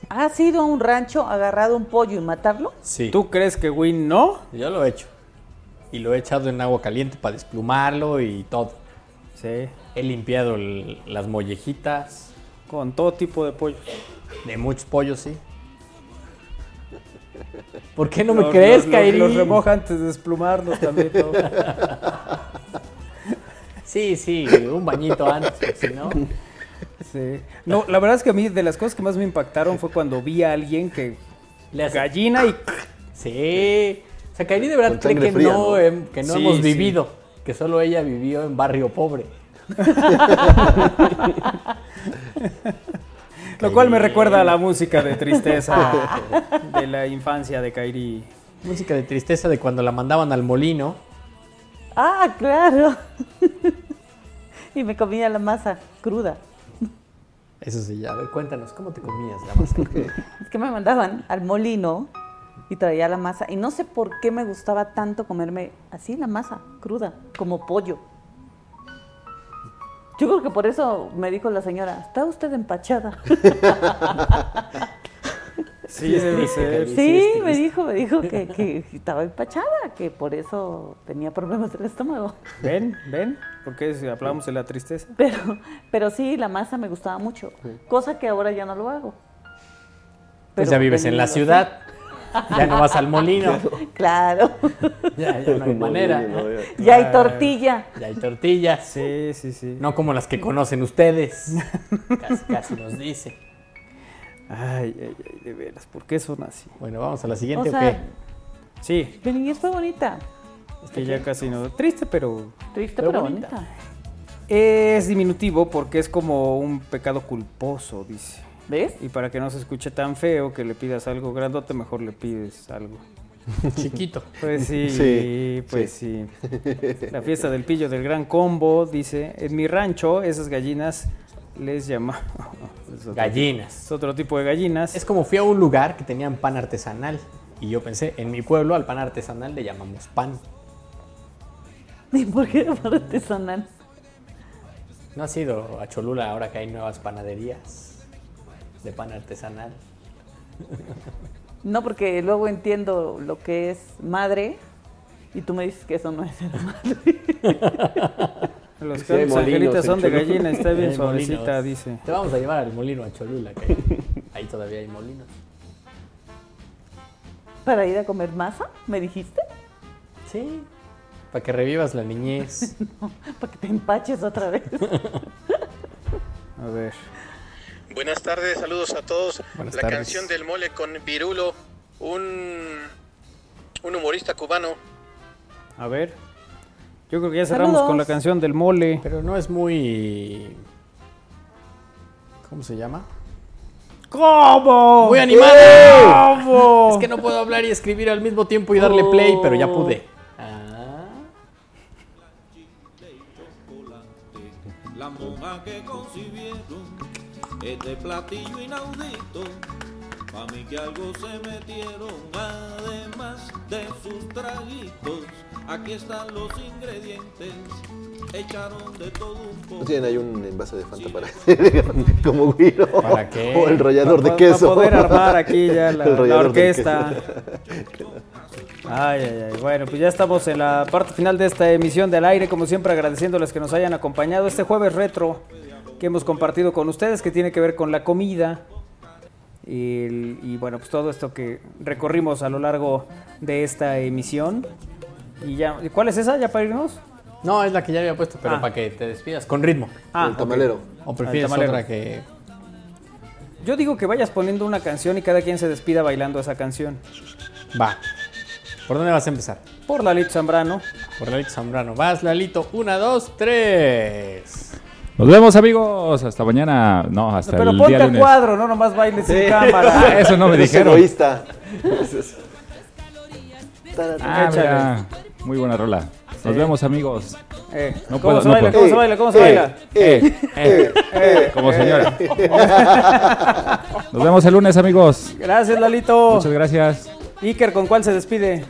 ¿Has ido a un rancho, agarrado un pollo y matarlo?
Sí.
¿Tú crees que Win no?
Yo lo he hecho. Y lo he echado en agua caliente para desplumarlo y todo.
Sí.
He limpiado el- las mollejitas.
Con todo tipo de pollo.
De muchos pollos, sí. ¿Por qué no me
Los-
crees,
los- los-
Kairi?
Los remoja antes de desplumarlos también. todo.
Sí, sí, un bañito antes, porque si no.
Sí. No, la verdad es que a mí de las cosas que más me impactaron fue cuando vi a alguien que
Le hace-
gallina y
Sí. O sea, Kairi de verdad
Con
cree
sangre
que,
fría,
no,
¿no?
em, que no
Sí,
hemos
sí.
vivido, que solo ella vivió en barrio pobre.
lo cual me recuerda a la música de tristeza de la infancia de Kairi.
Ah. Música de tristeza de cuando la mandaban al molino.
Ah, claro. y me comía la masa cruda.
Eso sí, ya. A ver, cuéntanos, ¿cómo te comías la masa?
Es que me mandaban al molino y traía la masa. Y no sé por qué me gustaba tanto comerme así la masa cruda, como pollo. Yo creo que por eso me dijo la señora, está usted empachada.
Sí, debe ser.
Sí, me dijo, me dijo que, que estaba empachada, que por eso tenía problemas del estómago.
¿Ven? ¿Ven? Porque si hablamos de la tristeza.
Pero, pero sí, la masa me gustaba mucho, cosa que ahora ya no lo hago.
Pues
Pero
ya vives en la
venía-
ciudad, ya no vas al molino.
Claro.
Ya, ya no hay manera.
Ya hay tortilla.
Ya hay tortillas.
Sí, sí, sí.
No como las que conocen ustedes. Casi, casi nos dice.
Ay, ay, ay, de veras, ¿por qué son así?
Bueno, vamos a la
O
siguiente o,
sea,
qué? Sí,
mi niñez fue bonita.
es que ya casi no. Triste, pero.
Triste,
Pero
pero,
bonita.
bonita.
Es diminutivo porque es como un pecado culposo, dice.
¿Ves?
Y para que no se escuche tan feo que le pidas algo grandote, mejor le pides algo.
qué? Chiquito.
Pues sí,
Sí,
pues sí. La fiesta del pillo del gran combo, dice, en mi rancho esas gallinas les llama... Es otro-
Gallinas.
Es otro tipo de gallinas.
Es como fui a un lugar que tenían pan artesanal. Y yo pensé, en mi pueblo al pan artesanal le llamamos pan.
¿Y por qué era para artesanal?
No ha sido a Cholula ahora que hay nuevas panaderías de pan artesanal.
No, porque luego entiendo lo que es madre y tú me dices que eso no es ser madre.
Los
Sí, hay
cantos
molinos
angelitas
en
son de
Cholula.
gallina, está bien
Hay
suavecita,
molinos.
dice.
Te vamos a llevar al molino a Cholula, que ahí todavía hay molinos.
¿Para ir a comer masa? ¿Me dijiste?
Sí. Para que revivas la niñez.
Para que te empaches otra vez.
A ver.
Buenas tardes, saludos a todos.
Buenas
la
tardes.
canción del mole con Virulo, un, un humorista cubano.
A ver. Yo creo que ya cerramos con la
Saludos.
canción del mole.
Pero no es muy... ¿Cómo se llama?
¿Cómo?
¡Muy animado!
¡Eh!
Es que no puedo hablar y escribir al mismo tiempo y darle play, pero ya pude.
La monja que concibieron este platillo inaudito, pa' mí que algo se metieron, además de sus traguitos. Aquí están los ingredientes Echaron de todo un poco.
No tienen ahí un envase de Fanta para hacer como guiro.
¿Para qué?
O el rollador
Pa-
de queso.
Para poder armar aquí ya la,
El
la
rollador de
orquesta. Ay, ay, ay. Bueno, pues ya estamos en la parte final de esta emisión del aire. Como siempre, agradeciéndoles que nos hayan acompañado este jueves retro que hemos compartido con ustedes, que tiene que ver con la comida. el- y bueno, pues todo esto que recorrimos a lo largo de esta emisión. Y ya, ¿cuál es esa? ¿Ya para irnos?
No, es la que ya había puesto, pero
Ah.
para que te despidas, con ritmo.
Ah, El tamalero. ok.
¿O prefieres
El tamalero.
otra que
Yo digo que vayas poniendo una canción y cada quien se despida bailando esa canción.
va? ¿Por dónde vas a empezar?
Por Lalito Zambrano.
Por Lalito Zambrano. Vas, Lalito. Una, dos, tres.
Nos vemos, amigos. Hasta mañana. No, hasta
Pero
el
ponte
día
a
lunes.
cuadro, no nomás bailes
Sí.
sin cámara.
Eso no me
Eres
dijeron.
egoísta.
Ah,
Échale.
mira. Muy buena rola. Nos vemos, amigos.
Eh,
No puedo,
¿Cómo se
no
baila?
puedo.
¿Cómo se baila? ¿Cómo se
Eh,
baila?
eh, eh, eh, Como señora. Nos vemos el lunes, amigos.
Gracias, Lalito.
Muchas gracias.
Iker, ¿con cuál se despide?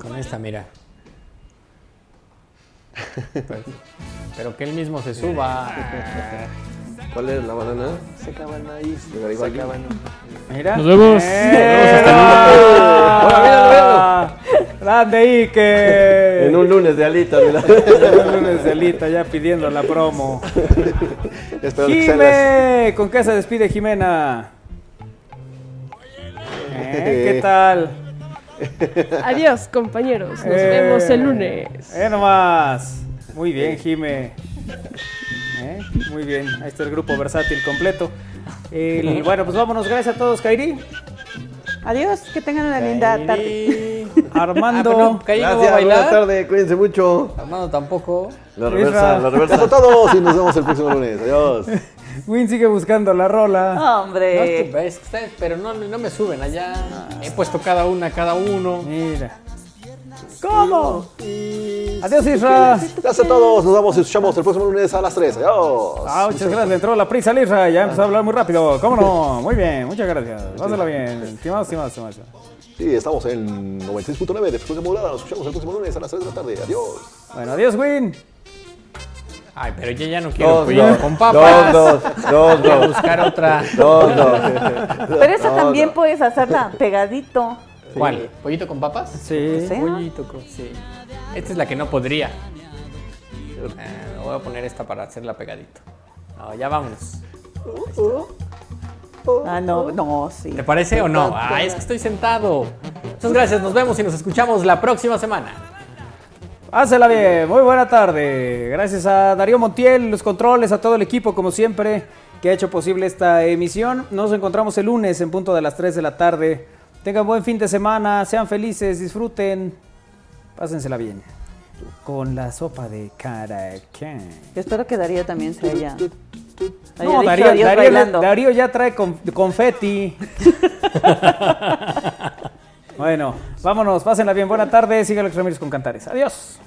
Con esta, mira. Pues, pero que él mismo se suba.
¿Cuál es la banana? Se acaba el maíz. Se acaba
Mira.
Nos vemos.
Mira. Grande Iker.
En un lunes de alita, mira.
En un lunes de alita, ya pidiendo la promo.
Espero que salgas.
Jime, ¿con qué se despide Jimena? Eh, ¿Qué tal?
Adiós, compañeros. Nos
Eh,
vemos el lunes.
Eh, nomás. Muy bien, Jime. Eh, Muy bien. Ahí está el grupo versátil completo. El- bueno, pues vámonos. Gracias a todos, Kairi.
Adiós, que tengan una linda tarde.
Ah,
Armando.
Gracias, buenas tardes. Cuídense mucho.
Armando tampoco.
La
Isra.
reversa, la reversa.
Eso
todos y nos vemos el próximo lunes. Adiós.
Win sigue buscando la rola.
No, es tu- es que ustedes, pero no, no me suben allá. He puesto cada una, cada uno.
Mira. ¿Cómo? Adiós, Isra.
Gracias a todos. Nos vemos y escuchamos el próximo lunes a las 3. Adiós.
Ah, muchas gracias. Le entró la prisa al Isra. Ya empezó a hablar muy rápido. ¿Cómo no? Muy bien. Muchas gracias. Pásala bien. Estimados, estimados, estimados.
Sí, estamos en 96.9 de frecuencia modulada. Nos escuchamos el próximo lunes a las 3 de la tarde. Adiós.
Bueno, adiós, Win.
Ay, pero yo ya no quiero
Dos,
pollo
dos,
con papas.
dos, dos, dos,
Voy a
dos.
buscar otra.
Dos, dos.
Pero esa también puedes hacerla pegadito.
¿Cuál? ¿Pollito con papas?
Sí.
sea.
Pollito con... Sí. Esta es la que no podría. Eh, voy a poner esta para hacerla pegadito. No, ya vámonos.
Ah, no, no, sí.
¿Te parece o no? Ay, es que estoy sentado. Muchas gracias. Nos vemos y nos escuchamos la próxima semana.
Hácela bien, muy buena tarde. Gracias a Darío Montiel, los controles, a todo el equipo, como siempre, que ha hecho posible esta emisión. Nos encontramos el lunes en punto de las 3 de la tarde. Tengan buen fin de semana, sean felices, disfruten. Pásensela bien. Con la sopa de caracán.
Yo espero que Darío también se haya. haya
No,
dicho
Darío,
adiós
Darío-
bailando.
Darío ya trae con- confeti. bueno, vámonos, pásenla bien. Buena tarde. Sigue Alex Ramírez con Cantares. Adiós.